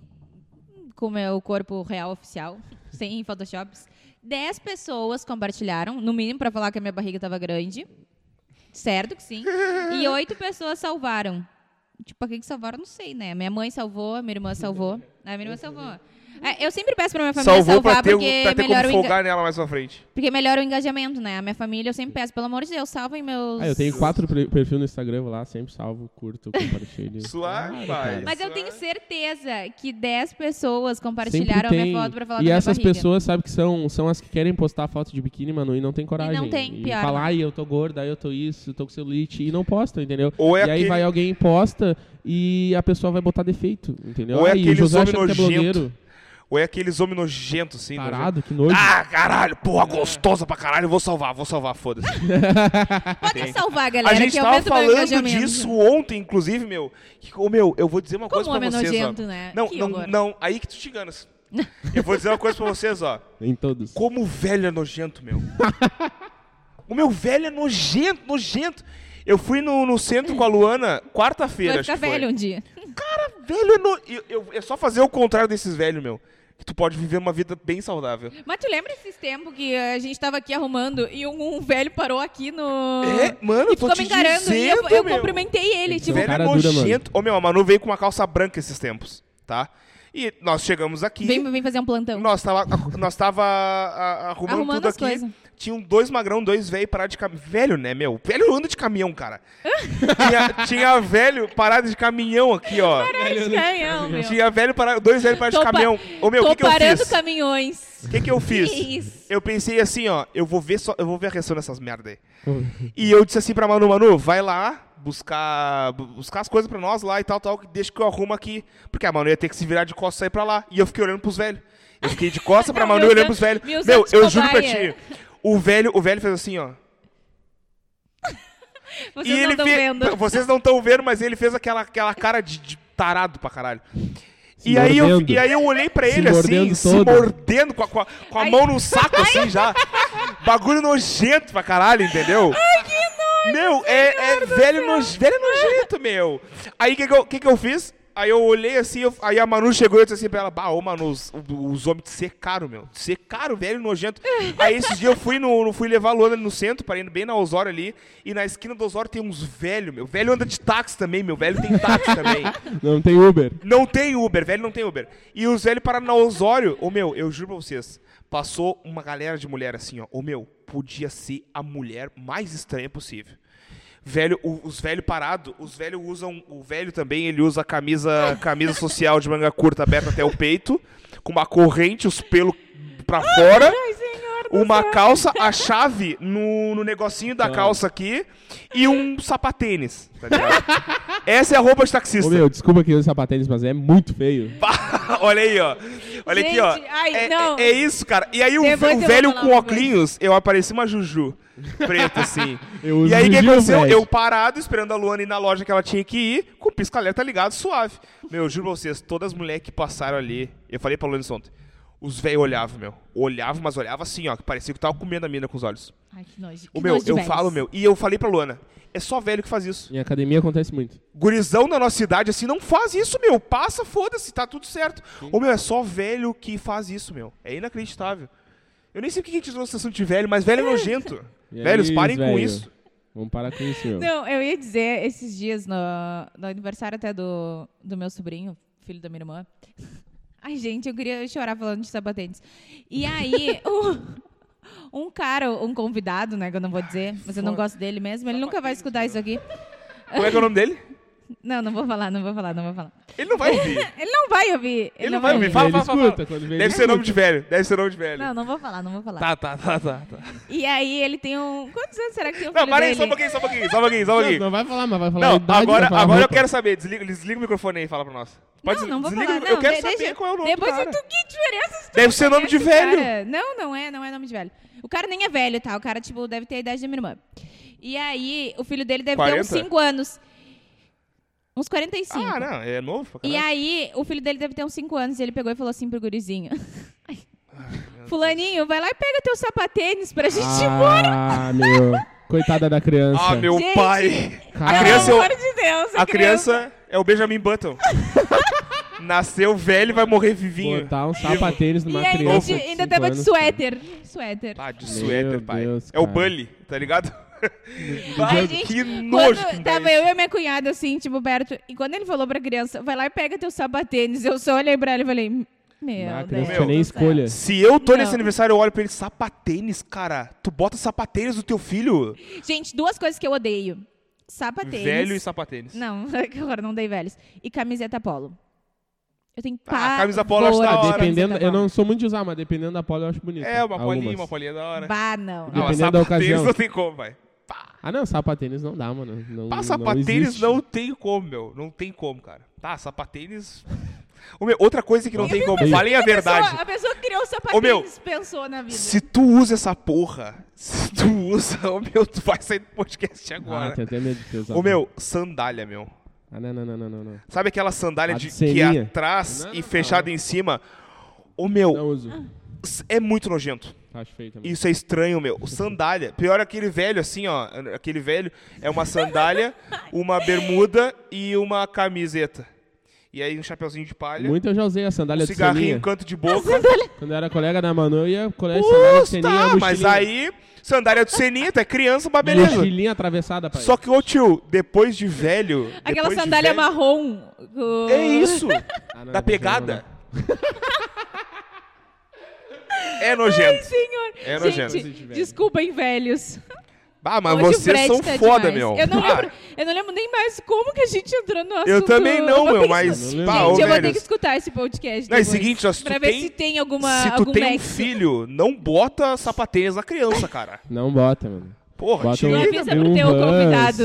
S2: com o meu corpo real oficial, <laughs> sem photoshops, 10 pessoas compartilharam, no mínimo pra falar que a minha barriga tava grande. Certo que sim.
S1: <laughs>
S2: E oito pessoas salvaram. Tipo, pra que que salvaram, não sei, né? Minha mãe salvou, a minha irmã salvou.
S1: <laughs>
S2: A minha irmã salvou. É, eu sempre peço pra minha família
S1: Salvou
S2: salvar
S1: pra ter, um-
S2: porque
S1: pra ter
S2: melhora
S1: como
S2: o enga-
S1: folgar nela mais pra frente.
S2: porque melhora o engajamento, né? A minha família, eu sempre peço, pelo amor de Deus, salvem meus.
S3: Ah, eu tenho quatro pre- perfil no Instagram eu vou lá, sempre salvo, curto,
S2: <laughs>
S3: compartilho.
S1: Suave, pai.
S3: Ah, cara.
S2: Mas eu tenho
S1: Isso
S2: certeza que 10 pessoas
S3: Sempre
S2: compartilharam a
S3: tem.
S2: minha foto pra falar
S3: E
S2: da minha
S3: essas
S2: barriga.
S3: pessoas, sabe, que são, são as que querem postar foto de biquíni, mano, e não tem coragem.
S2: tem,
S3: e
S2: pior.
S3: falar, ai, eu tô gorda, ai, eu tô isso, eu tô com celulite, e não postam, entendeu?
S1: Ou é
S3: e aí
S1: aquele-
S3: vai alguém e posta e a pessoa vai botar defeito, entendeu?
S1: Ou é
S3: Ai,
S1: aquele
S3: o Josué
S1: homem
S3: achando que é
S1: nojento,
S3: blogueiro,
S1: Ou é aqueles homens nojentos, assim.
S3: parado, que
S1: nojento.
S3: nojo.
S1: Ah, caralho, porra,
S2: É.
S1: gostosa pra caralho, vou salvar, vou salvar, foda-se.
S2: Podem salvar,
S1: A
S2: galera,
S1: gente
S2: que
S1: tava
S2: aumenta o meu
S1: falando
S2: engajamento.
S1: disso ontem, inclusive, meu. Que, ô, meu, eu vou dizer uma
S2: Como
S1: coisa pra
S2: homem
S1: vocês,
S2: nojento,
S1: ó.
S2: né?
S1: Não,
S2: Que
S1: não,
S2: horror.
S1: não, aí que tu te
S2: <laughs>
S1: enganas. Eu vou dizer uma coisa pra vocês, ó.
S3: Em todos.
S1: Como o velho é nojento, meu. o meu velho é nojento, nojento. Eu fui no, no centro com a Luana quarta-feira,
S2: Vai
S1: acho
S2: ficar
S1: que é foi.
S2: velho um dia.
S1: Velho é no... eu, eu- é só fazer o contrário desses velhos, meu. Que tu pode viver uma vida bem saudável.
S2: Mas tu lembra esses tempos que a gente tava aqui arrumando e um, um velho parou aqui no...
S1: É, mano,
S2: e
S1: eu tô
S2: ficou
S1: te
S2: me encarando e eu,
S1: dizendo,
S2: eu
S1: meu.
S2: cumprimentei ele, tipo...
S1: velho é
S3: cara dura, mano.
S1: nojento. Ô, meu, a Manu veio com uma calça branca esses tempos, tá? E nós chegamos aqui.
S2: Vem, vem fazer um plantão.
S1: Nós tava, a- nós tava a- a- arrumando,
S2: Arrumando
S1: tudo
S2: as
S1: aqui.
S2: coisas.
S1: Tinham dois magrão, dois velho parados de caminhão. Velho, né, meu? Velho anda de caminhão,
S2: <laughs>
S1: cara. tinha, tinha velho parado de caminhão aqui, ó.
S2: Ai, canhão, É meu.
S1: Tinha velho parado, dois velhos parados de
S2: pa-
S1: caminhão. Ô, meu, o
S2: tô
S1: que, que eu
S2: parando
S1: fiz?
S2: caminhões.
S1: O que,
S2: <laughs>
S1: que eu fiz?
S2: Que isso?
S1: Eu pensei assim, ó, eu vou ver só, eu vou ver a reação dessas merda aí. E eu disse assim pra Manu, Manu, vai lá buscar, bu- buscar as coisas pra nós lá e tal, tal, que deixa que eu arrumo aqui. Porque a Manu ia ter que se virar de costas e sair pra lá. E eu fiquei olhando pros velhos. Eu fiquei de costa
S2: <laughs>
S1: pra Manu
S2: Meus
S1: olhando pros
S2: an-
S1: velhos.
S2: meus
S1: Meu,
S2: antes
S1: eu juro pra ti.
S2: cobaia.
S1: O velho, o velho fez assim, ó.
S2: Vocês não estão
S1: fe- <laughs>
S2: vendo.
S1: Vocês não estão vendo, mas ele fez aquela, aquela cara de, de tarado pra caralho. E
S3: Se
S1: aí, eu,
S3: mordendo.
S1: e aí eu olhei
S2: <laughs>
S1: pra
S3: Se
S1: ele assim,
S3: mordendo
S1: se
S3: todo.
S1: mordendo com a, com a, com a
S2: Ai.
S1: mão no saco assim já. Bagulho nojento pra caralho, entendeu? Ai, que nojo! Meu, é, é velho, noj, velho nojento, meu. Aí o que, que, eu- que que eu fiz? Aí eu olhei assim, eu- aí a Manu chegou e eu disse assim pra ela, bah, ô Manu, os, os homens te secaram, meu. Te secaram, velho nojento. Aí esses dias eu fui, no, no- fui levar a Luana no centro, parando bem na Osório ali, e na esquina do Osório tem uns velhos, meu. Velho anda de táxi também, meu. Velho tem táxi também.
S3: Não tem Uber.
S1: Não tem Uber, velho, não tem Uber. E os velhos pararam na Osório. Ô, meu, eu juro pra vocês. Passou uma galera de mulher assim, ó. Ô, meu, podia ser a mulher mais estranha possível. Velho, o- os velhos parados, os velhos usam. O velho também, ele usa camisa, camisa social de manga curta aberta até o peito, com uma corrente, os pelos pra fora
S2: Ai, senhor.
S1: uma calça, a chave no, no negocinho da calça aqui e um sapatênis, tá ligado? Essa é a roupa de taxista.
S3: Ô, meu, desculpa que eu uso sapatênis, mas é muito feio.
S1: Pá, <laughs> Olha aí, ó. Olha aqui, ó.
S2: Gente, ai,
S1: é,
S2: não.
S1: é- é isso, cara. E aí o,
S2: Depois
S1: ve- o
S2: eu vou
S1: velho
S2: falar
S1: com
S2: uma
S1: óculos, eu apareci uma Juju. Preta, assim.
S3: <laughs> Eu uso
S1: e aí o que
S3: Juju,
S1: aconteceu?
S3: Fred.
S1: Eu parado, esperando a Luana ir na loja que ela tinha que ir, com o pisca-alerta ligado, suave. Meu, eu juro pra vocês, todas as mulheres que passaram ali, eu falei pra Luana isso ontem, os velhos olhavam, meu. Olhavam, mas olhavam assim, ó, que parecia que tava comendo a mina com os olhos.
S2: Ai, que nojo.
S1: O
S2: Que
S1: meu,
S2: nojo de
S1: eu
S2: velhos.
S1: falo, meu. E eu falei pra Luana, é só velho que faz isso.
S3: Em academia acontece muito.
S1: Gurizão da nossa idade, assim, não faz isso, meu. Passa, foda-se, tá tudo certo. Ô, meu, é só velho que faz isso, meu. É inacreditável. Eu nem sei o que a gente trouxe assunto de velho, mas velho é nojento.
S3: <laughs> E
S1: Velhos,
S3: aí,
S1: parem com
S3: velho?
S1: isso.
S3: Vamos parar com isso, meu.
S2: Não, eu ia dizer esses dias no, no aniversário até do, do meu sobrinho, filho da minha irmã. <laughs> Ai, gente, eu queria chorar falando de sapatênis.
S1: <laughs>
S2: E aí, um, um cara, um convidado, né, que eu não vou dizer, mas eu não
S1: Foda.
S2: gosto dele mesmo, ele nunca vai
S1: Sapatênis,
S2: escutar isso aqui.
S1: Como é que é o nome dele?
S2: Não, não vou falar, não vou falar, não vou falar.
S1: Ele não vai ouvir.
S2: <laughs> Ele não vai ouvir. Ele,
S1: Ele não vai ouvir, fala,
S3: Ele
S1: fala, fala.
S3: escuta quando vem.
S1: Deve ser nome de velho, deve ser nome de velho.
S2: Não, não vou falar, não vou falar.
S1: Tá, tá, tá, tá. tá.
S2: E aí ele tem um... Quantos anos será que tem o filho
S1: Não, para aí,
S2: dele?
S1: só um pouquinho, só um pouquinho, só um pouquinho, só um
S3: Não,
S1: pouquinho.
S3: não vai falar, mas vai falar a
S1: Não,
S3: idade,
S1: agora,
S3: vai falar a
S1: agora eu
S3: roupa.
S1: quero saber. Desliga, desliga o microfone aí e fala pra nós. Pode
S2: não,
S1: des-
S2: não vou
S1: desliga,
S2: falar.
S1: Eu
S2: não,
S1: quero
S2: de-
S1: saber
S2: deixa-
S1: qual é o nome
S2: Depois
S1: do cara.
S2: tu, que diferença se tu
S1: Deve ser nome de
S2: conhece o
S1: velho.
S2: né, cara? Não, não é, não é nome de velho. O cara nem é velho, tá? O cara, tipo, deve ter a idade da minha irmã. E aí, o filho dele deve ter uns
S1: 40?
S2: 5 anos. Uns 45.
S1: Ah, não, é novo pra
S2: E
S1: caralho.
S2: aí, o filho dele deve ter uns 5 anos e ele pegou e falou assim pro gurizinho. <laughs> Ai,
S1: Deus.
S2: Fulaninho, vai lá e pega teu sapatênis pra gente ir embora.
S3: Ah, meu. Coitada da criança.
S1: Ah, meu
S2: Gente,
S1: pai.
S3: Caralho.
S1: A criança, é
S2: Pelo
S1: o-
S2: amor de Deus,
S1: a criança é o Benjamin
S2: <laughs>
S1: Button. Nasceu velho e vai morrer vivinho.
S3: Botar um sapatênis
S2: E
S3: numa
S2: aí,
S3: criança.
S2: gente, ainda
S3: cinco
S2: tava de
S3: anos,
S2: suéter. Suéter.
S1: Ah, de
S3: Meu
S1: suéter, pai.
S3: Deus,
S1: é o
S3: cara.
S1: Bully, tá
S3: <laughs>
S1: ligado?
S2: Ai,
S1: Ai,
S2: gente,
S1: que nojo. que
S2: Quando
S1: me
S2: tava
S1: dá isso.
S2: eu e a minha cunhada, assim, tipo, perto, e quando ele falou pra criança, vai lá e pega teu sapatênis, eu só olhei pra ele e falei, meu
S3: cara. A
S2: Deus
S3: criança assim, não tinha nem
S2: do céu."
S3: escolha.
S1: Se eu tô nesse
S2: Não.
S1: aniversário, eu olho pra ele, sapatênis, cara. Tu bota sapatênis do teu filho.
S2: Gente, duas coisas que eu odeio. Sapatênis.
S1: Velho e sapatênis.
S2: Não, <laughs> que agora não dei velhos. E camiseta polo. Eu tenho pá.
S1: Ah, camisa polo eu acho da hora.
S2: tá
S3: Dependendo, eu não sou muito de usar, mas dependendo da polo eu acho bonito.
S1: É, uma
S3: Algumas.
S1: polinha, uma polinha da hora.
S2: Bah, não.
S1: Não, mas
S3: Dependendo da
S1: sapatênis
S3: ocasião.
S1: não tem como, vai.
S3: Ah, não, sapatênis não dá, mano. Não,
S1: Pá,
S3: não
S1: sapatênis
S3: existe.
S1: não, tem como, meu. Não tem como, cara. Tá, sapatênis. Ô, meu, outra coisa que não
S3: Eu
S1: tem
S3: vi
S1: como.
S3: uma-
S1: Falem a
S2: A pessoa-
S1: verdade.
S2: A pessoa que criou o
S1: Ô, meu.
S2: sapatênis, pensou na vida.
S1: Se tu usa essa porra, <laughs> se tu usa, ô meu, tu vai sair do podcast
S3: Ah,
S1: agora.
S3: tem até medo de ter usado.
S1: ô meu, sandália, meu.
S3: Ah, não, não, não, não, não. Não,
S1: Sabe aquela sandália
S3: A
S1: de, que é
S3: selinha?
S1: atrás
S3: Não,
S1: e
S3: não,
S1: fechada
S3: não.
S1: em cima? Ô meu,
S3: não uso.
S2: Ah.
S3: Tá
S1: s- é muito nojento.
S3: Acho feio também.
S1: Isso é estranho, meu. Sandália. Pior é aquele velho, assim, ó. Aquele velho é uma sandália,
S3: <laughs>
S1: uma bermuda e uma camiseta. E aí um chapeuzinho de palha,
S3: Muito eu já usei a
S1: um
S3: sandália de
S1: cigarrinho,
S3: selinha.
S1: um canto de boca.
S3: Quando eu era colega da Manu, eu ia colégio de sandália de selinha,
S1: Tá,
S3: mochilinha.
S1: mas aí, sandália do Seninha, tu é criança, mas beleza.
S3: Mochilinha atravessada, pai.
S1: Só que, ô tio, depois de velho.
S2: Aquela
S1: depois de
S2: sandália
S1: velho-
S2: marrom. o-
S1: É isso!
S3: Ah, não, né?
S1: da
S3: não,
S1: pegada.
S3: não,
S1: <laughs> É nojento.
S2: Senhor.
S1: É nojento.
S2: Gente, desculpem, velhos.
S1: Ah, mas
S2: Hoje o
S1: vocês
S2: Fred
S1: são
S2: tá
S1: foda,
S2: demais.
S1: meu.
S2: Eu não,
S1: Ah,
S2: lembro, eu não lembro nem mais como que a gente entrou no assunto.
S1: eu também não,
S2: vou
S1: meu,
S2: ter
S1: mas.
S2: que-
S3: Gente,
S1: pá,
S2: Gente,
S1: ô,
S2: eu vou ter
S1: velhos,
S2: que escutar esse podcast.
S1: Não, é o
S2: depois,
S1: seguinte, ó, se tu
S2: pra
S1: tem-
S2: ver se tem alguma,
S1: Se tu
S2: algum
S1: tem um
S2: nexo.
S1: filho, não bota sapatênis na criança, cara.
S3: Não bota, mano.
S1: Porra,
S3: Bota
S1: tira.
S2: Não
S3: um-
S1: ele.
S2: avisa
S3: Um
S2: pro teu
S3: Vans.
S2: convidado,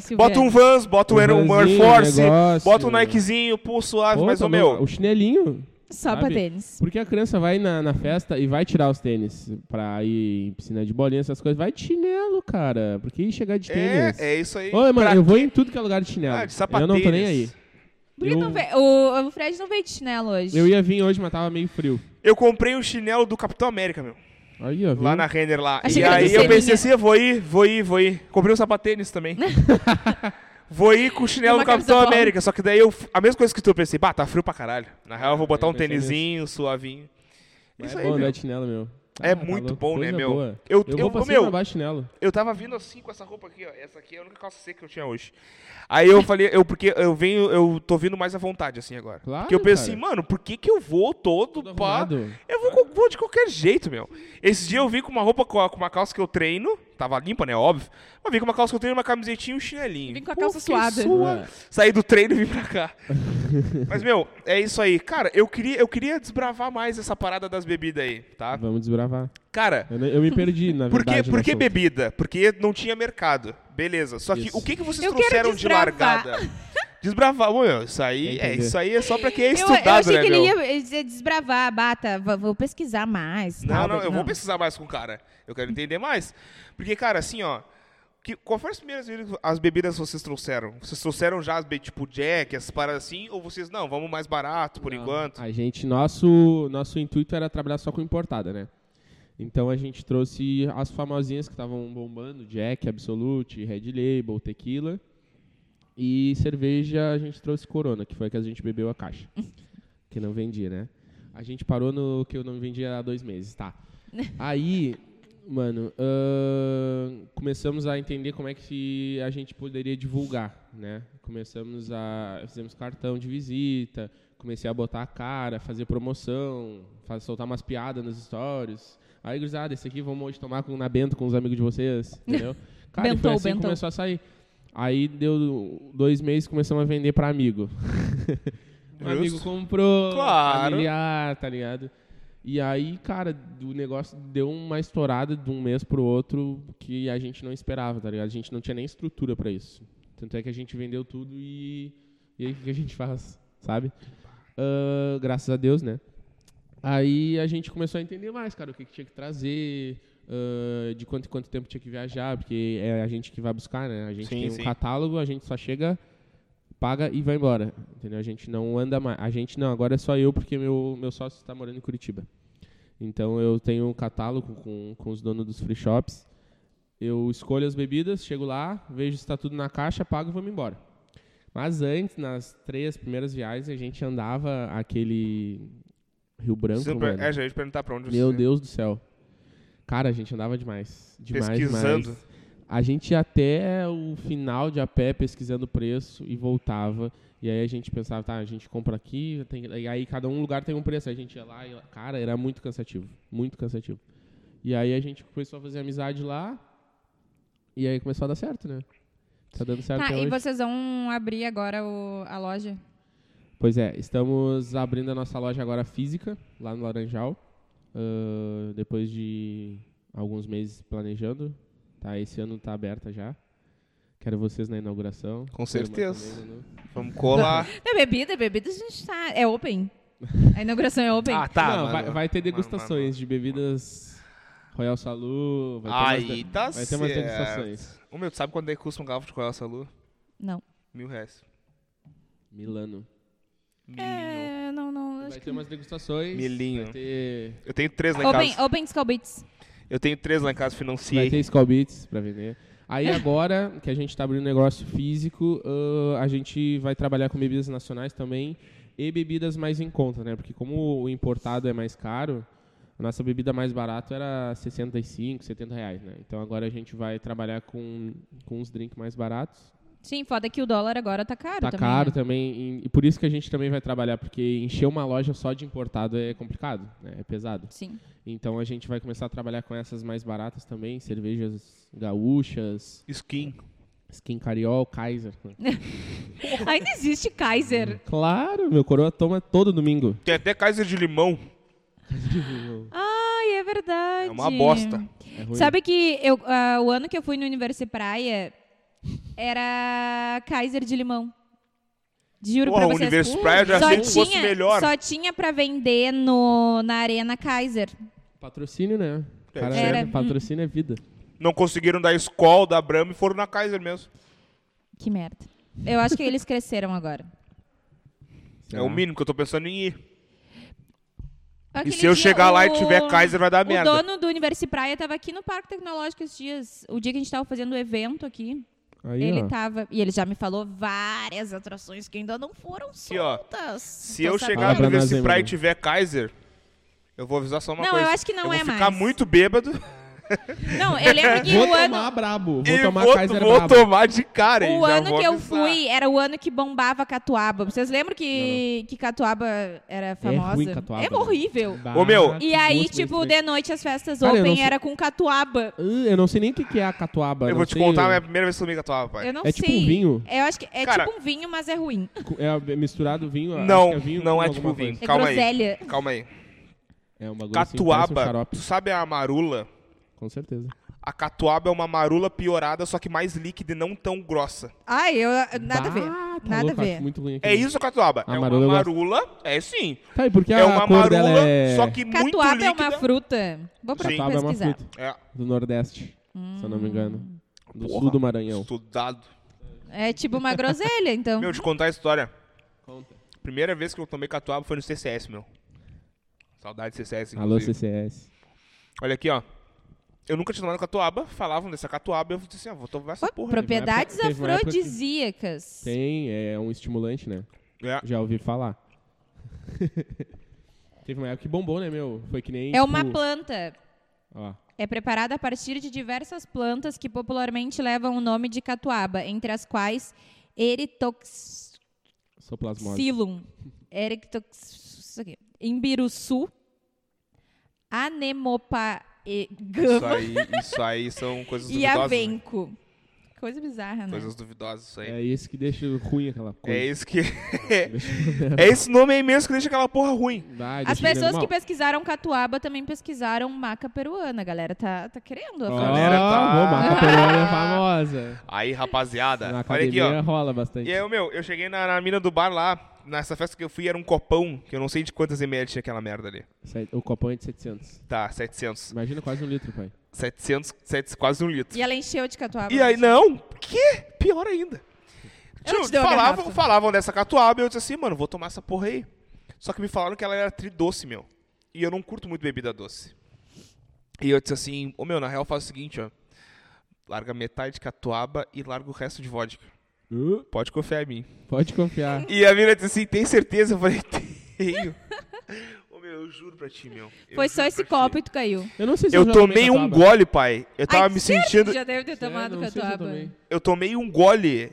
S2: Silvia.
S1: Bota um Vans, bota um
S3: Um
S1: Air um Air
S3: Vanzinho,
S1: Force,
S3: negócio.
S1: bota um Nikezinho, pô, suave,
S3: Pô,
S1: mas, ô
S3: também,
S1: meu,
S3: O chinelinho.
S2: Só
S3: Sabe?
S2: pra tênis.
S3: Porque a criança vai na, na festa e vai tirar os tênis pra ir em piscina de bolinha, essas coisas. Vai de chinelo, cara. Porque ir chegar de tênis.
S1: É, é isso aí.
S3: Olha, mano,
S1: Pra-
S3: eu vou em tudo que é lugar de chinelo.
S1: Ah, de
S3: eu não tô nem aí.
S1: sapatênis.
S2: Por que
S3: eu-
S2: não veio? O, o Fred não veio de chinelo hoje.
S3: Eu ia vir hoje, mas tava meio frio.
S1: Eu comprei o chinelo do Capitão América, meu.
S3: Aí, ó.
S1: Lá
S3: viu? É
S1: na Renner lá.
S2: Achei
S1: e
S2: que era
S1: aí
S2: do
S1: eu
S2: Seninha.
S1: pensei assim, eu vou ir, vou ir, vou ir. Comprei um sapatênis
S2: <laughs>
S1: também. vou ir com o chinelo
S2: Uma
S1: do Capitão
S2: camisa polo.
S1: América. Só que daí eu. A mesma coisa que tu, eu pensei, bah, tá frio pra caralho. Na real, eu vou botar
S3: eu
S1: um
S3: pensei
S1: tênisinho, suavinho.
S3: Mas
S1: Isso
S3: é
S1: aí,
S3: bom andar
S1: meu.
S3: de chinelo, meu. Tá
S1: É muito bom, né,
S3: coisa
S1: meu?
S3: boa.
S1: Eu-
S3: Eu,
S1: eu-
S3: vou pra
S1: meu-
S3: cima e pra baixo de chinelo.
S1: Eu tava vindo assim com essa roupa aqui, ó. Essa aqui é a única calça seca que eu tinha hoje. Aí eu falei, eu porque eu venho, eu tô vindo mais à vontade assim agora.
S3: Claro,
S1: porque eu penso
S3: cara.
S1: assim, mano, por que que eu vou todo
S3: Tudo
S1: pá?
S3: arrumado.
S1: Eu vou, co- vou de qualquer jeito, meu. Esse dia eu vim com uma roupa co- com uma calça que eu treino, tava limpa, né, óbvio. Mas vim com uma calça que eu treino, uma camisetinha e um chinelinho.
S2: Vim com a
S1: Pô,
S2: calça
S1: fiquei
S2: suada.
S1: sua-
S3: É.
S1: Saí do treino e vim pra
S3: <laughs>
S1: cá. Mas meu, é isso aí. Cara, eu queria eu queria desbravar mais essa parada das bebidas aí, tá?
S3: Vamos desbravar.
S1: Cara,
S3: Eu, eu me perdi, na
S1: por que,
S3: É verdade. né,
S1: por
S3: no
S1: que
S3: assunto.
S1: bebida? Porque não tinha mercado. Beleza. Só que
S3: Isso.
S1: o que, que vocês
S2: Eu quero
S1: trouxeram de
S2: desbravar.
S1: largada?
S2: <laughs>
S1: Desbravar. Ô, meu, isso aí,
S3: Quer
S1: é,
S3: entender.
S1: isso aí é só pra quem é
S2: Eu-
S1: estudado,
S2: eu achei
S1: né,
S2: que ele
S1: meu?
S2: ia, ele ia desbravar, bata, vou, vou pesquisar mais.
S1: Não,
S2: tal,
S1: não,
S2: mas
S1: eu vou pesquisar mais com o cara. Eu quero entender mais. Porque, cara, assim, ó. Que, qual foram as primeiras bebidas, as bebidas que vocês trouxeram? Vocês trouxeram já as be- tipo Jack, as paradas assim? Ou vocês, não, vamos mais barato por
S3: Não,
S1: enquanto?
S3: A gente, nosso, nosso intuito era trabalhar só com importada, né? Então a gente trouxe as famosinhas que estavam bombando, Jack, Absolute, Red Label, Tequila. E cerveja a gente trouxe Corona, que foi a que a gente bebeu a caixa. que não vendia, né? A gente parou no que eu não vendia há dois meses, tá. Aí, mano, ahn, começamos a entender como é que a gente poderia divulgar, né? Começamos a... Fizemos cartão de visita, comecei a botar a cara, fazer promoção, faz, soltar umas piadas nos stories. Aí, gurizada, esse aqui vamos hoje tomar com, na Bento com os amigos de vocês, entendeu? Cara, e
S2: Bentol,
S3: foi assim que
S2: Bentol.
S3: começou a sair. Aí deu dois meses começamos a vender pra amigo. um
S1: Justo.
S3: amigo comprou, um
S1: Claro.
S3: familiar, tá ligado? E aí, cara, o negócio deu uma estourada de um mês pro outro que a gente não esperava, tá ligado? A gente não tinha nem estrutura pra isso. Tanto é que a gente vendeu tudo e. E aí o que que a gente faz, sabe? Ah, graças a Deus, né? Aí a gente começou a entender mais, cara, o que, que tinha que trazer, ah, de quanto em quanto tempo tinha que viajar, porque é a gente que vai buscar, né? A gente
S1: Sim,
S3: tem
S1: sim.
S3: um catálogo, a gente só chega, paga e vai embora, entendeu? A gente não anda mais. A gente não, agora é só eu, porque meu, meu sócio está morando em Curitiba. Então eu tenho um catálogo com, com os donos dos free shops. Eu escolho as bebidas, chego lá, vejo se está tudo na caixa, pago e vou embora. Mas antes, nas três primeiras viagens, a gente andava aquele Rio Branco,
S1: Vocês não per-
S3: mano.
S1: é, já ia te perguntar pra onde
S3: Meu
S1: vocês-
S3: Deus do céu. Cara, a gente andava demais. Demais,
S1: Pesquisando.
S3: demais. A gente ia até o final de a pé pesquisando o preço e voltava. E aí a gente pensava, tá, a gente compra aqui, tem- e aí cada um lugar tem um preço. Aí A gente ia lá e lá. Cara, era muito cansativo. Muito cansativo. E aí a gente começou a fazer amizade lá. E aí começou a dar certo, né? Tá dando certo
S2: Tá,
S3: até
S2: e
S3: hoje.
S2: vocês vão abrir agora o- a loja?
S3: Pois é, estamos abrindo a nossa loja agora física, lá no Laranjal. Ah, depois de alguns meses planejando. Tá, esse ano tá aberta já. Quero vocês na inauguração.
S1: Com
S3: Quero né?
S1: certeza.
S3: mais também, Lulu.
S1: Vamos
S3: <laughs>
S1: colar.
S2: É bebida, bebida a gente tá... É open. A inauguração é open.
S1: ah, tá.
S3: Não,
S1: mano.
S3: vai, vai ter degustações
S1: Mano, mano.
S3: de bebidas Royal Salu. Vai ter umas
S1: Aí
S3: de-
S1: tá
S3: vai ter
S1: certo.
S3: umas degustações.
S1: Ô, meu, tu sabe quanto é que custa um garfo de colar essa lua?
S2: Não.
S1: Mil reais.
S3: Milano.
S1: Milinho.
S2: É, não, não.
S3: Vai
S2: Acho
S3: ter
S2: que...
S3: umas degustações.
S1: Milinho.
S3: Vai ter,
S1: Eu tenho três lá em
S2: Open,
S1: casa.
S2: open Skull Beats.
S1: Eu tenho três lá em casa, financiei.
S3: vai ter Skull Beats pra vender. Aí agora que a gente tá abrindo negócio físico, ah, a gente vai trabalhar com bebidas nacionais também e bebidas mais em conta, né? Porque como o importado é mais caro, a nossa bebida mais barata era 65, 70 reais, né? Então agora a gente vai trabalhar com, com uns drinks mais baratos
S2: Sim, foda que o dólar agora tá caro
S3: tá
S2: também.
S3: caro
S2: né?
S3: também. E- E por isso que a gente também vai trabalhar, porque encher uma loja só de importado é complicado, né? É pesado.
S2: Sim.
S3: Então a gente vai começar a trabalhar com essas mais baratas também, cervejas gaúchas,
S1: Skin.
S3: skin cariol,
S2: <laughs>
S3: Kaiser.
S2: Ainda existe
S1: Uhum.
S2: Kaiser.
S3: Claro, meu coroa toma todo domingo.
S1: Tem até Kaiser de limão.
S2: Ai, é verdade.
S1: É uma bosta.
S3: É ruim.
S2: Sabe que eu, ah, o ano que eu fui no Universo Praia era Kaiser de limão. Juro
S1: Porra,
S2: pra
S1: o
S2: vocês.
S1: Universo Praia eu já
S2: só
S1: achei que
S2: tinha,
S1: fosse melhor.
S2: Só tinha pra vender no, na Arena Kaiser.
S3: Patrocínio, né?
S1: É,
S3: Cara,
S1: isso
S2: aí. Era.
S3: Patrocínio é vida.
S1: Não conseguiram da escola, da Brahma e foram na Kaiser mesmo.
S2: Que merda. Eu acho que eles cresceram agora.
S1: É
S3: Será?
S1: o mínimo que eu tô pensando em ir.
S2: Aquele
S1: se eu
S2: dia,
S1: chegar lá e
S2: o-
S1: tiver Kaiser, vai dar
S2: o
S1: merda.
S2: dono do Universo Praia tava aqui no Parque Tecnológico esses dias, o dia que a gente tava fazendo o evento aqui.
S3: Aí,
S2: ele tá-
S3: ó.
S2: tava. E ele já me falou várias atrações que ainda não foram
S1: ó,
S2: soltas.
S1: Se
S2: Tô
S1: eu
S2: sabendo.
S1: chegar no
S3: pra nós,
S1: Universo
S3: hein,
S1: Praia e
S3: mano.
S1: tiver Kaiser, eu vou avisar só uma
S2: Não,
S1: coisa.
S2: eu acho que não
S1: eu
S2: é
S1: vou ficar
S2: mais.
S1: muito bêbado
S2: Não, eu lembro que
S3: <laughs> Vou
S2: o
S3: tomar
S2: ano.
S3: brabo. Vou
S1: e
S3: tomar
S1: vou,
S3: Kaiser
S1: vou
S3: brabo.
S1: tomar de cara. hein,
S2: O
S1: já
S2: ano
S1: vou
S2: que eu
S1: avisar.
S2: fui era o ano que bombava Catuaba. Vocês lembram que, que Catuaba era famosa?
S3: ruim Catuaba,
S2: É
S3: né?
S2: horrível.
S1: Ô, meu.
S2: E aí, tipo, de noite as festas
S3: Cara, eu não
S2: open
S3: sei-
S2: era com Catuaba.
S3: Eu não sei nem o que que é a catuaba.
S1: Eu
S3: não
S1: vou te
S3: sei-
S1: contar é- a minha primeira vez que eu tomei catuaba, pai.
S2: Eu não
S3: É
S2: sei.
S3: tipo um vinho?
S2: Eu acho que é
S1: Cara-
S2: tipo um vinho, mas é ruim.
S3: É misturado vinho? acho
S1: Não,
S3: que é vinho
S1: não
S3: com
S1: é
S3: alguma
S1: tipo vinho.
S3: coisa.
S2: É
S1: Calma aí.
S2: groselha.
S1: Calma aí.
S3: É um bagulho assim, parece um
S1: Catuaba,
S3: xarope.
S1: tu sabe a marula?
S3: Com certeza.
S1: A catuaba é uma marula piorada, só que mais líquida e não tão grossa.
S2: Ai, eu, nada a ver.
S3: Bah, tá
S2: nada
S3: louco,
S2: a
S3: acho
S2: ver.
S3: muito ruim
S1: É
S3: aquilo.
S1: isso, catuaba?
S3: A
S1: é
S3: marula eu
S1: uma
S3: gosto.
S1: marula, é sim.
S3: Tá, e porque
S1: É,
S3: a
S1: uma
S3: cor dela
S1: marula,
S3: é...
S1: só que muito
S2: Catuaba é
S1: líquida.
S2: uma fruta. Vou pra
S1: Sim.
S3: Catuaba é uma
S2: pesquisar.
S3: fruta
S1: É,
S3: do Nordeste, se eu
S2: Hum.
S3: não me engano. Do
S1: Porra.
S3: sul do Maranhão.
S1: estudado.
S2: É tipo uma groselha, então.
S1: Meu, te contar a história. Primeira vez que eu tomei catuaba foi no CCS, meu. Saudade de CCS,
S3: Alô,
S1: inclusive.
S3: CCS.
S1: Olha aqui, ó. Eu nunca tinha tomado catuaba, falavam dessa catuaba, eu disse assim, ah, vou tomar essa
S2: Pô,
S1: porra.
S2: propriedades
S3: teve uma época- teve uma época que-
S2: afrodisíacas.
S3: Tem, é um estimulante, né?
S2: <laughs>
S1: É.
S3: Já ouvi falar. <laughs> Teve uma época que bombou, né, meu? Foi que nem...
S2: É uma
S3: tipo,
S2: planta.
S3: ó,
S2: É preparada a partir de diversas plantas que popularmente levam o nome de catuaba, entre as quais Eritoxilum,
S3: soplasmose.
S2: Eritox, isso aqui, Imbiruçu, Anemopa
S1: é
S2: e Gama
S1: aí, isso aí são coisas né?
S2: e Avenco. Coisa bizarra, né?
S1: Coisas duvidosas, isso aí.
S3: É esse que deixa ruim aquela coisa.
S1: É isso
S3: <laughs>
S1: que. <laughs> é esse nome aí mesmo que deixa aquela porra ruim.
S3: Vai,
S2: As
S3: deixa eu
S2: pessoas
S3: ver.
S2: que
S3: Mal.
S2: pesquisaram catuaba também pesquisaram maca peruana. A galera tá, tá querendo.
S3: Ó,
S2: a
S3: oh,
S2: famosa.
S1: galera tá-
S3: bom, Maca
S2: Ah.
S3: Peruana é famosa.
S1: Aí, rapaziada.
S3: Na
S1: Tá, Olha aqui,
S3: academia
S1: ó.
S3: rola bastante.
S1: E aí, meu, eu cheguei na, na mina do bar lá. Nessa festa que eu fui, era um copão, que eu não sei de quantas ml tinha aquela merda ali.
S3: Se- O copão é de 700.
S1: Tá, 700.
S3: Imagina quase um litro, pai.
S1: 700, 700 quase um litro.
S2: E ela encheu de catuaba.
S1: E aí, né? não, que? Pior ainda.
S2: Ela
S1: Tio,
S2: te deu a
S1: falavam,
S2: garrafa.
S1: falavam dessa catuaba e eu disse assim, mano, vou tomar essa porra aí. Só que me falaram que ela era tridoce, meu. E eu não curto muito bebida doce. E eu disse assim, ô meu, na real faz o seguinte, ó. Larga metade de catuaba e larga o resto de vodka.
S3: Uh,
S1: Pode confiar em mim.
S3: pode confiar.
S1: E a mina disse assim, tem certeza? Eu falei, tenho. ô meu, eu juro pra ti, meu. Eu
S2: Foi
S1: juro
S2: só esse
S1: pra ti.
S2: copo e tu caiu.
S3: Eu não sei se eu,
S1: Eu
S3: já
S1: tomei um
S3: catuaba.
S1: gole, pai. Eu tava
S2: Ai,
S1: me
S2: sério?
S1: sentindo...
S2: Já deve ter
S3: Sério,
S2: tomado
S3: não sei se eu
S2: catuaba.
S3: tomei.
S1: Eu tomei um gole,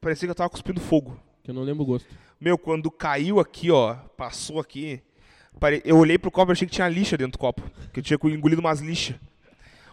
S1: parecia que eu tava cuspindo fogo.
S3: Que eu não lembro o gosto.
S1: Meu, quando caiu aqui, ó, passou aqui, pare- eu olhei pro copo e achei que tinha lixa dentro do copo, que eu tinha engolido umas lixas.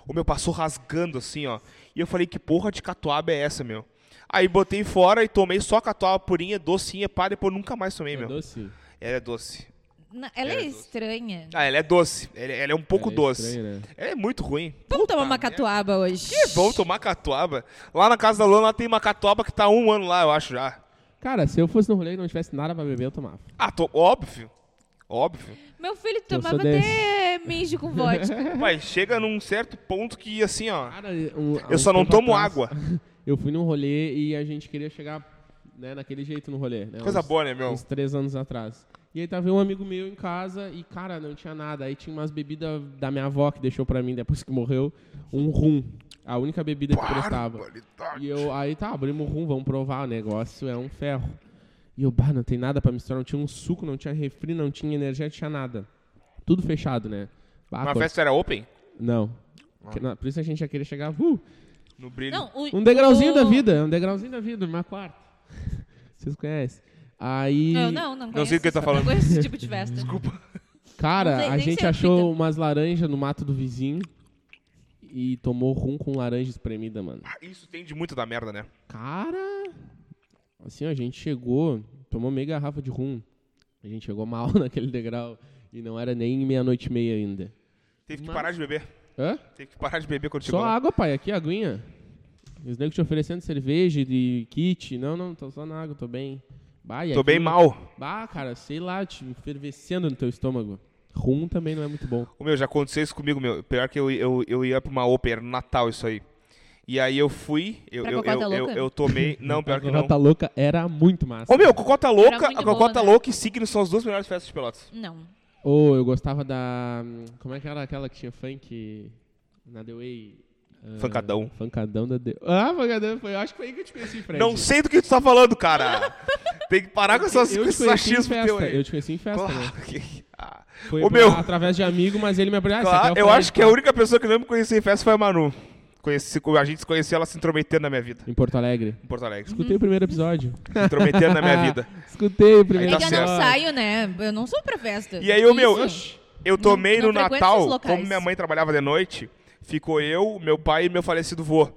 S1: O meu passou rasgando assim, ó. E eu falei, que porra de catuaba é essa, meu? Aí botei fora e tomei só catuaba purinha, docinha, pá, depois nunca mais tomei,
S3: É
S1: meu.
S3: doce.
S1: Ela é doce.
S2: Não, ela é,
S1: É, doce.
S2: estranha.
S1: Ah, ela é doce. Ela, ela é um pouco
S3: Ela é
S1: doce.
S3: estranha, né?
S1: Ela é muito ruim.
S2: Vamos tomar uma catuaba hoje.
S1: Que bom tomar catuaba. Lá na casa da Lona lá tem uma catuaba que tá há um ano lá, eu acho já.
S3: Cara, se eu fosse no rolê e não tivesse nada pra beber, eu tomava.
S1: Ah, tô... óbvio.
S3: <laughs>
S1: Óbvio.
S2: Meu filho
S3: sou
S2: tomava
S3: desse.
S2: até mijo
S1: <laughs>
S2: com vodka.
S1: Pai, chega num certo ponto que assim, ó.
S3: Cara, um- há
S1: Eu só
S3: uns
S1: não
S3: tempo
S1: tomo
S3: atrás,
S1: água.
S3: Eu fui num rolê e a gente queria chegar né, naquele jeito no rolê. né,
S1: Coisa
S3: uns-
S1: boa, né, meu?
S3: Uns três anos atrás. E aí tava um amigo meu em casa e, cara, não tinha nada. Aí tinha umas bebidas da minha avó que deixou pra mim depois que morreu. Um rum. A única bebida que prestava. E eu, aí tá, abrimos o rum, vamos provar. O negócio é um ferro. E eu, bah, não tem nada pra misturar. Não tinha um suco, não tinha refri, não tinha energia, não tinha nada. Tudo fechado, né? Bah,
S1: Uma
S3: quando-
S1: festa era open?
S3: Não. Que- não, Por isso a gente já queria chegar. Uh,
S1: No brilho.
S2: Não, o-
S3: um degrauzinho
S2: o-
S3: da vida, um degrauzinho da vida, uma quarta. <laughs> Vocês conhecem? Aí.
S2: Eu não, não conheço.
S1: sei do que
S2: essa-
S1: tá falando.
S2: Não conheço esse tipo de festa. Desculpa.
S3: Cara,
S2: Não sei,
S3: a
S2: nem é
S3: gente
S2: sei o que
S3: achou
S2: que-
S3: umas laranjas no mato do vizinho e tomou rum com laranja espremida, mano.
S1: Ah, Isso tem de muito da merda, né?
S3: Cara, assim, ó, a gente chegou, tomou meia garrafa de rum. A gente chegou mal <laughs> naquele degrau e não era nem meia-noite e meia ainda.
S1: Teve que
S3: Mas-
S1: parar de beber.
S3: Hã?
S1: Teve que parar de beber quando chegou.
S3: Só
S1: lá.
S3: água, pai, aqui, aguinha. E Os negros te oferecendo cerveja e kit. Não, não, tô só na água, tô bem. Bah, e
S1: Tô bem
S3: aquilo-
S1: mal.
S3: Bah, cara, sei lá, te fervescendo no teu estômago. Rum também não é muito bom.
S1: Ô, meu, já aconteceu isso comigo, meu. Pior que eu, eu, eu ia pra uma ópera no Natal, isso aí. E aí eu fui, eu,
S2: Pra
S1: eu,
S2: Cocota
S1: eu, eu,
S2: Louca?
S1: eu
S2: <laughs>
S1: tomei. Não,
S3: A
S1: pior que não.
S3: Cocota Louca era muito massa.
S1: Ô, meu, Cocota Louca,
S2: muito
S1: a Cocota
S2: boa, né?
S1: Louca e Signo são as duas melhores festas de Pelotas.
S2: Não.
S1: Tá
S3: Ou eu gostava da. Como é que era aquela que tinha funk? Na The Way. ah,
S1: Funkadão.
S3: Funkadão da The Ah, Funkadão, foi, eu acho que foi aí que eu te conheci, Fred.
S1: Não sei do que tu tá falando,
S3: <laughs>
S1: cara. Tem que parar com, essas, com
S3: eu te
S1: esses
S3: conheci em
S1: achismos teu
S3: festa.
S1: aí.
S3: Eu te conheci em festa, né?
S1: Claro <laughs> que- ah.
S3: Foi
S1: Ô,
S3: pra-
S1: meu.
S3: através de amigo, mas ele me abriu. Ah,
S1: Claro, eu acho que é a única pessoa que não me conheceu em festa foi a Manu. Conheci, a gente se conheceu ela se intrometendo na minha vida,
S3: Em Porto Alegre.
S1: em Porto Alegre.
S2: Uhum.
S3: Escutei o primeiro episódio.
S1: Se intrometendo na
S3: <laughs> Ah,
S1: minha vida.
S3: Escutei o
S1: Aí
S3: primeiro
S1: tá
S2: é que eu
S1: certo.
S2: não
S3: episódio.
S2: saio, né? Eu não sou pra festa.
S1: E aí, ô, meu,
S2: Isso.
S1: Eu tomei
S2: não
S1: no
S2: frequento esses
S1: Natal,
S2: locais.
S1: como minha mãe trabalhava de noite, ficou eu, meu pai e meu falecido vô.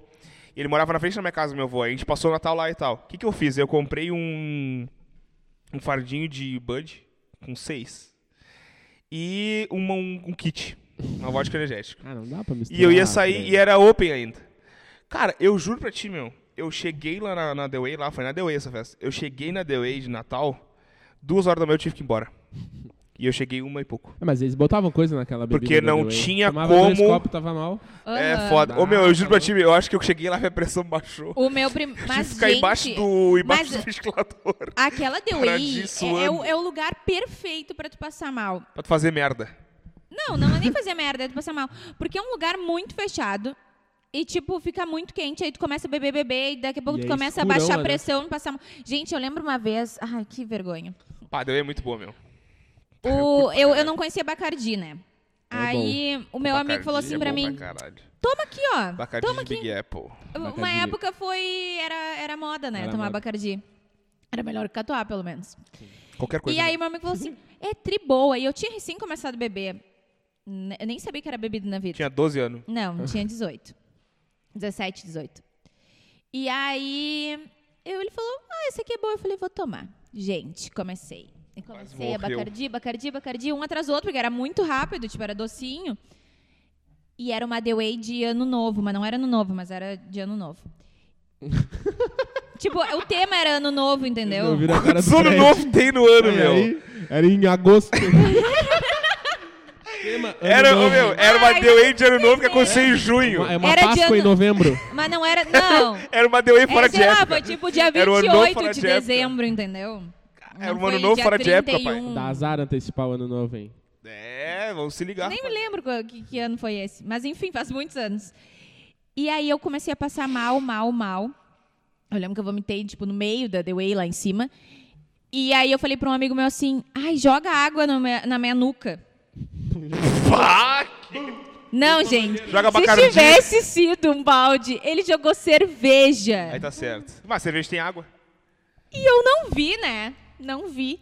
S1: Ele morava na frente da minha casa, meu vô. A gente passou o Natal lá e tal. O que, que eu fiz? Eu comprei um, um fardinho de Bud com seis e uma- um, um kit, uma vodka energética.
S3: Ah, não dá pra misturar.
S1: E eu ia sair
S3: velho.
S1: e é era open ainda. Cara, eu juro pra ti, meu. Eu cheguei lá na, na The Way, lá foi na The Way essa festa. Eu cheguei na The Way de Natal, duas horas da manhã eu tive que ir embora. E eu cheguei uma e pouco.
S3: Ah, Mas eles botavam coisa naquela bebida.
S1: Porque
S3: da
S1: não
S3: The Way.
S1: tinha
S3: Tomava
S1: como-
S3: Dois copos, tava mal.
S1: É
S2: Aham.
S1: foda. Ô meu, eu juro pra
S3: Ah,
S1: ti, eu acho que eu cheguei lá minha pressão baixou.
S2: O meu prim...
S1: Tive
S2: Mas,
S1: que ficar
S2: gente,
S1: embaixo do embaixo
S2: mas-
S1: do <laughs> ventilador
S2: aquela The
S1: Paradinho
S2: Way é, é
S1: suando.
S2: o, é o lugar perfeito pra tu passar mal.
S1: pra tu fazer merda.
S2: Não, não é nem fazer merda, é tu passar mal. Porque é um lugar muito fechado. E, tipo, fica muito quente, aí tu começa a beber, beber, e daqui a pouco
S3: E
S2: tu
S3: é
S2: começa a
S3: escurão
S2: baixar
S3: lá
S2: a
S3: dentro.
S2: pressão, passar mal. Gente, eu lembro uma vez. Ai, que vergonha.
S1: Pá, deu é muito boa, meu. É
S2: O, eu, eu não conhecia Bacardi, né?
S3: É
S2: aí o meu amigo falou assim pra mim: toma aqui, ó.
S1: é Bacardi
S2: toma
S1: de
S2: aqui.
S1: Big Apple.
S2: Uma
S3: Bacardi.
S2: época foi. Era, era moda, né?
S3: Era
S2: tomar
S3: moda.
S2: Bacardi. Era melhor que catuar, pelo menos.
S1: Qualquer coisa. né?
S2: E aí meu amigo falou assim: é tri boa. E eu tinha recém começado a beber. N- Eu nem sabia que era bebida na vida.
S1: Tinha 12 anos. <laughs>
S2: Não, tinha 18. 17, 18. E aí eu, ele falou, ah, esse aqui é bom. Eu falei, vou tomar. Gente, comecei. E comecei a
S1: morreu.
S2: Bacardi, Bacardi, Bacardi, um atrás do outro, porque era muito rápido, tipo, era docinho. E era uma The Way de ano novo, mas não era ano novo, mas era de ano
S1: <laughs>
S2: novo. tipo, o tema era ano novo, entendeu?
S3: Eu viro a cara do
S1: Zona
S3: Fred.
S1: novo tem no ano,
S3: Olha
S1: meu.
S3: aí, era em
S1: <laughs>
S3: agosto. Tema, ano
S1: Era, ô,
S3: novo.
S1: meu, era uma
S2: Ai,
S1: The Way de ano novo que
S2: esqueci.
S1: aconteceu em junho.
S3: Uma- É uma
S2: Era de
S3: Páscoa em
S2: ano-
S3: novembro.
S2: Mas não era, não.
S1: Era uma The Way <laughs> fora
S2: é,
S1: de
S2: sei lá,
S1: época.
S2: foi tipo dia
S1: Era o ano novo
S2: 28
S1: fora
S2: de,
S1: de época.
S2: dezembro, entendeu?
S1: Era
S2: Não
S1: um ano
S2: foi
S1: novo
S2: dia
S1: fora de época, pai.
S2: 31.
S3: Dá azar antecipar o ano novo, hein?
S1: É, vamos se ligar.
S2: Nem me lembro qual- que, que ano foi esse. Mas enfim, faz muitos anos. E aí eu comecei a passar mal, mal, mal. Eu lembro que eu vomitei, tipo, no meio da The Way, lá em cima. E aí eu falei pra um amigo meu assim, ai, joga água no meu- na minha nuca.
S1: Pá,
S2: Não, gente.
S1: Joga
S2: se
S1: Bacardi.
S2: tivesse sido um balde, ele jogou cerveja.
S1: Aí tá certo. Mas cerveja tem água.
S2: E eu não vi, né? Não vi.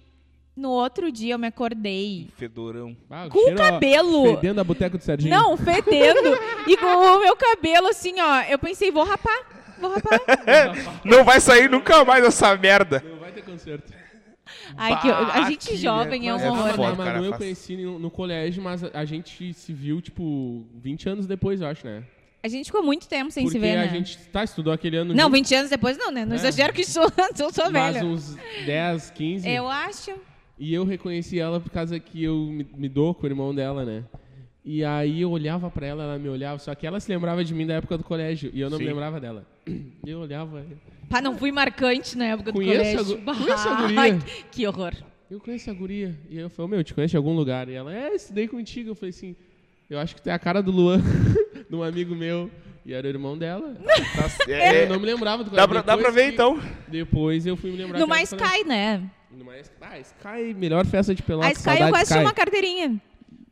S2: No outro dia eu me acordei.
S1: Fedorão.
S3: Ah,
S2: Com o
S3: cheiro, ó,
S2: cabelo.
S3: Fedendo a boteco do Serginho.
S2: Não, fedendo. e com o meu cabelo, assim, ó. Eu pensei, vou rapar. Vou rapar.
S1: Não vai sair nunca mais essa merda.
S3: Não vai ter concerto.
S2: Ai, que, a
S1: Bah,
S2: gente
S1: que
S2: jovem é um
S1: merda.
S2: horror. né?
S1: foda,
S3: a Manu
S1: cara,
S3: eu
S1: faz-
S3: conheci no, no colégio, mas a, a gente se viu, tipo, 20 anos depois, eu acho, né?
S2: A gente ficou muito tempo sem
S3: Porque
S2: se ver,
S3: a
S2: né?
S3: gente tá, estudou aquele ano.
S2: Não,
S3: junto,
S2: 20 anos depois não, né? Não
S3: É.
S2: exagero que sou, <laughs> eu sou
S3: mas
S2: velha.
S3: uns 10, 15.
S2: Eu acho.
S3: E eu reconheci ela por causa que eu me, me dou com o irmão dela, né? E aí eu olhava pra ela, ela me olhava, só que ela se lembrava de mim da época do colégio e eu não
S1: Sim.
S3: me lembrava dela. <clears throat> E Eu olhava,
S2: Pá, não fui marcante na época
S3: Conheço a
S2: do colégio.
S3: gu-
S2: Bah,
S3: conheço a guria.
S2: que- que horror.
S3: eu conheço a guria. E eu falei, meu, te conheço de algum lugar. E ela, é, estudei contigo. Eu falei assim, eu acho que tem a cara do Luan, <laughs> de um amigo meu. E era o irmão dela.
S1: Tá c-
S3: Eu não me lembrava do
S1: Dá pra, dá
S3: Depois
S1: pra ver
S3: que-
S1: então.
S3: Depois eu fui me lembrar.
S2: No
S3: que era
S2: mais
S3: do colégio.
S2: Sky, né?
S3: No mais Ah, Sky, melhor festa de
S2: A
S3: Pelotas.
S2: Sky eu quase
S3: quase
S2: tinha uma carteirinha.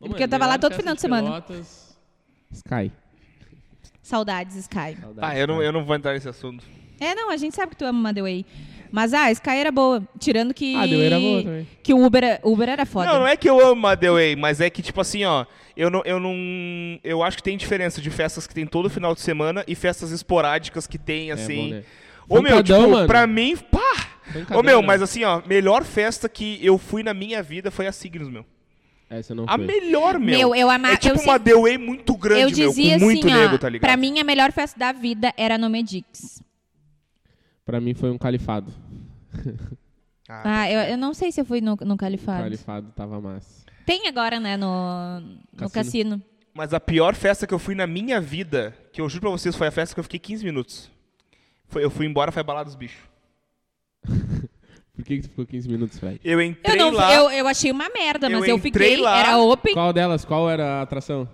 S2: porque eu tava lá todo final de semana.
S3: Pelotas. Sky.
S2: Saudades, Sky.
S1: Ah, eu não, eu não vou entrar nesse assunto.
S2: É, não, a gente sabe que tu ama a The Way. Mas ah, a Sky era boa. Tirando que.
S3: Ah, The Way era boa também.
S2: Que o Uber, Uber era foda.
S1: Não, não é que eu amo a The Way, mas é que, tipo assim, ó, eu não, eu não. Eu acho que tem diferença de festas que tem todo final de semana e festas esporádicas que tem, assim.
S3: bom, né?
S1: Ô, meu,
S3: Pancadão,
S1: tipo,
S3: mano.
S1: pra mim, pá!
S3: Pancadão,
S1: Ô, meu,
S3: né?
S1: mas assim, ó, melhor festa que eu fui na minha vida foi a Signos, meu.
S3: Essa não
S1: A
S3: foi.
S1: melhor, meu.
S2: Meu, eu ama-
S1: É tipo
S2: eu
S1: uma
S2: sempre-
S1: The Way muito grande,
S2: eu dizia
S1: meu, com muito
S2: assim,
S1: nego,
S2: ó,
S1: tá ligado?
S2: pra mim a melhor festa da vida era no Medix.
S3: Pra mim foi um califado.
S1: Ah,
S2: Ah, eu, eu não sei se eu fui no, no Califado.
S3: Califado tava massa.
S2: Tem agora, né, no, no
S3: Cassino.
S2: cassino.
S1: Mas a pior festa que eu fui na minha vida, que eu juro pra vocês, foi a festa que eu fiquei 15 minutos. Foi- eu fui embora, foi a balada dos bichos.
S3: Por que, que tu ficou 15 minutos, Fred?
S1: Eu
S2: Eu,
S1: entrei
S2: não,
S1: lá.
S2: eu, eu achei uma merda,
S1: Eu
S2: mas eu
S1: entrei
S2: fiquei.
S1: lá.
S2: Era open.
S3: Qual delas? Qual era a atração?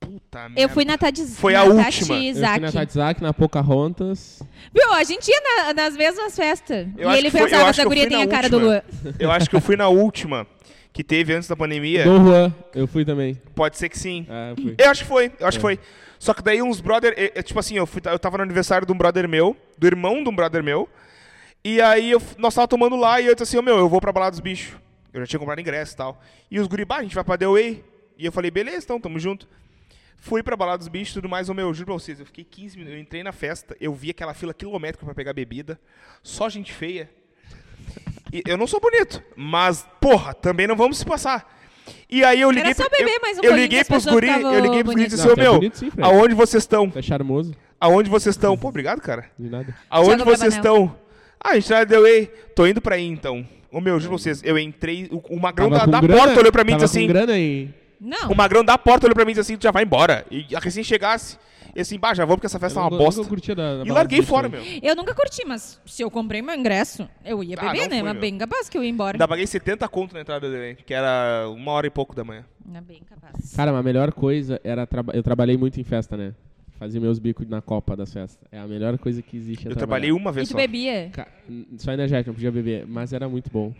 S1: Puta
S2: Eu
S1: merda.
S2: fui na Tadis.
S1: Foi
S2: na
S1: a
S2: Tati
S1: última. Eu
S3: Eu fui
S2: Isaac.
S3: na Tatzak, na Pocahontas.
S2: Viu? A gente ia na- nas mesmas festas.
S1: Eu
S2: e
S1: acho
S2: ele
S1: que foi- eu
S2: pensava,
S1: acho
S2: essa
S1: que eu
S2: guria
S1: fui
S2: tem
S1: na
S2: a cara do
S1: última.
S2: Luan.
S1: Eu acho que eu fui na última, que teve antes da pandemia.
S3: Dom Juan, eu fui também.
S1: Pode ser que sim.
S3: Ah, eu fui.
S1: Eu acho que foi, eu acho que foi. Só que daí uns brother, eh, eh, tipo assim, eu, fui, eu tava no aniversário de um brother meu, do irmão de um brother meu, e aí eu, f- nós tava tomando lá e eu disse assim, ô meu, eu vou pra balada dos bichos. Eu já tinha comprado ingresso e tal. E os guribá, a gente vai pra The Way. E eu falei, beleza, então, tamo junto. Fui pra balada dos bichos e tudo mais, ô meu, eu juro pra vocês, eu fiquei 15 minutos, eu entrei na festa, eu vi aquela fila quilométrica pra pegar bebida, só gente feia. E eu não sou bonito, mas, porra, também não vamos se passar. E aí eu liguei
S2: só
S1: pra-
S2: beber
S1: eu-
S2: mais um
S1: eu
S2: golinho que
S1: liguei
S2: as
S1: pros
S2: pessoas
S1: guri,
S2: ficavam
S1: eu liguei pros guri e
S2: bonitas.
S1: disse, ô
S3: Não, tu é
S1: meu,
S3: bonito sim, Fred.
S1: aonde vocês estão?
S3: Tu é charmoso,
S1: Aonde vocês estão? Pô, obrigado, cara.
S3: de nada.
S1: Aonde
S2: Thiago
S1: vocês
S2: Bravanel.
S1: estão? Ah, a gente tá deu ei. Tô indo pra aí então. Ô meu, eu juro pra vocês, eu entrei, o, o magrão da,
S3: com
S1: da
S3: grana-
S1: porta olhou pra mim e
S3: tava
S1: disse assim,
S3: com grana em...
S2: Não.
S1: o magrão da porta olhou pra mim e disse assim, tu já vai embora. E a recém chegasse, eu assim, bah, já vou porque essa festa é uma bosta. E larguei fora, meu.
S2: Eu nunca curti, mas se eu comprei meu ingresso, eu ia
S1: Ah,
S2: beber,
S1: não
S2: né?
S1: fui,
S2: mas
S1: meu.
S2: bem capaz que eu ia embora.
S1: Ainda paguei 70 conto na entrada dele, que era uma hora e pouco da manhã.
S2: É bem capaz.
S3: Cara, mas a melhor coisa era... traba- Eu trabalhei muito em festa, né? Fazia meus bicos na copa das festas. É a melhor coisa que existe. é
S1: Eu
S3: trabalhar.
S1: trabalhei um uma
S2: E
S1: vez
S2: tu
S1: só.
S2: bebia?
S3: Ca- Só energético, não podia beber. Mas era muito bom.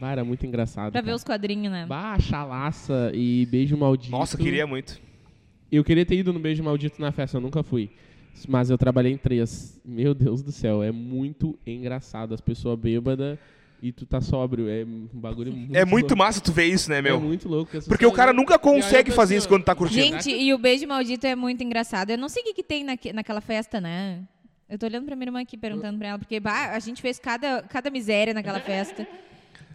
S3: Bah, era muito engraçado.
S2: Pra
S3: cara.
S2: ver os quadrinhos, né?
S3: Bah, chalaça e beijo maldito.
S1: Nossa, queria muito.
S3: Eu queria ter ido no Beijo Maldito na festa, eu nunca fui. Mas eu trabalhei em três. Meu Deus do céu, é muito engraçado. As pessoas bêbadas e tu tá sóbrio. É um bagulho muito
S1: É muito
S3: louco.
S1: massa tu ver isso, né,
S3: É
S1: meu?
S3: muito louco. as
S1: Porque o
S3: pessoas-
S1: cara nunca consegue
S3: eu
S1: fazer
S3: pensei,
S1: isso quando tá
S3: ó,
S1: curtindo.
S2: Gente, e o beijo maldito é muito engraçado. Eu não sei o que, que tem naque- naquela festa, né? Eu tô olhando pra minha irmã aqui, perguntando pra ela, porque bah, a gente fez cada, cada miséria naquela festa.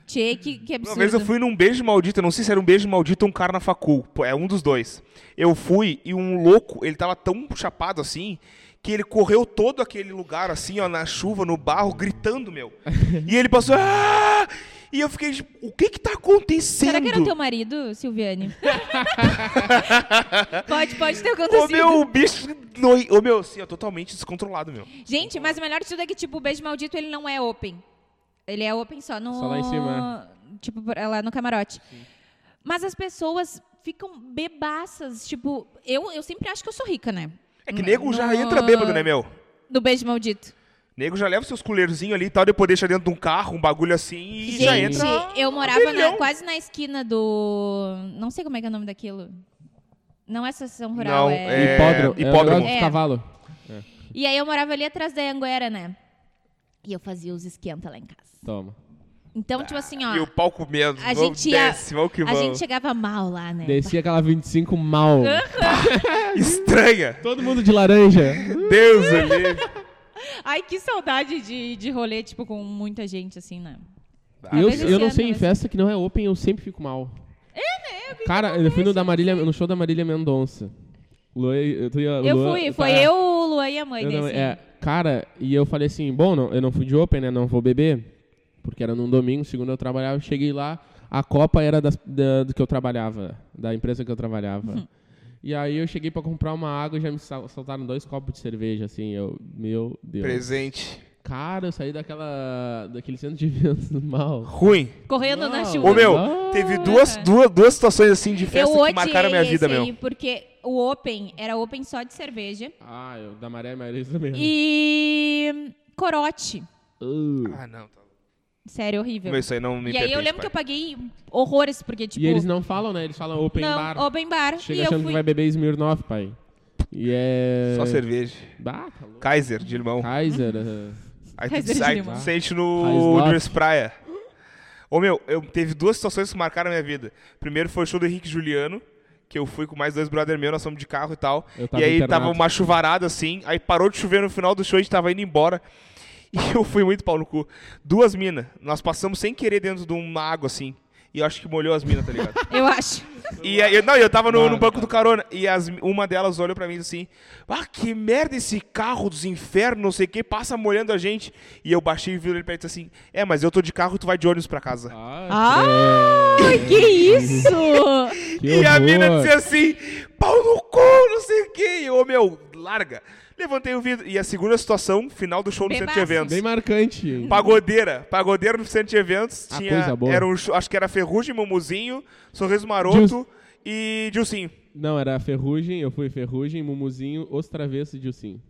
S2: Tchê, que, que absurdo.
S1: Uma vez eu fui num beijo maldito, eu não sei se era um beijo maldito ou um cara na facul, pô, é um dos dois. Eu fui e um louco, ele tava tão chapado assim, que ele correu todo aquele lugar assim, ó, na chuva, no barro, gritando, meu. E ele passou, "Ah!" e eu fiquei, tipo, o que que tá acontecendo?
S2: Será que era o teu
S1: <laughs>
S2: marido, Silviane? pode, pode ter
S1: Ô
S2: acontecido.
S1: meu, o bicho, noi- ô meu, assim, ó, totalmente descontrolado, meu.
S2: Gente, mas o melhor de tudo é que, tipo, o beijo maldito, ele não é open. Ele é open só no...
S3: Só lá em cima.
S2: Tipo, por- lá no camarote. Mas as pessoas ficam bebaças. Tipo, eu, eu sempre acho que eu sou rica, né?
S1: É que nego já entra bêbado, né, meu?
S2: Do beijo maldito.
S1: Nego já leva seus colherzinhos ali e tal, depois deixa dentro de um carro, um bagulho assim, e já
S2: Gente,
S1: entra. um
S2: eu morava na-
S1: milhão.
S2: quase na esquina do... Não sei como é que é o nome daquilo. Não é estação
S1: Não,
S2: rural, é...
S1: é-
S3: Hipódromo. É,
S1: hipódromo.
S3: hipódromo. É,
S2: É.
S3: de cavalo.
S2: E aí eu morava ali atrás da Anguera, né? E eu fazia os esquenta lá em casa.
S3: Toma.
S2: Então, tipo assim, ó...
S1: Tá. E o pau comendo.
S2: A
S1: vamos
S2: gente ia-
S1: desce, vamos que
S2: A
S1: vamos.
S2: gente chegava mal lá, né?
S3: Descia aquela 25 mal.
S1: Estranha.
S3: Todo mundo de laranja.
S1: Deus o livre.
S2: Ai, que saudade de, de rolê, tipo, com muita gente, assim, né?
S1: Tá
S3: eu,
S2: Talvez esse
S3: eu não
S2: ano,
S3: sei, em
S2: mas-
S3: festa que não é open, eu sempre fico mal. É, né? Cara, eu fui no, da Marília, no show da Marília Mendonça. Lua, eu, tu ia-
S2: Eu
S3: Lua-
S2: fui,
S3: tá.
S2: foi eu, o Luan e a mãe
S3: Eu
S2: desse.
S3: não- é, cara, e eu falei assim, bom, não, eu não fui de open, né? Não vou beber. Porque era num domingo, segunda eu trabalhava, eu cheguei lá, a Copa era das- da- do que eu trabalhava, da empresa que eu trabalhava.
S2: Uhum.
S3: E aí eu cheguei pra comprar uma água e já me sal- saltaram dois copos de cerveja, assim, eu, meu Deus.
S1: Presente.
S3: Cara, eu saí daquela, daquele centro de eventos mal.
S1: Ruim.
S2: Correndo na
S3: Uau.
S2: chuva.
S1: Ô, meu,
S3: Ah.
S1: teve duas, duas, duas situações assim de
S2: eu
S1: festa que
S2: odiei
S1: marcaram minha vida,
S2: esse
S1: meu.
S2: aí, porque o Open era Open só de cerveja
S3: Ah, eu, da Maria Maria também.
S2: e corote.
S3: Uh.
S1: Ah, não. Tá...
S2: Sério, horrível.
S1: Meu, isso aí não me
S2: e aí eu
S1: pertence,
S2: lembro que eu
S1: pai.
S2: paguei horrores, porque, tipo...
S3: E eles não falam, né? Eles falam open
S2: não,
S3: bar.
S2: Open bar.
S3: Chega
S2: e eu
S3: achando
S2: fui...
S3: que vai beber Smirnoff, pai. E é...
S1: Só cerveja.
S3: Bah, tá louco.
S1: Kaiser, de limão.
S3: Kaiser. eh,
S1: Aí
S2: Kaiser
S1: tu,
S2: de
S1: aí
S2: limão.
S1: tu sente
S3: Raiz
S1: no
S3: Love.
S1: Dress Praia. Ô, meu, eu, teve duas situações que marcaram minha vida. Primeiro foi o show do Henrique Juliano, que eu fui com mais dois brother meus, nós fomos de carro e tal.
S3: Eu tava
S1: e aí
S3: internado.
S1: tava uma chuvarada assim, aí parou de chover no final do show, a gente tava indo embora. <laughs> E eu fui muito pau no cu. Duas minas, nós passamos sem querer dentro de uma água assim. E eu acho que molhou as minas, tá ligado?
S2: <laughs> Eu acho.
S1: E aí, eu- não, eu tava no,
S3: Claro,
S1: no banco do carona e as- uma delas olhou pra mim e disse assim: Ah, que merda esse carro dos infernos, não sei o que, passa molhando a gente. E eu baixei e vi ele pra ele e disse assim: É, mas eu tô de carro e tu vai de ônibus pra casa.
S3: É.
S2: Ai, que isso!
S3: Ah, que
S1: e a
S3: horror.
S1: mina disse assim: Pau no cu, não sei o que. E eu, meu, larga. Levantei o vidro. E a segunda situação, final do show no centro de
S2: Bebaço.
S1: eventos.
S3: Bem marcante. hein?
S1: Pagodeira. Pagodeira no centro de eventos.
S3: Ah,
S1: tinha,
S3: coisa boa.
S1: Era um, show- acho que era Ferrugem, Mumuzinho, Sorriso Maroto
S3: Gil-
S1: e Dilcinho.
S3: Não, era Ferrugem, eu fui Ferrugem, Mumuzinho, Os Travessos e Dilcinho.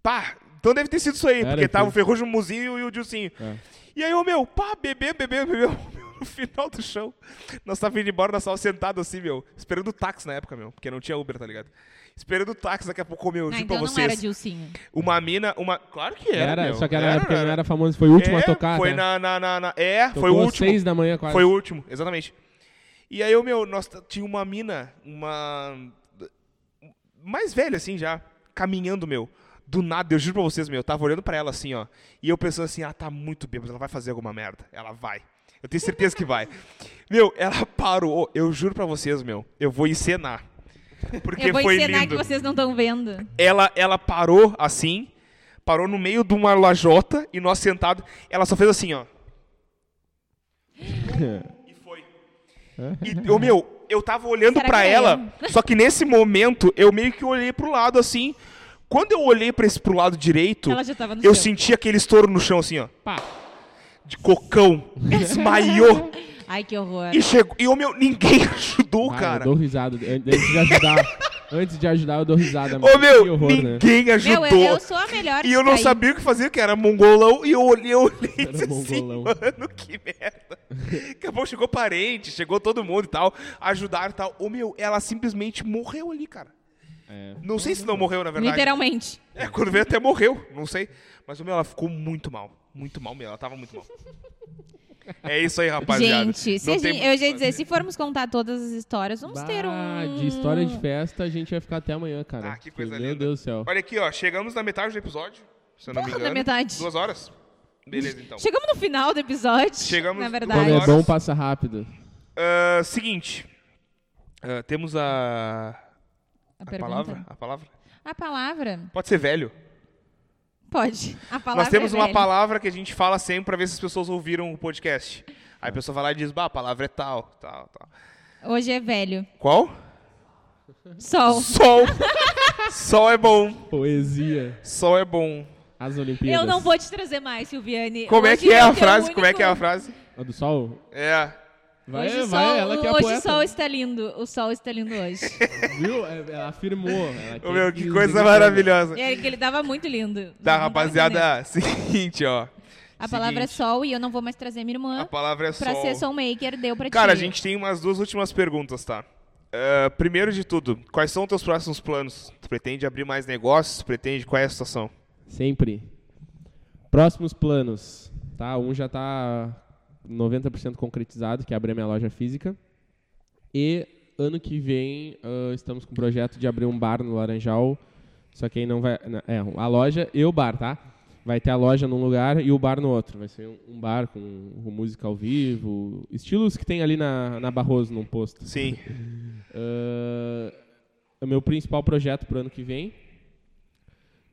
S1: Pá, então deve ter sido isso aí,
S3: Era,
S1: porque tava
S3: foi.
S1: o Ferrugem, o Mumuzinho e o Dilcinho.
S3: É.
S1: E aí, o meu, pá, bebê, bebê, <laughs> bebê, meu, no final do show. Nós tava indo embora, nós tava sentado assim, meu, esperando o táxi na época, meu, porque não tinha Uber, tá ligado? Esperando o táxi, daqui a pouco, meu, eu
S2: Ah,
S1: digo
S2: então
S1: pra
S2: não era
S1: vocês.
S2: Dilcinho.
S1: Uma mina, uma. Claro que era.
S3: Era,
S1: É, meu.
S3: só que era, porque não era famoso, foi o último a
S1: É,
S3: tocar,
S1: Foi
S3: né?
S1: na, na, na, na- É,
S3: Tocou
S1: foi o
S3: às
S1: último.
S3: seis da manhã quase. <laughs>
S1: Foi o último, exatamente. E aí, eu, meu, nós t- tinha uma mina, uma. Mais velha, assim, já, caminhando, meu. Do nada, eu juro pra vocês, meu, eu tava olhando pra ela assim, ó. E eu pensando assim, ah, tá muito bêbada, ela vai fazer alguma merda. Ela vai. Eu tenho certeza que vai. Meu, ela parou. Eu juro pra vocês, meu, eu vou encenar. Porque
S2: eu vou
S1: foi
S2: encenar
S1: lindo
S2: que vocês não estão vendo.
S1: ela, ela parou assim, parou no meio de uma lajota e nós sentados, ela só fez assim, ó. E
S3: <laughs>
S1: foi. E, ô, meu, eu tava olhando
S2: Será
S1: pra
S2: que é
S1: ela, só que nesse momento eu meio que olhei pro lado assim. Quando eu olhei para esse pro lado direito,
S2: Ela já tava no
S1: eu
S2: chão.
S1: senti aquele estouro no chão assim, ó,
S3: Pá.
S1: de cocão. Desmaiou.
S2: <laughs> Ai, que horror.
S1: e chegou, e ô, meu, ninguém <laughs> ajudou,
S3: Ah,
S1: cara.
S3: Eu dou risada. an- Antes de ajudar, antes de ajudar eu dou risada.
S1: Ô,
S3: mano.
S1: meu,
S3: que horror, né?
S1: ninguém ajudou.
S2: Meu, eu, eu sou a melhor.
S1: E eu não
S2: de cair.
S1: sabia o que fazer, que era mongolão, e eu olhei, eu olhei e
S3: Era
S1: disse assim,
S3: mongolão.
S1: mano, que merda. Daqui a pouco chegou parente, chegou todo mundo e tal, ajudaram e tal. Ô, meu, ela simplesmente morreu ali, cara.
S3: É.
S1: Não sei se não morreu, na verdade.
S2: Literalmente.
S1: É, quando veio até morreu, não sei. Mas, ô, meu, ela ficou muito mal, muito mal mesmo, ela tava muito mal. É isso aí, rapaziada.
S2: Gente, se
S1: Não
S2: a
S1: tem
S2: gente-
S1: muito
S2: eu
S1: o que
S2: já ia dizer,
S1: fazer.
S2: se formos contar todas as histórias, vamos
S3: Bah,
S2: ter um.
S3: De história de festa, a gente vai ficar até amanhã, cara.
S1: Ah, que coisa
S3: Meu
S1: linda.
S3: Deus do céu.
S1: Olha aqui, ó, chegamos na metade do episódio, se eu não me
S2: Porra, na
S1: engano.
S2: metade.
S1: Duas horas. Beleza, então.
S2: Chegamos no final do episódio.
S1: Chegamos
S2: Na
S1: no-
S2: verdade.
S3: Quando é
S1: horas.
S3: bom, passa rápido.
S1: Ah, seguinte. Ah, temos a.
S2: A,
S3: é?
S1: A
S2: pergunta.
S1: palavra? A palavra?
S2: A palavra?
S1: Pode ser velho.
S2: Pode. A palavra.
S1: Nós temos
S2: é
S1: uma
S2: velha.
S1: palavra que a gente fala sempre pra ver se as pessoas ouviram o podcast. Aí a pessoa vai lá e diz, bah, a palavra é tal, tal, tal.
S2: Hoje é velho.
S1: Qual?
S2: Sol.
S1: Sol. Sol é bom.
S3: Poesia.
S1: Sol é bom.
S3: As Olimpíadas.
S2: Eu não vou te trazer mais, Silviane.
S1: Como é
S2: Hoje
S1: que é
S2: o
S1: a
S2: teu
S1: frase?
S2: um único-
S1: Como é que é a frase?
S3: A do sol?
S1: É.
S3: Vai,
S2: hoje o
S3: vai,
S2: sol,
S3: ela que é a
S2: hoje
S3: poeta.
S2: o sol está lindo. O sol está
S1: <laughs>
S2: lindo hoje.
S3: Viu? É, Ela afirmou. Ela
S1: Ô,
S3: quer
S1: meu, que
S3: dizer
S1: coisa
S3: que-
S1: maravilhosa.
S2: é que ele tava muito lindo.
S1: Tá,
S2: Não dava pra entender.
S1: rapaziada, <laughs> seguinte, ó.
S2: A palavra é
S1: Seguinte,
S2: sol e eu não vou mais trazer minha irmã.
S1: A palavra é sol.
S2: Pra ser soulmaker, deu pra ti.
S1: Cara, a gente tem umas duas últimas perguntas, tá? Ah, primeiro de tudo, quais são os teus próximos planos? Tu pretende abrir mais negócios? Pretende qual é a situação?
S3: Sempre. Próximos planos, tá? Um já tá 90% concretizado, que é abrir a minha loja física. E ano que vem ah, estamos com o projeto de abrir um bar no Laranjal. Só que aí não vai... na- É, a loja e o bar, tá? Vai ter a loja num lugar e o bar no outro. Vai ser um- um bar com, com música ao vivo, estilos que tem ali na, na Barroso, num posto.
S1: Sim.
S3: Ah, é o meu principal projeto pro ano que vem.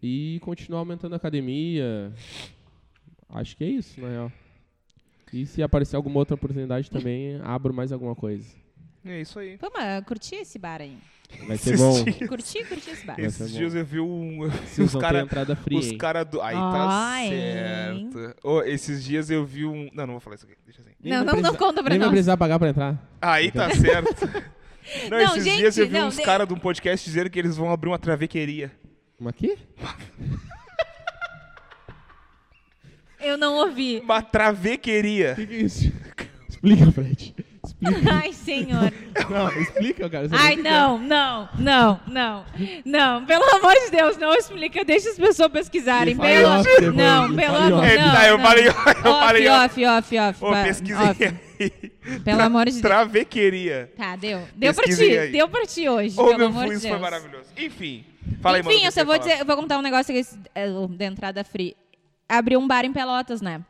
S3: E continuar aumentando a academia. Acho que é isso, na real. E se aparecer alguma outra oportunidade também, abro mais alguma coisa.
S1: É isso aí.
S2: Vamos, ah, curti esse
S1: <laughs>
S2: bar aí.
S3: Vai ser bom.
S1: Esses dias-
S2: Curti, curti esse bar.
S3: Esse-
S1: Esses dias eu vi um, <laughs>
S3: Vocês
S1: os
S3: vão ter
S1: caras
S3: entrada fria,
S1: os
S3: hein?
S1: cara do aí tá
S2: Ah, hein?
S1: certo. Ô, esses dias eu vi um, não, não vou falar isso aqui, deixa assim.
S3: Nem
S2: Não,
S3: vai
S2: não- não
S3: precisar-
S2: conta pra
S3: Nem vai
S2: nós.
S3: precisar pagar pra entrar.
S1: Aí tá
S2: <laughs>
S1: certo. Não,
S2: Não,
S1: esses
S2: gente,
S1: dias eu vi
S2: não,
S1: uns
S2: de-
S1: caras de um podcast dizendo que eles vão abrir uma travequeria.
S3: Mas quê?
S2: Eu não ouvi. <laughs>
S1: Uma travequeria.
S3: O que, que é isso? Explica, Fred. Explica.
S2: Ai, senhor.
S3: Não, explica, cara. Você
S1: é
S2: Ai,
S3: que-
S2: não, não, não, não. Não, pelo amor de Deus, não explica. Deixa as pessoas pesquisarem.
S3: Me
S2: Pelo...
S3: fale off depois,
S2: não,
S3: me
S2: pelo
S3: fale
S2: amor
S3: off.
S2: de
S1: É,
S2: Deus.
S1: tá, eu falei- <laughs> eu falei
S2: Off, off, off.
S1: Ô,
S2: ba-
S1: pesquisei
S2: off.
S1: aí.
S2: Pelo
S1: Tra-
S2: amor de Deus.
S1: Travequeria.
S2: Tá, deu. Deu pra
S1: Pesquisem
S2: ti.
S1: aí.
S2: Deu pra ti hoje.
S1: Ô,
S2: pelo
S1: meu,
S2: amor
S1: foi-
S2: de
S1: isso
S2: Deus.
S1: foi maravilhoso. Enfim, fala aí, mano.
S2: Enfim,
S1: o que
S2: eu só
S1: você
S2: vou
S1: ia falar.
S2: dizer, eu vou contar um negócio que esse- é, o da entrada free. <laughs> Abriu um bar em Pelotas, né?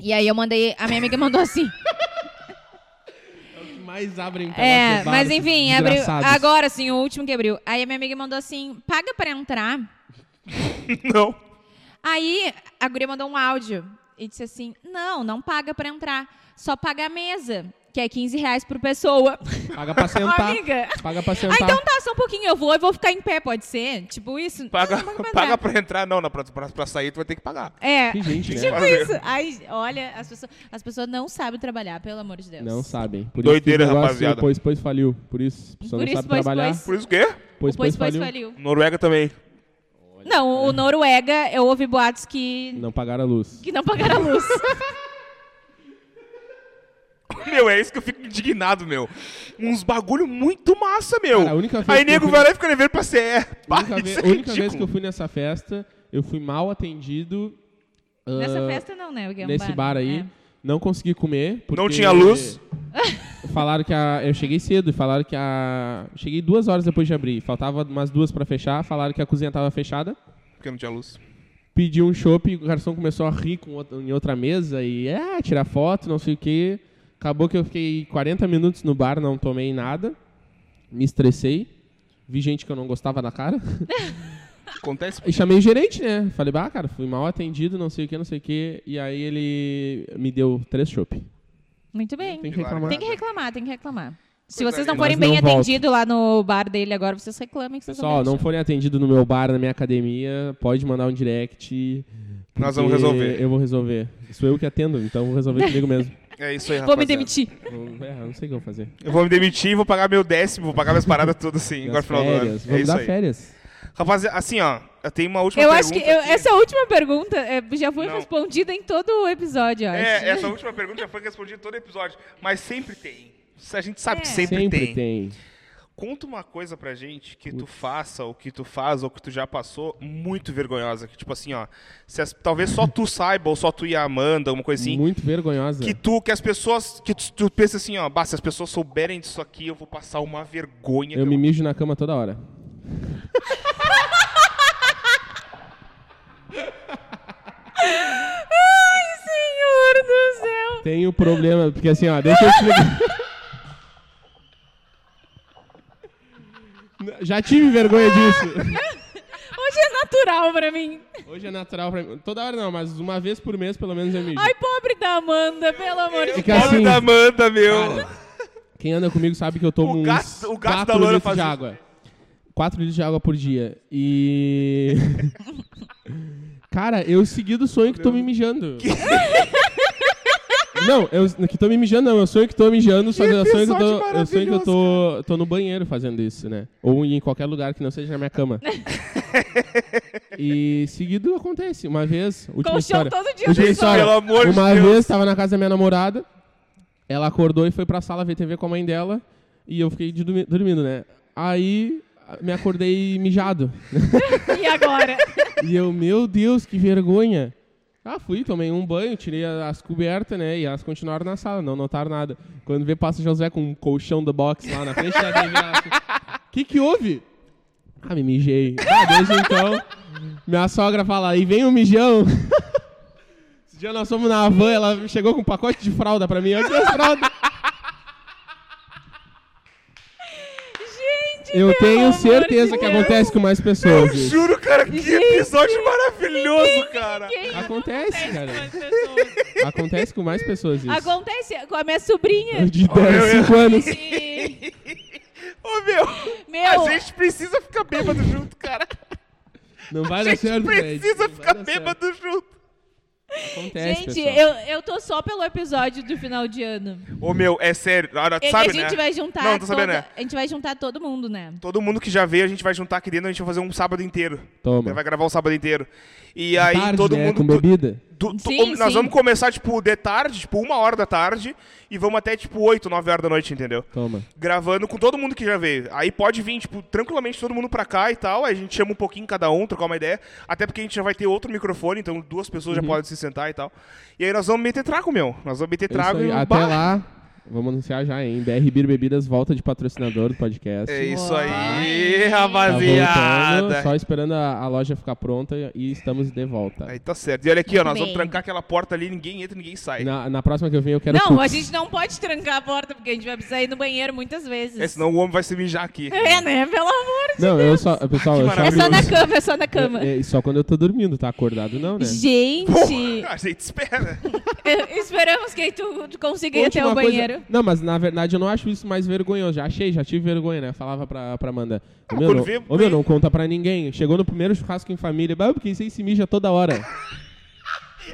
S2: E aí eu mandei, a minha amiga mandou assim.
S3: mais abrem pra
S2: É,
S3: lá,
S2: mas enfim, abriu.
S3: desgraçados.
S2: Agora sim, o último que abriu. Aí a minha amiga mandou assim: paga pra entrar.
S1: Não.
S2: Aí a guria mandou um áudio e disse assim: não, não paga pra entrar, só paga a mesa, que é 15 reais por pessoa.
S3: Paga pra sentar.
S2: Amiga.
S3: Paga pra
S2: Ah,
S3: sentar.
S2: então tá, só um pouquinho, eu vou, eu vou ficar em pé, pode ser? Tipo isso?
S1: Paga,
S2: Não,
S1: paga,
S2: entrar.
S1: pra entrar, não. na- Pra, pra, pra sair, tu vai ter que pagar.
S2: É,
S3: Que gente, né?
S2: tipo
S1: Valeu.
S2: isso. Ai, olha, as pessoas, as pessoas não sabem trabalhar, pelo amor de Deus.
S3: Não sabem. Por
S1: Doideira,
S3: isso que o negócio
S1: rapaziada.
S3: Depois, depois faliu. Por isso. A pessoa
S2: Por
S3: não
S2: isso,
S3: sabe
S2: pois,
S3: trabalhar.
S2: pois.
S1: Por isso que?
S3: Pois,
S2: Pois, pois
S3: depois faliu.
S2: faliu.
S1: Noruega também. <laughs>
S2: Não, o Noruega, eu ouvi boatos que
S3: Não pagaram a luz.
S2: que não pagaram a
S3: <laughs>
S2: luz.
S1: Meu, é isso que eu fico indignado, meu. Uns bagulho muito massa, meu.
S3: Cara, a única vez
S1: Aí
S3: que eu
S1: nego
S3: fui-
S1: vai lá e fica devendo pra CE.
S3: A
S1: Pá,
S3: única,
S1: isso
S3: vez,
S1: é
S3: a única vez que
S1: ridículo.
S3: eu fui nessa festa, eu fui mal atendido. ah,
S2: Nessa festa não, né? porque é um
S3: nesse bar aí.
S2: É.
S3: Não consegui comer. Porque
S1: Não tinha luz.
S3: Falaram que a. Eu cheguei cedo e falaram que a. Cheguei duas horas depois de abrir. Faltava umas duas pra fechar. Falaram que a cozinha tava fechada.
S1: Porque não tinha luz.
S3: Pedi um chopp, o garçom começou a rir com outra- em outra mesa e é, tirar foto, não sei o quê. Acabou que eu fiquei 40 minutos no bar, não tomei nada. Me estressei. Vi gente que eu não gostava da cara. <laughs>
S1: Acontece.
S3: E chamei o gerente, né? Falei, bah, cara, fui mal atendido, não sei o que, não sei o que. E aí ele me deu três chopp.
S2: Muito bem.
S3: Tem que reclamar.
S2: Tem que reclamar, tem que reclamar. Se vocês não
S1: é,
S2: forem
S3: mas não
S2: bem
S3: volto.
S2: atendidos lá no bar dele agora, vocês reclamem que vocês
S3: Pessoal,
S2: não
S3: não forem atendidos no meu bar, na minha academia, pode mandar um direct.
S1: Nós
S3: porque
S1: vamos resolver.
S3: Eu vou resolver. Sou eu que atendo, então vou resolver comigo mesmo.
S1: É isso aí,
S2: Vou me
S1: rapaziada.
S2: demitir.
S3: Vou- é, eu não sei o que eu vou fazer.
S1: Eu vou me demitir, vou pagar meu décimo, vou pagar minhas paradas todas assim, agora
S3: Minhas
S1: no final do ano.
S3: férias.
S1: É
S3: Vamos
S1: isso
S3: dar
S1: aí.
S3: férias.
S1: Rapaziada, assim, ó, eu tenho uma última
S2: Eu
S1: pergunta.
S2: acho que eu-
S1: aqui.
S2: essa última pergunta é, já foi
S1: Não.
S2: respondida em todo o episódio, eu acho.
S1: É, essa última pergunta já foi respondida em todo episódio, mas sempre tem. Isso A gente sabe
S2: É.
S1: que sempre, tem.
S3: tem.
S1: Conta uma coisa pra gente que tu faça, ou que tu faz, ou que tu já passou, muito vergonhosa. Que, tipo assim, ó, se as- talvez só tu saiba, ou só tu e a Amanda, alguma coisa assim.
S3: Muito vergonhosa.
S1: Que tu, que as pessoas, que tu, tu pensa assim, ó, bah, se as pessoas souberem disso aqui, eu vou passar uma vergonha.
S3: Eu
S1: que
S3: me mijo na cama toda hora.
S2: Ai, senhor do céu!
S3: Tenho problema, porque assim, ó, deixa eu explicar. <laughs> Já tive vergonha disso.
S2: Hoje é natural pra mim.
S3: Hoje é natural pra mim. Toda hora não, mas uma vez por mês pelo menos eu mijo.
S2: Ai, pobre da Amanda, pelo amor de
S3: Deus.
S2: Deus.
S3: Fica-
S1: Pobre
S3: assim,
S1: da Amanda, meu.
S3: Quem anda comigo sabe que eu tomo
S1: O gato-
S3: uns
S1: o gato da
S3: 4
S1: Loura
S3: litros
S1: faz
S3: de
S1: isso.
S3: água. 4 litros de água por dia. E. <laughs> Cara, eu segui do sonho que tô
S1: <laughs>
S3: me mijando. Não, eu que tô me mijando, não. Eu sonho que tô mijando, só que, eu sonho que eu
S1: episódio
S3: tô, eu sonho que eu
S1: maravilhoso,
S3: tô, tô no banheiro fazendo isso, né? Ou em qualquer lugar que não seja na
S1: <laughs>
S3: minha cama. E seguido acontece. Uma vez, última
S2: Colchão
S3: história.
S2: todo dia
S3: última
S2: no
S3: história.
S1: sonho. Pelo amor de
S3: uma
S1: Deus.
S3: vez tava na casa da minha namorada. Ela acordou e foi pra sala ver TV com a mãe dela. E eu fiquei de dormi- dormindo, né? Aí a- me acordei mijado.
S2: E agora?
S3: <laughs> e eu, meu Deus, que vergonha. Ah, fui, tomei um banho, tirei a- as cobertas, né? E elas continuaram na sala, não notaram nada. Quando vê, passa o José com um colchão do box lá na frente da TV. elas assim, <laughs> que que houve? Ah, me mijei. Ah, desde então, minha sogra fala, e vem o mijão. <laughs> Esse dia nós fomos na van, ela chegou com um pacote de fralda pra mim. Aqui as fraldas.
S2: Gente,
S3: Eu
S2: pelo
S3: tenho
S2: amor
S3: certeza
S2: de
S3: que
S2: Deus.
S3: acontece com mais pessoas. isso.
S1: Juro, cara, que episódio maravilhoso, cara.
S2: Quem é
S3: Acontece, cara.
S2: com as pessoas?
S3: Acontece com mais pessoas isso.
S2: Acontece com a minha sobrinha.
S3: De 10,
S1: eu-
S3: 5 anos.
S2: E-
S1: Ô, meu,
S2: Meu,
S1: a gente precisa ficar bêbado junto, cara.
S3: Não
S1: A
S3: vai dar
S1: gente
S3: certo, Fred.
S1: precisa
S3: Não vai
S1: ficar
S3: dar certo.
S1: bêbado junto.
S3: Acontece,
S2: gente,
S3: pessoal.
S2: eu, eu tô só pelo episódio do final de ano.
S1: Ô, meu, é sério. Olha, tu
S2: É
S1: sabe,
S2: que a gente
S1: né?
S2: vai juntar
S1: Não, tô
S2: toda-
S1: sabendo, né?
S2: a gente vai juntar todo mundo, né?
S1: Todo mundo que já veio, a gente vai juntar aqui dentro, a gente vai fazer um sábado inteiro.
S3: Toma.
S1: Vai gravar um sábado inteiro. E aí
S3: Tarde,
S1: todo
S3: né,
S1: mundo.
S3: com
S1: tu-
S3: bebida.
S1: Do- to-
S2: Sim,
S1: nós
S2: sim.
S1: vamos começar, tipo, de tarde, tipo, uma hora da tarde, e vamos até, tipo, 8, 9 horas da noite, entendeu?
S3: Toma.
S1: Gravando com todo mundo que já veio. Aí pode vir, tipo, tranquilamente todo mundo pra cá e tal. Aí a gente chama um pouquinho cada um, trocar uma ideia. Até porque a gente já vai ter outro microfone, então
S3: Uhum.
S1: duas pessoas já podem se sentar e um tal. E aí nós vamos meter trago, meu. Nós vamos meter
S3: É isso
S1: trago
S3: aí.
S1: e
S3: Até
S1: bah,
S3: lá, Vamos anunciar já, hein? BR Beer Bebidas volta de patrocinador do podcast.
S1: É isso
S2: Uai.
S1: aí,
S3: Tá
S1: rapaziada.
S3: voltando, só esperando a, a loja ficar pronta e estamos de volta.
S1: Aí tá certo. E olha aqui, ó, nós
S2: Bem.
S1: vamos trancar aquela porta ali, ninguém entra, ninguém sai.
S3: Na, na próxima que eu vim, eu quero.
S2: não, a
S3: cookies.
S2: gente não pode trancar a porta, porque a gente vai precisar ir no banheiro muitas vezes.
S1: É, senão o homem vai se mijar aqui.
S2: É, né? Pelo amor de
S3: Não,
S2: Deus.
S3: eu só. Pessoal,
S1: Ah, que
S3: eu só.
S2: É só na
S1: Maravilhoso.
S2: cama, é só na cama.
S3: É, é só quando eu tô dormindo, tá acordado, não, né?
S2: Gente,
S1: A gente espera. <laughs>
S2: eu- <laughs> esperamos que tu tu consiga ir até
S3: Última
S2: o
S3: coisa-
S2: banheiro.
S3: Não, mas na verdade eu não acho isso mais vergonhoso. Já achei, já tive vergonha, né? Eu falava pra, pra Amanda. Ô meu,
S1: quando
S3: não,
S1: vê-
S3: ô, meu, não conta pra ninguém. Chegou no primeiro churrasco em família. Bah, porque isso aí se mija toda hora.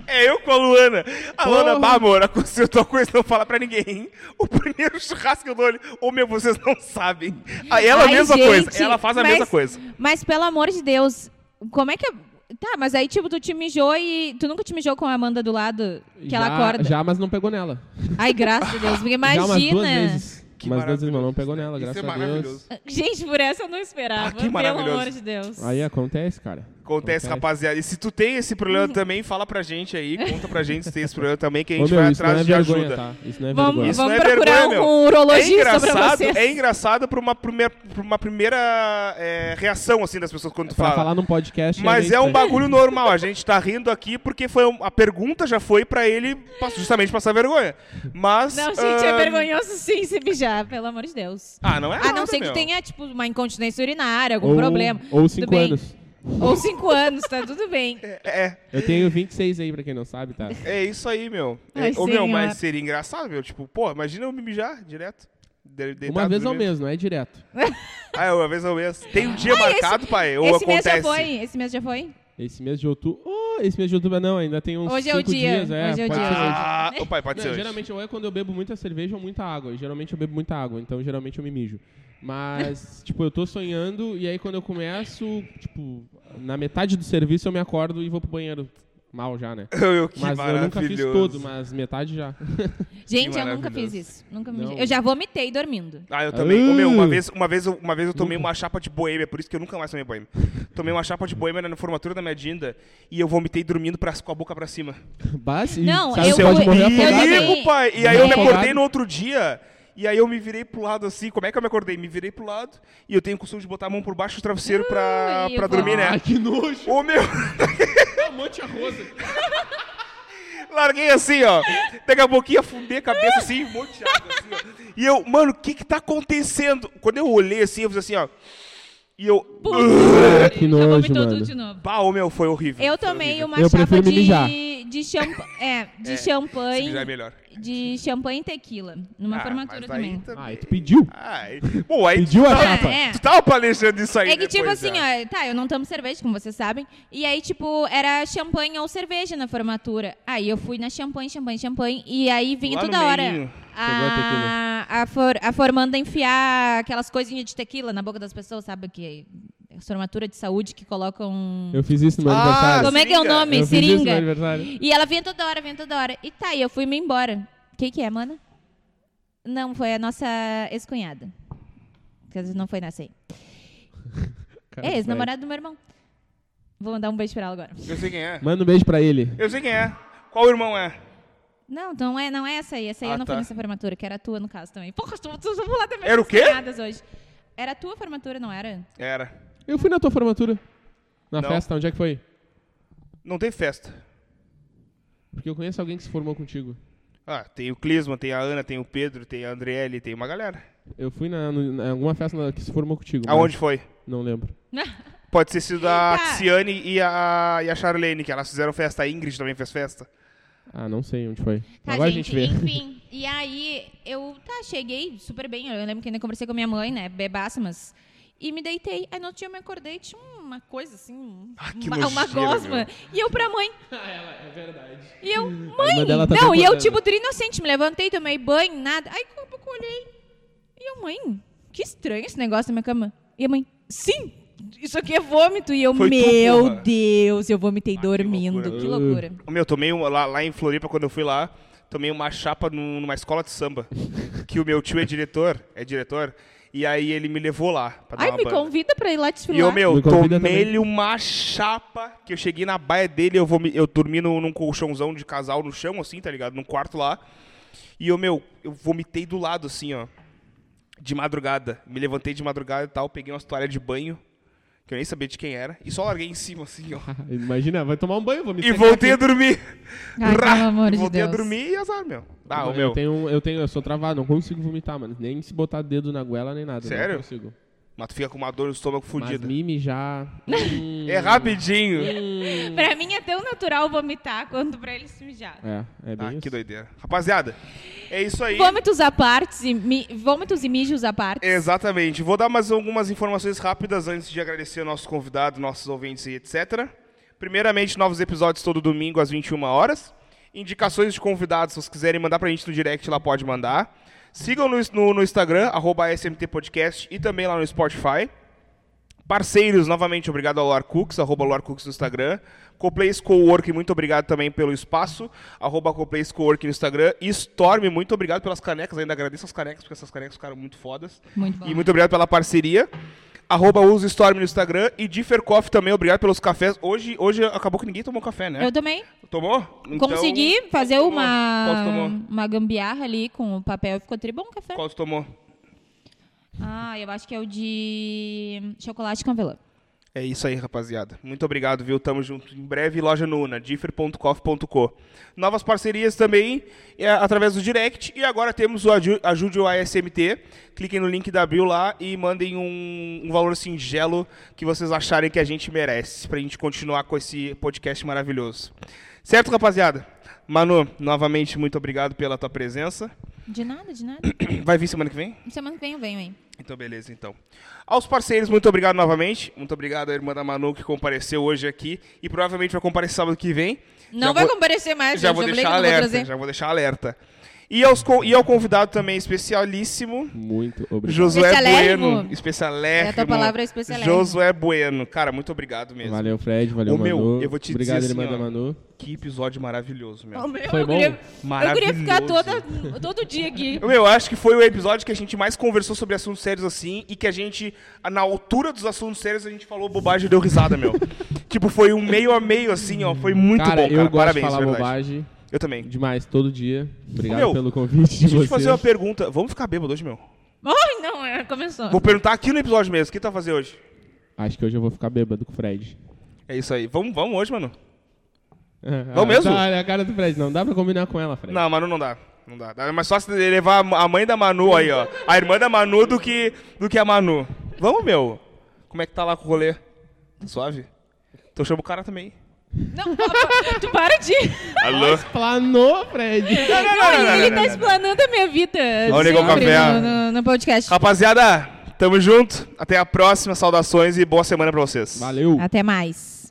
S1: É eu com a Luana. A Luana,
S3: Porra.
S1: bah, amor, aconteceu tua coisa, não fala pra ninguém. O primeiro churrasco que eu dou ali, ô meu, vocês não sabem. Aí ela, é a
S2: Ai,
S1: mesma
S2: gente,
S1: coisa. Ela faz a
S2: mas-
S1: mesma coisa.
S2: Mas pelo amor de Deus, como é que. Tá, mas aí, tipo, tu te mijou e. Tu nunca te mijou com a Amanda do lado que ela
S3: Já-
S2: acorda?
S3: Já, mas não pegou nela.
S2: Ai, graças a Deus, porque
S3: <laughs> Já umas duas
S2: imagina.
S3: vezes.
S1: Que
S3: umas duas vezes, mas não
S1: maravilhoso,
S3: pegou
S1: né?
S3: nela,
S1: Isso
S3: graças
S1: é
S3: a Deus.
S1: maravilhoso.
S2: Gente, por essa eu não esperava.
S1: Ah, que
S2: pelo
S1: maravilhoso.
S2: amor de Deus.
S3: Aí acontece, cara.
S1: Acontece, rapaziada. E se tu tem esse
S3: <laughs>
S1: problema também, fala pra gente aí. Conta pra gente se tem esse problema também, que a
S3: Ô,
S1: gente
S3: meu,
S1: vai
S3: isso não
S1: atrás
S3: é
S1: de
S3: vergonha,
S1: ajuda.
S3: tá? Isso não é vergonha.
S2: Vamos,
S1: Isso
S2: vamos
S1: não é
S2: procurar
S1: vergonha, meu.
S2: um
S1: É
S2: urologista pra
S1: engraçado,
S2: vocês.
S1: é engraçado pra uma primeira, pra uma primeira é, reação assim das pessoas quando tu
S3: É Pra
S1: fala.
S3: falar num podcast.
S1: Mas
S3: gente,
S1: é um
S3: né?
S1: bagulho normal, a gente tá rindo aqui porque foi um- a pergunta já foi pra ele pass- justamente passar vergonha. Mas
S2: Não, gente, é
S1: ahn,
S2: vergonhoso sim se mijar, pelo amor de Deus.
S1: Ah, não é?
S2: A não
S1: nada,
S2: ser que
S1: meu.
S2: tenha, tipo, uma incontinência urinária, algum
S3: Ou-
S2: Um problema.
S3: Ou
S2: Tudo
S3: cinco
S2: bem.
S3: anos.
S2: Ou cinco anos, tá tudo bem.
S1: É,
S3: Eu tenho 26 aí, pra quem não
S1: <laughs>
S3: sabe, tá?
S1: é isso aí, meu.
S2: Ai,
S1: É, ô, meu,
S2: senhor.
S1: mas seria engraçado, meu, tipo, pô, imagina eu me mijar direto. de-
S3: Uma
S1: deitado,
S3: vez ao
S1: dormindo.
S3: mês, não é direto.
S1: Ah, é, uma vez ao mês. Tem um dia marcado, pai, ou
S2: Esse mês
S1: acontece?
S2: já foi, esse mês já foi.
S3: Esse mês de outubro. Oh, esse mês de outubro não, ainda tem uns
S2: Hoje é o
S3: cinco
S2: dia,
S3: dias. É,
S2: hoje é o
S3: pode
S2: dia.
S3: ser hoje.
S1: Ah, ô, pai, pode
S3: Não,
S1: ser hoje. <laughs>
S3: geralmente ou é quando eu bebo muita cerveja ou muita água. E geralmente eu bebo muita água, então geralmente eu me mijo.
S2: <laughs>
S3: Mas, tipo, eu tô sonhando e aí quando eu começo, tipo, na metade do serviço eu me acordo e vou pro banheiro. Mal já, né?
S1: Meu, que
S3: Mas eu nunca fiz
S1: maravilhoso.
S3: todo, mas
S2: <laughs>
S3: metade já.
S2: Gente,
S1: Que
S2: eu nunca fiz
S1: maravilhoso.
S2: isso. Nunca me
S3: Não.
S2: mijei. Eu já vomitei dormindo.
S1: Ah, eu também. Ô, meu,
S3: Ah.
S1: uma vez, uma vez, eu- uma vez eu tomei uma chapa de boêmia, por isso que eu nunca mais tomei boêmia. Tomei uma chapa de boêmia na formatura da minha dinda e eu vomitei dormindo pra, com a boca pra cima.
S3: Mas,
S2: Não,
S3: sabe,
S2: eu
S3: Tá, você pode
S2: fui-
S3: morrer
S2: eu
S3: afogado.
S2: também-
S1: Perigo, pai! E aí
S3: Morrer
S1: eu me
S3: afogado.
S1: acordei no outro dia e aí eu me virei pro lado assim. Como é que eu me acordei? Me virei pro lado e eu tenho o costume de botar a mão por baixo do travesseiro pra,
S2: Ui,
S1: pra
S2: eu
S1: dormir,
S3: Ai,
S1: né?
S3: que nojo.
S1: Ô, meu! <laughs>
S3: É um monte de arroz aqui.
S1: Larguei assim, ó. Daqui a pouquinho afundei a cabeça assim, um monte de água assim, ó. E eu, mano, o que que tá acontecendo? Quando eu olhei assim, eu fiz assim, ó. E eu.
S2: <laughs>
S3: Ah, que
S2: Eu já
S3: nojo,
S2: vomitou
S3: mano.
S2: tudo de novo.
S1: Bah, ô, meu, foi horrível.
S2: Eu
S1: Foi
S2: tomei
S1: horrível.
S2: uma
S3: Eu
S2: chapa
S3: prefiro me mijar.
S2: de, de, champa
S1: <laughs>
S2: é, de champanhe.
S1: Se já é melhor.
S2: De champanhe e tequila. Numa
S1: Ah,
S2: formatura
S1: mas daí
S2: também.
S1: também.
S3: Ah, e tu pediu.
S1: Ai, bom, aí
S3: Pediu
S1: tu,
S3: a
S1: tava,
S3: chapa.
S2: É, é.
S1: tu tava planejando isso aí
S2: É que, tipo
S1: depois,
S2: assim,
S1: né?
S2: ó, tá, eu não tomo cerveja, como vocês sabem. E aí, tipo, era champanhe ou cerveja na formatura. Aí eu fui na champanhe, champanhe, champanhe. E aí vinha
S1: Lá no
S2: toda hora
S1: meinho.
S3: Chegou a
S2: a, a, for- a formanda enfiar aquelas coisinhas de tequila na boca das pessoas, sabe? Que é formatura de saúde que colocam. um
S3: Eu fiz isso no meu
S1: Ah,
S3: aniversário.
S2: Como é que é o
S1: seringa.
S2: nome?
S3: Eu fiz isso no meu
S2: Seringa.
S3: aniversário.
S2: E ela vinha toda hora, vinha toda hora. E tá, e eu fui me embora. Quem que é, mana? Não, foi a nossa ex-cunhada. Quer dizer, não foi nessa aí.
S3: Cara,
S2: É,
S3: peraí.
S2: ex-namorado do meu irmão. Vou mandar um beijo pra ela agora.
S1: Eu sei quem é.
S3: Manda um beijo pra ele.
S1: Eu sei quem é. Qual irmão é?
S2: Não, não é, não é essa aí. Essa aí
S1: Ah,
S2: eu não
S1: tá.
S2: fui nessa formatura, que era a tua no caso também. Porra, tu, tu, tu vou lá também
S1: Era o quê?
S2: hoje. Era a tua formatura, não era?
S1: Era.
S3: Eu fui na tua formatura. Na
S1: Não.
S3: festa, onde é que foi?
S1: Não tem festa.
S3: Porque eu conheço alguém que se formou contigo.
S1: Ah, tem o Clisman, tem a Ana, tem o Pedro, tem a Andriele, tem uma galera.
S3: Eu fui na, no- na- alguma festa na- que se formou contigo. mas
S1: Aonde foi?
S3: Não lembro.
S1: Pode ter sido a
S2: Tá.
S1: Xiane e a, e a Charlene, que elas fizeram festa. A Ingrid também fez festa.
S3: Ah, não sei onde foi.
S2: Tá,
S3: Agora
S2: gente,
S3: a gente vê.
S2: enfim. E aí, eu tá, cheguei super bem. Eu lembro que ainda conversei com a minha mãe, né? Bebaça, mas. E me deitei. Aí no outro dia eu me acordei, tinha uma coisa assim, um-
S1: Ah, que
S2: uma, uma
S1: nojeira, Ah,
S2: gosma. E eu
S1: <laughs>
S2: pra mãe.
S3: é verdade.
S2: E eu,
S3: A
S2: mãe!
S3: irmã dela tá
S2: não, e eu,
S3: concordando.
S2: tipo, tri inocente, me levantei, tomei banho, nada. Aí daqui a pouco eu olhei. E eu, mãe, que estranho esse negócio na minha cama. E a mãe, sim! Isso aqui é vômito. E eu,
S1: Foi tu,
S2: meu
S1: porra." Ah,
S2: Deus, eu vomitei dormindo.
S1: loucura.
S2: Que loucura.
S1: Ô, Meu, tomei uma, lá, lá em Floripa, quando eu fui lá, tomei uma chapa num- numa escola de
S3: <laughs>
S1: samba. que o meu tio é diretor, é diretor, e aí ele me levou lá pra dar
S2: Ai,
S1: uma
S2: me
S1: banda.
S2: convida pra ir lá
S1: E eu,
S2: desfilar.
S1: meu,
S3: Me convida
S1: tomei-lhe uma chapa que eu cheguei na baia dele, eu, vomi- eu dormi no- num colchãozão de casal no chão, assim, tá ligado? Num quarto lá. E eu, meu, eu vomitei do lado, assim, ó. De madrugada. Me levantei de madrugada e tal, peguei umas toalhas de banho, que eu nem sabia de quem era, e só larguei em cima, assim, ó.
S3: <laughs> Imagina, vai tomar um banho, vou me
S1: E
S3: secar
S1: voltei a
S3: aqui.
S1: dormir.
S2: Ai,
S1: Rá!
S2: pelo amor de
S1: voltei a
S2: Deus.
S1: dormir e azar, meu. Ah, o
S3: eu
S1: meu.
S3: Tenho, eu tenho, eu sou travado, não consigo vomitar, mano. Nem se botar dedo na goela, nem nada. né?
S1: Sério?
S3: Não consigo.
S1: Mas tu fica com uma dor no estômago
S3: Mas
S1: fodida. <laughs>
S3: mime já... hum,
S1: É rapidinho.
S2: Pra mim é tão natural vomitar quanto pra ele se mijar.
S3: é, é bem
S1: Ah,
S3: isso.
S1: que doideira. Rapaziada, é isso aí.
S2: Vômitos à parte, e mi- vômitos e mijos à parte.
S1: Exatamente. Vou dar mais algumas informações rápidas antes de agradecer o nosso convidado, nossos ouvintes e etc. Primeiramente, novos episódios todo domingo às 21 horas. Indicações de convidados, se vocês quiserem mandar pra gente no direct, lá pode mandar. Sigam no, no, no Instagram, arroba SMT Podcast e também lá no Spotify. Parceiros, novamente, obrigado ao Loar Cooks, arroba Loar Cooks no Instagram. Coplays Cowork, muito obrigado também pelo espaço, arroba Coplays Cowork no Instagram. E Storm, muito obrigado pelas canecas, ainda agradeço as canecas, porque essas canecas ficaram muito fodas.
S2: Muito bom.
S1: E muito obrigado pela parceria. Arroba Uso Storm no Instagram e Differ Coffee também, obrigado pelos cafés. Hoje, hoje acabou que ninguém tomou café, né?
S2: Eu também
S1: Tomou? Então,
S2: consegui fazer
S1: qual tu tomou? Qual tu
S2: uma,
S1: tomou?
S2: uma gambiarra ali com o papel. Ficou tri bom o café.
S1: Então, Qual tu tomou?
S2: Ah, eu acho que é o de chocolate com avelã.
S1: É isso aí, rapaziada. Muito obrigado, viu? Tamo junto. Em breve, loja Nuna, differ.cof.co. Novas parcerias também é, através do direct. E agora temos o Aju- Ajude o ASMT. Cliquem no link da bio lá e mandem um, um valor singelo que vocês acharem que a gente merece, pra gente continuar com esse podcast maravilhoso. Certo, rapaziada? Manu, novamente, muito obrigado pela tua presença.
S2: De nada,
S1: <coughs>
S2: de nada.
S1: Vai vir semana que vem?
S2: Semana que vem eu venho, hein?
S1: Então, beleza, então. Aos parceiros, muito obrigado novamente. Muito obrigado à irmã da Manu que compareceu hoje aqui e provavelmente vai comparecer sábado que vem.
S2: Não
S1: Já
S2: vai
S1: vou-
S2: comparecer mais,
S1: Já
S2: gente.
S1: vou
S2: eu
S1: deixar
S2: falei que não vou
S1: alerta,
S2: trazer.
S1: já vou deixar alerta. E, aos con- e ao convidado também especialíssimo,
S3: Muito obrigado.
S1: Josué
S2: Especialérrimo.
S1: Bueno. Especialérrimo.
S2: É, a tua palavra é especialérrimo.
S1: Josué Bueno. Cara, muito obrigado mesmo.
S3: Valeu, Fred. Valeu,
S1: Ô, meu,
S3: Manu.
S1: eu vou te
S3: Obrigado,
S1: dizer
S3: irmã
S1: assim,
S3: da
S1: ó.
S3: Manu.
S1: Que episódio maravilhoso, meu.
S2: Oh, meu,
S3: Foi
S2: eu,
S3: bom?
S2: queria, eu
S1: Maravilhoso.
S2: queria ficar toda, todo dia aqui.
S1: Meu, eu acho que foi o episódio que a gente mais conversou sobre assuntos sérios assim e que a gente, na altura dos assuntos sérios, a gente falou bobagem e deu risada,
S3: <laughs>
S1: meu. tipo, foi um meio a meio assim, ó. Foi muito
S3: cara,
S1: bom, cara.
S3: eu gosto
S1: Parabéns,
S3: de falar
S1: verdade.
S3: bobagem
S1: Eu também.
S3: demais, todo dia. Obrigado
S1: Meu,
S3: pelo convite de
S1: Deixa eu
S3: vocês.
S1: te fazer uma pergunta. Vamos ficar bêbado hoje, meu?
S2: Ai, não, é, começou.
S1: Vou perguntar aqui no episódio mesmo. O que tu vai fazer hoje?
S3: Acho que hoje eu vou ficar bêbado com o Fred.
S1: É isso aí. Vamos, vamos hoje, mano? Não É mesmo?
S3: <laughs> Tá, olha a cara do Fred. Não dá pra combinar com ela, Fred.
S1: Não, Manu não dá. Não dá. Dá mais fácil de levar a mãe da Manu aí, ó. A irmã da Manu do que, do que a Manu. Vamos, meu. Como é que tá lá com o rolê? Tá suave? Então chama o cara também.
S2: Não, pa- tu para de.
S1: Alô?
S3: Planou,
S1: <laughs>
S3: Fred.
S1: não, não,
S2: Não,
S1: não, não,
S2: ele
S1: não,
S2: tá
S1: não.
S2: explanando a minha vida.
S1: Olha igual
S2: sempre
S1: café.
S2: No, no, no podcast.
S1: Rapaziada, tamo junto. Até a próxima. Saudações e boa semana pra vocês.
S3: Valeu.
S2: Até mais.